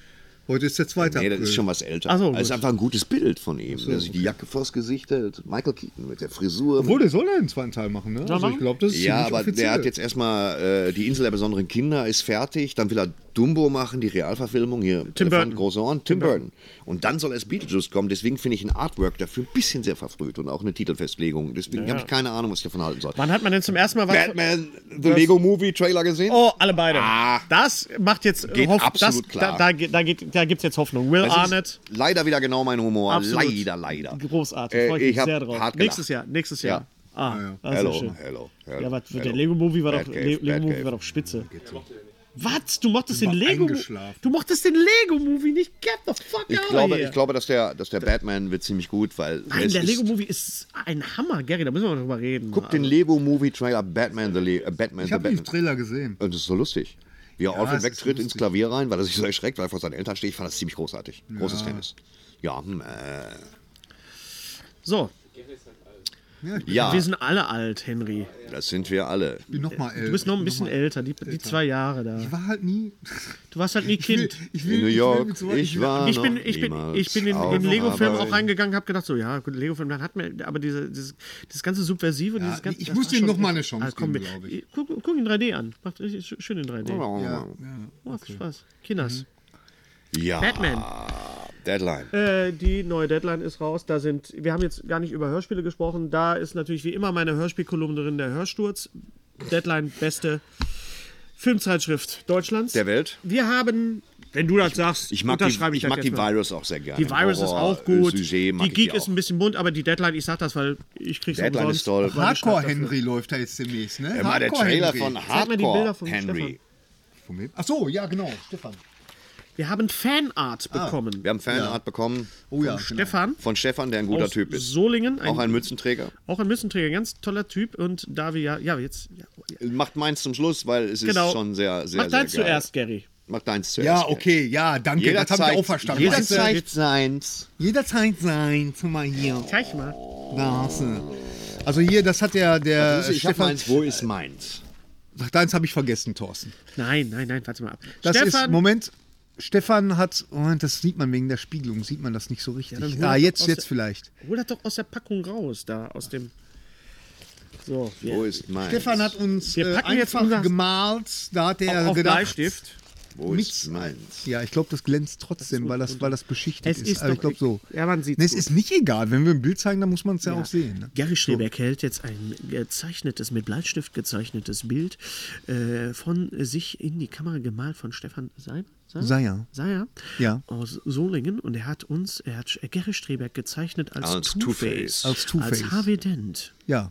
Heute ist der zweite
Nee, das
April.
ist schon was älter.
Ach so,
das ist
gut.
einfach ein gutes Bild von ihm. der sich die Jacke vors Gesicht hält. Michael Keaton mit der Frisur.
Obwohl, der soll ja einen zweiten Teil machen, ne? Also ich
machen?
glaube, das ist
ja,
ziemlich
aber
offiziell.
der hat jetzt erstmal äh, die Insel der besonderen Kinder ist fertig, dann will er Dumbo machen, die Realverfilmung hier. Elefant,
Burton.
Große Ohren, Tim, Burton. Und dann soll erst Beetlejuice kommen, deswegen finde ich ein Artwork dafür ein bisschen sehr verfrüht und auch eine Titelfestlegung. Deswegen habe ich keine Ahnung, was ich davon halten soll.
Wann hat man denn zum ersten Mal was?
Batman, The Lego Movie Trailer gesehen?
Oh, alle beide.
Ah.
Das macht jetzt
Geht
Hoffnung.
absolut
das,
klar.
Da, da, da, geht- da gibt es jetzt Hoffnung. Will
Das
Arnett.
ist leider wieder genau mein Humor.
Absolut.
Leider, leider.
Großartig.
Äh,
Freue
ich
ich mich
hab
sehr drauf.
hart gelacht.
nächstes Jahr. Nächstes Jahr. Ah, das ist ja
Hello,
schön.
hello, hello.
Ja, was,
hello.
der Lego-Movie war, doch-
Batcave,
Le Lego
Batcave.
war doch spitze. Was? Du mochtest den
war
Lego?
eingeschlafen.
Du mochtest den Lego-Movie nicht? Get the fuck out
Ich
of
glaube,
here.
ich glaube, dass der, dass der Batman wird ziemlich gut, weil
Nein,
es
der
ist-
Lego-Movie ist ein Hammer, Gary. Da müssen wir noch drüber reden.
Guck den Lego Movie Trailer Batman the Le äh, Batman
ich
the
habe den
Batman.
Trailer gesehen.
Und das ist so lustig. Wie er
es
Alfred
ist
wegtritt ins
lustig.
Klavier rein, weil er sich so erschreckt, weil er vor seinen Eltern steht. Ich fand das ziemlich großartig. Großes Tennis. Ja, hm, äh,
So,
ja,
wir sind alle alt, Henry.
das sind wir alle.
Ich bin nochmal älter.
Du bist noch ein bisschen älter, die, die zwei Jahre da.
Ich äh, war halt nie.
Du warst halt nie Kind.
Ich
In New
ich
York,
mit so-
ich war
Ich bin,
noch
ich bin,
niemals
ich bin in
auf
den Lego-Film
Arbeit.
auch reingegangen, habe gedacht, so, ja, gut, Lego-Film, dann hat mir, aber diese, dieses, das ganze Subversive, dieses ganze.
ich
das
muss
war
dem
schon
noch mal
echt-
eine Chance
wir-
geben, glaub ich.
Guck, guck ihn 3D an. Macht richtig sch- schön in 3D. Macht Spaß. Kinders.
Mhm. Ja, Ah.
Batman.
Deadline.
Äh, die neue Deadline ist raus. Da sind, wir haben jetzt gar nicht über Hörspiele gesprochen. Da ist natürlich wie immer meine Hörspielkolumne drin, der Hörsturz. Deadline, beste Filmzeitschrift Deutschlands.
Der Welt.
Wir haben, wenn du das sagst,
Ich mag, die,
unterschreibe ich,
ich
das
mag
jetzt
die
mal.
Virus auch sehr gerne.
Die Virus ist
Horror,
auch gut.
äh, Sujet mag
die
ich
Geek
auch.
ist ein bisschen bunt, aber die Deadline, ich sag das, weil ich krieg's
Deadline
umsonst.
ist toll.
Weil ich schnapp
Hardcore
dafür.
Henry läuft da jetzt demnächst, ne?
Äh, mal der Trailer von
Zeig mir die Bilder
Hardcore
von
Henry.
Henry. Ach so, ja, genau, Stefan.
Wir haben Fanart
Ah.
bekommen.
Wir haben Fanart bekommen
Oh ja,
Stefan
von Stefan, der ein guter
aus
Typ ist.
Solingen, ein,
auch ein Mützenträger.
auch ein Mützenträger, ganz toller Typ. Und da wir ja, ja jetzt, ja,
Macht meins zum Schluss, weil es ist
genau.
schon sehr, sehr,
Mach
sehr
deins
geil.
zuerst, Gary.
Mach deins zuerst.
Ja, okay, ja, danke.
Jeder
das äh, habe
zeigt,
ich auch verstanden.
Jeder
Weißt du,
zeigt seins.
jederzeit sein. Guck mal hier.
Zeig mal.
Da hast du. Also hier, das hat der, der
Also ich hab
Äh, Stefan.
meins, wo ist meins?
Ach, deins habe ich vergessen, Thorsten.
Nein, nein, nein, warte mal ab.
Das ist,
Stefan,
Moment, Stefan hat, Moment, das sieht man wegen der Spiegelung, sieht man das nicht so richtig.
dann hol
ah,
doch
jetzt,
aus
jetzt
der-
vielleicht.
hol das doch aus der Packung raus, da aus dem. So,
Wo
wir,
ist meins?
Stefan hat uns
Wir
äh,
packen jetzt
einfach
unser-
gemalt, da hat er
auf, auf
gedacht.
Bleistift.
wo ist meins?
Ja, ich glaube, das glänzt trotzdem, weil das, weil das beschichtet
Es
ist.
ist
Aber ich
doch-
glaube so.
Ja, man sieht's
nee, es
gut.
ist nicht egal. Wenn wir ein Bild zeigen, dann muss man es ja, auch sehen. Ne?
Gary Schneeberg hält jetzt ein gezeichnetes, mit Bleistift gezeichnetes Bild äh, von sich in die Kamera gemalt von Stefan Sein.
Seyer.
Seyer
Ja.
aus Solingen und er hat uns, er hat Gary Streberg gezeichnet als,
Als
Two-Face.
Two-Face.
Als Two-Face.
Als Harvey Dent.
Ja,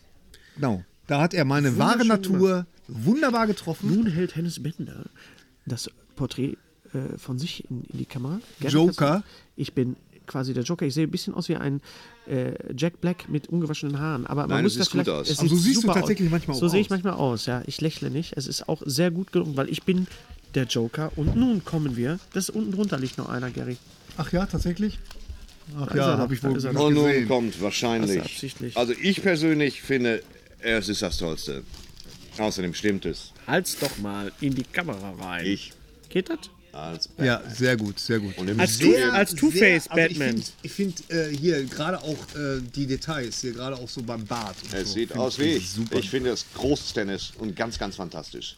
genau. Da hat er meine wahre
Wunderschön
Natur wunderbar getroffen.
Nun hält Hennes Bender das Porträt äh, von sich in, in die Kamera. Gary,
Joker.
kannst du- Ich bin quasi der Joker. Ich sehe ein bisschen aus wie ein äh, Jack Black mit ungewaschenen Haaren. Aber man
Nein,
muss
es
das
sieht gut
vielleicht-
aus.
es
Aber so
sieht
siehst du
super
tatsächlich
aus.
manchmal auch
So sehe ich
aus.
manchmal aus, ja. Ich lächle nicht. Es ist auch sehr gut gelungen, weil ich bin der Joker. Und nun kommen wir. Das unten drunter liegt noch einer, Gary.
Ach ja, tatsächlich? Ach
ist
ja,
er,
habe ich
da
wohl
ist er.
nicht
Und nun
gesehen.
kommt Also
Das ist
wahrscheinlich.
absichtlich.
Also ich persönlich finde, es ist das Tollste. Außerdem stimmt es.
Halt's doch mal in die Kamera rein.
Ich.
Geht das?
Als Batman.
Ja, sehr gut, sehr gut.
Und im
Als
Studio-
Two- als Two-Face
aber also ich
Batman.
find- Ich finde äh, hier gerade auch äh, die Details, hier gerade auch so beim Bart. und
Es
so,
sieht
find
aus wie ich.
Super.
Ich finde es großes Tennis und ganz, ganz fantastisch.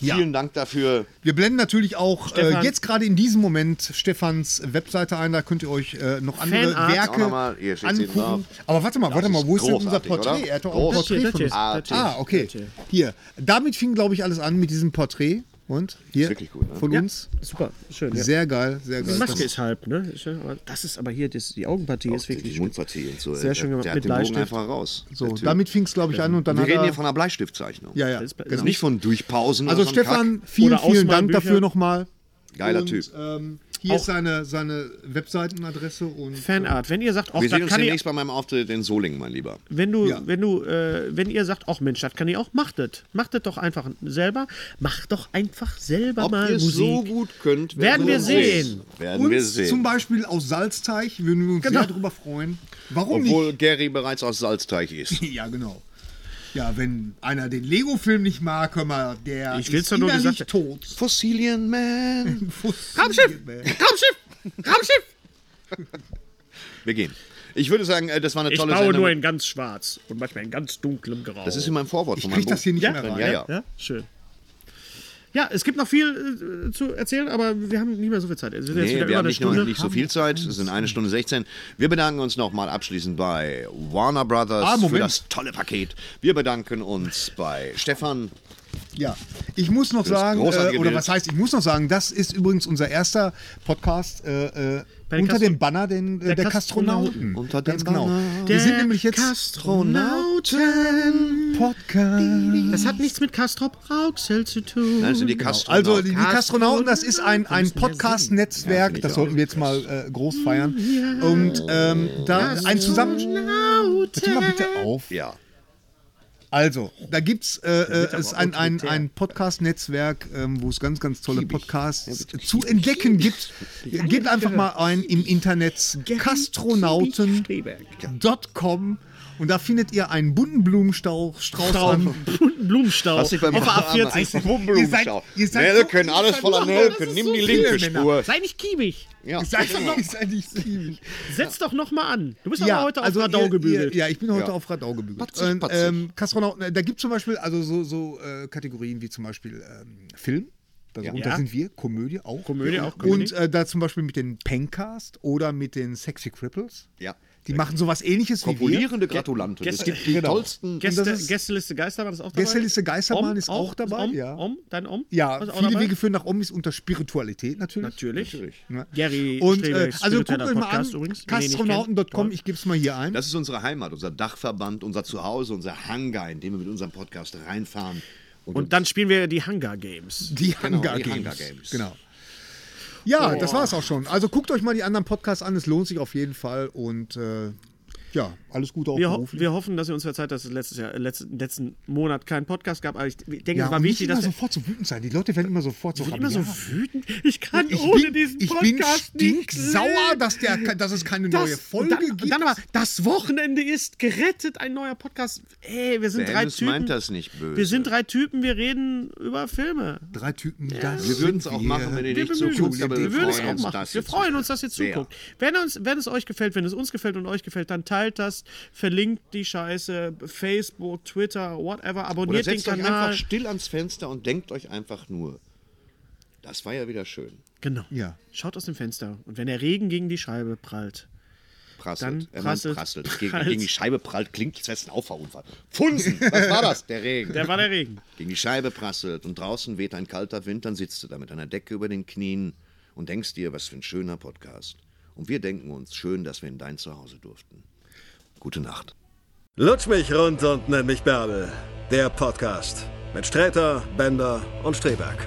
Ja.
Vielen Dank dafür.
Wir blenden natürlich auch äh,
Stefan.
jetzt gerade in diesem Moment Stefans Webseite ein, da könnt ihr euch äh, noch andere
Fanart.
Auch
Werke
noch mal, hier steht's hinten
angucken.
drauf.
Aber warte mal, warte mal, wo ist denn unser
großartig,
Porträt?
oder?
Er hat doch auch ein
Groß-
Porträt
Das
von
hier,
uns.
das
Artig.
Ah, okay.
hier.
Hier, damit fing, glaube ich, alles an mit diesem Porträt. Und hier
Ist wirklich gut, ne?
von
Ja,
uns.
super, schön. Ja.
Sehr geil, sehr geil.
Die
Also
Maske
Das-
ist halb, ne? Ist ja- aber Das ist aber hier, das, die Augenpartie ist wirklich.
Die Mundpartie und so.
Sehr schön
der,
gemacht.
der
Mit
hat den Bogen
Bleistift.
einfach raus.
So,
Der Typ.
damit fing es, glaube ich, an und dann
Wir
hat er,
reden hier von einer Bleistiftzeichnung.
Ja, ja.
Das ist-
genau.
Nicht von Durchpausen.
Also
oder so einem
Stefan, vielen,
Oder
vielen Dank
Ausmalbücher.
dafür nochmal.
Kack. Geiler
und,
Typ.
Ähm, hier ist seine, seine Webseitenadresse und
Fanart. Wenn ihr sagt, auch
Wir
das
sehen uns
kann ich,
demnächst bei meinem Auftritt in Solingen, mein Lieber.
wenn du,
Ja.
wenn du, äh, wenn ihr sagt, auch Mensch, das kann ich auch, macht das. Macht das doch einfach selber. Macht doch einfach selber
Ob
mal
ihr es
Musik.
so gut könnt,
Werden wir sehen.
Werden wir
uns
sehen.
zum Beispiel aus Salzteich würden wir uns
Genau.
sehr darüber freuen. Warum
Obwohl Gary bereits aus Salzteich ist.
nicht? Ja, genau. Ja, wenn einer den Lego-Film nicht mag, hör mal, der
Ich will's
ist
doch nur
innerlich
gesagt-
tot.
Fossilien Man.
Raumschiff! Raumschiff! Raumschiff!
Wir gehen. Ich würde sagen, äh, das war eine
Ich
tolle
baue
Sendung.
nur in ganz schwarz und manchmal in ganz dunklem Grau.
das ist in meinem Vorwort
Ich
von meinem
krieg
Buch.
das hier nicht
Ja?
mehr rein.
ja, ja.
Ja, schön. Ja, es gibt noch viel äh, zu erzählen, aber wir haben nicht mehr so viel Zeit. Es ist jetzt
Nee,
wieder
wir
über
haben
eine
nicht, nur,
Stunde.
nicht so viel Zeit, es sind eine Stunde 16. Wir bedanken uns nochmal abschließend bei Warner Brothers
Ah,
für
Moment.
das tolle Paket. Wir bedanken uns bei Stefan.
Ja, ich muss noch
ist
sagen,
großartige
äh, oder
Bild.
was heißt, ich muss noch sagen, das ist übrigens unser erster Podcast äh, äh,
den
unter
Kastro-
dem Banner den, äh,
der
der Kastronauten.
Unter
Ganz
dem
genau.
Banner
Wir sind nämlich jetzt
Kastronauten.
Podcast.
Das hat nichts mit Kastrop Rauxel zu tun.
Nein, das sind die Kastronauten.
Also die, die Kastronauten, das ist ein,
Wir
ein
müssen mehr
Podcast-Netzwerk,
singen. Ja,
das
finde
sollten wir jetzt mal äh, groß feiern. Und ähm, da ein zusammen. Hör mal bitte auf.
ja.
Also, da gibt es äh, äh, es ein, ein, ein Podcast-Netzwerk, ähm, wo es ganz, ganz tolle Podcasts zu entdecken gibt. Gebt einfach mal ein im Internet
Genau.
kastronauten.com und da findet ihr einen bunten Blumenstrauß Strauß an.
Blumenstau.
Was
Auf
ich beim
der
Eißen
A40.
Ihr seid-
Blumenschau.
ihr seid
Nelken,
so-
alles
ihr
voller
seid-
Nelken.
das ist
Nimm
so
die
viele
linke
Männer.
Spur.
Sei nicht kiebig.
Ja.
Seid doch nicht, seid nicht ziemlich.
Setz doch noch mal an. Du bist aber heute auf Radau
also ihr-
gebügelt.
Ihr, ja, ich bin heute
Ja.
auf Radau gebügelt.
Patzig,
Und,
patzig.
ähm, Kastronauten, äh, da gibt es zum Beispiel also so, so äh, Kategorien wie zum Beispiel ähm, Film. Da, Und da
Ja.
sind wir, Komödie auch.
Komödie auch,
Und
Comedy.
äh, da zum Beispiel mit den Pencast oder mit den Sexy Cripples.
Ja.
Die machen sowas ähnliches wie wir.
Populierende Gratulanten. Es
Gäste-
gibt die
Genau.
tollsten.
Gäste,
das ist-
Gästeliste Geister war das auch dabei?
Gästeliste Geistermann ist auch dabei,
Om,
ja.
Om, dein Om?
Ja,
Was auch
viele
dabei?
Wege führen nach Omis unter Spiritualität natürlich.
Natürlich.
Ne?
Gary
Und
Streber,
äh, also guckt
spiritueller
euch mal
Podcast übrigens,
an,
wen ihr nicht kennt.
kastronauten.com,
Toll.
ich gebe es mal hier ein.
Das ist unsere Heimat, unser Dachverband, unser Zuhause, unser Hangar, in dem wir mit unserem Podcast reinfahren.
Und dann spielen wir die Hunger Games.
Die
Genau,
Hunger,
die
Games.
Hunger Games. Oh.
Genau. Ja, das war's auch schon. Also guckt euch mal die anderen Podcasts an, es lohnt sich auf jeden Fall und äh, ja, alles Gute auch
Wir, ho
beruflich.
wir hoffen, dass ihr uns verzeiht, dass es letztes Jahr, äh, letzten, letzten Monat keinen Podcast gab, aber ich denke,
ja,
es war
und
wichtig,
nicht immer
dass wir
sofort so wütend sein. Die Leute werden immer sofort so
Ich bin immer so
rabiat.
wütend. Ich kann
Ich
ohne
bin,
diesen
ich
Podcast
bin
nicht
stinksauer,
leben.
dass, der, dass es keine
Das-
neue Folge
dann,
gibt.
Dann aber, das Wochenende ist gerettet, ein neuer Podcast. Ey, wir sind
Der
drei
Hennes
Typen.
meint das nicht böse.
wir sind drei Typen, wir reden über Filme.
Drei Typen, das
Wir würden es auch
sind
machen, wenn ihr
Wir
nicht so
bemühen uns.
guckt, aber
Wir
wir,
würden es
freuen
auch
uns,
machen.
dass
Wir
ihr
freuen
zuguckt.
uns, dass ihr
Sehr.
zuguckt. Wenn, uns, wenn es euch gefällt, wenn es uns gefällt und euch gefällt, dann teilt das, verlinkt die Scheiße, Facebook, Twitter, whatever,
Oder
abonniert den
setzt euch
Kanal.
einfach still ans Fenster und denkt euch einfach nur, das war ja wieder schön.
Genau.
Ja.
Schaut aus dem Fenster und wenn der Regen gegen die Scheibe prallt, Dann
Prasselt. Äh, nein,
prasselt.
prasselt. Gegen,
Prallt.
gegen die Scheibe prallt, klingt jetzt ein Auffahrunfall. Funsen, was war das? Der Regen.
der war der Regen.
gegen die Scheibe prasselt und draußen weht ein kalter Wind, dann sitzt du da mit einer Decke über den Knien und denkst dir, was für ein schöner Podcast. Und wir denken uns, schön, dass wir in dein Zuhause durften. Gute Nacht.
Lutsch mich rund und nenn mich Bärbel. Der Podcast mit Sträter, Bender und Streberg.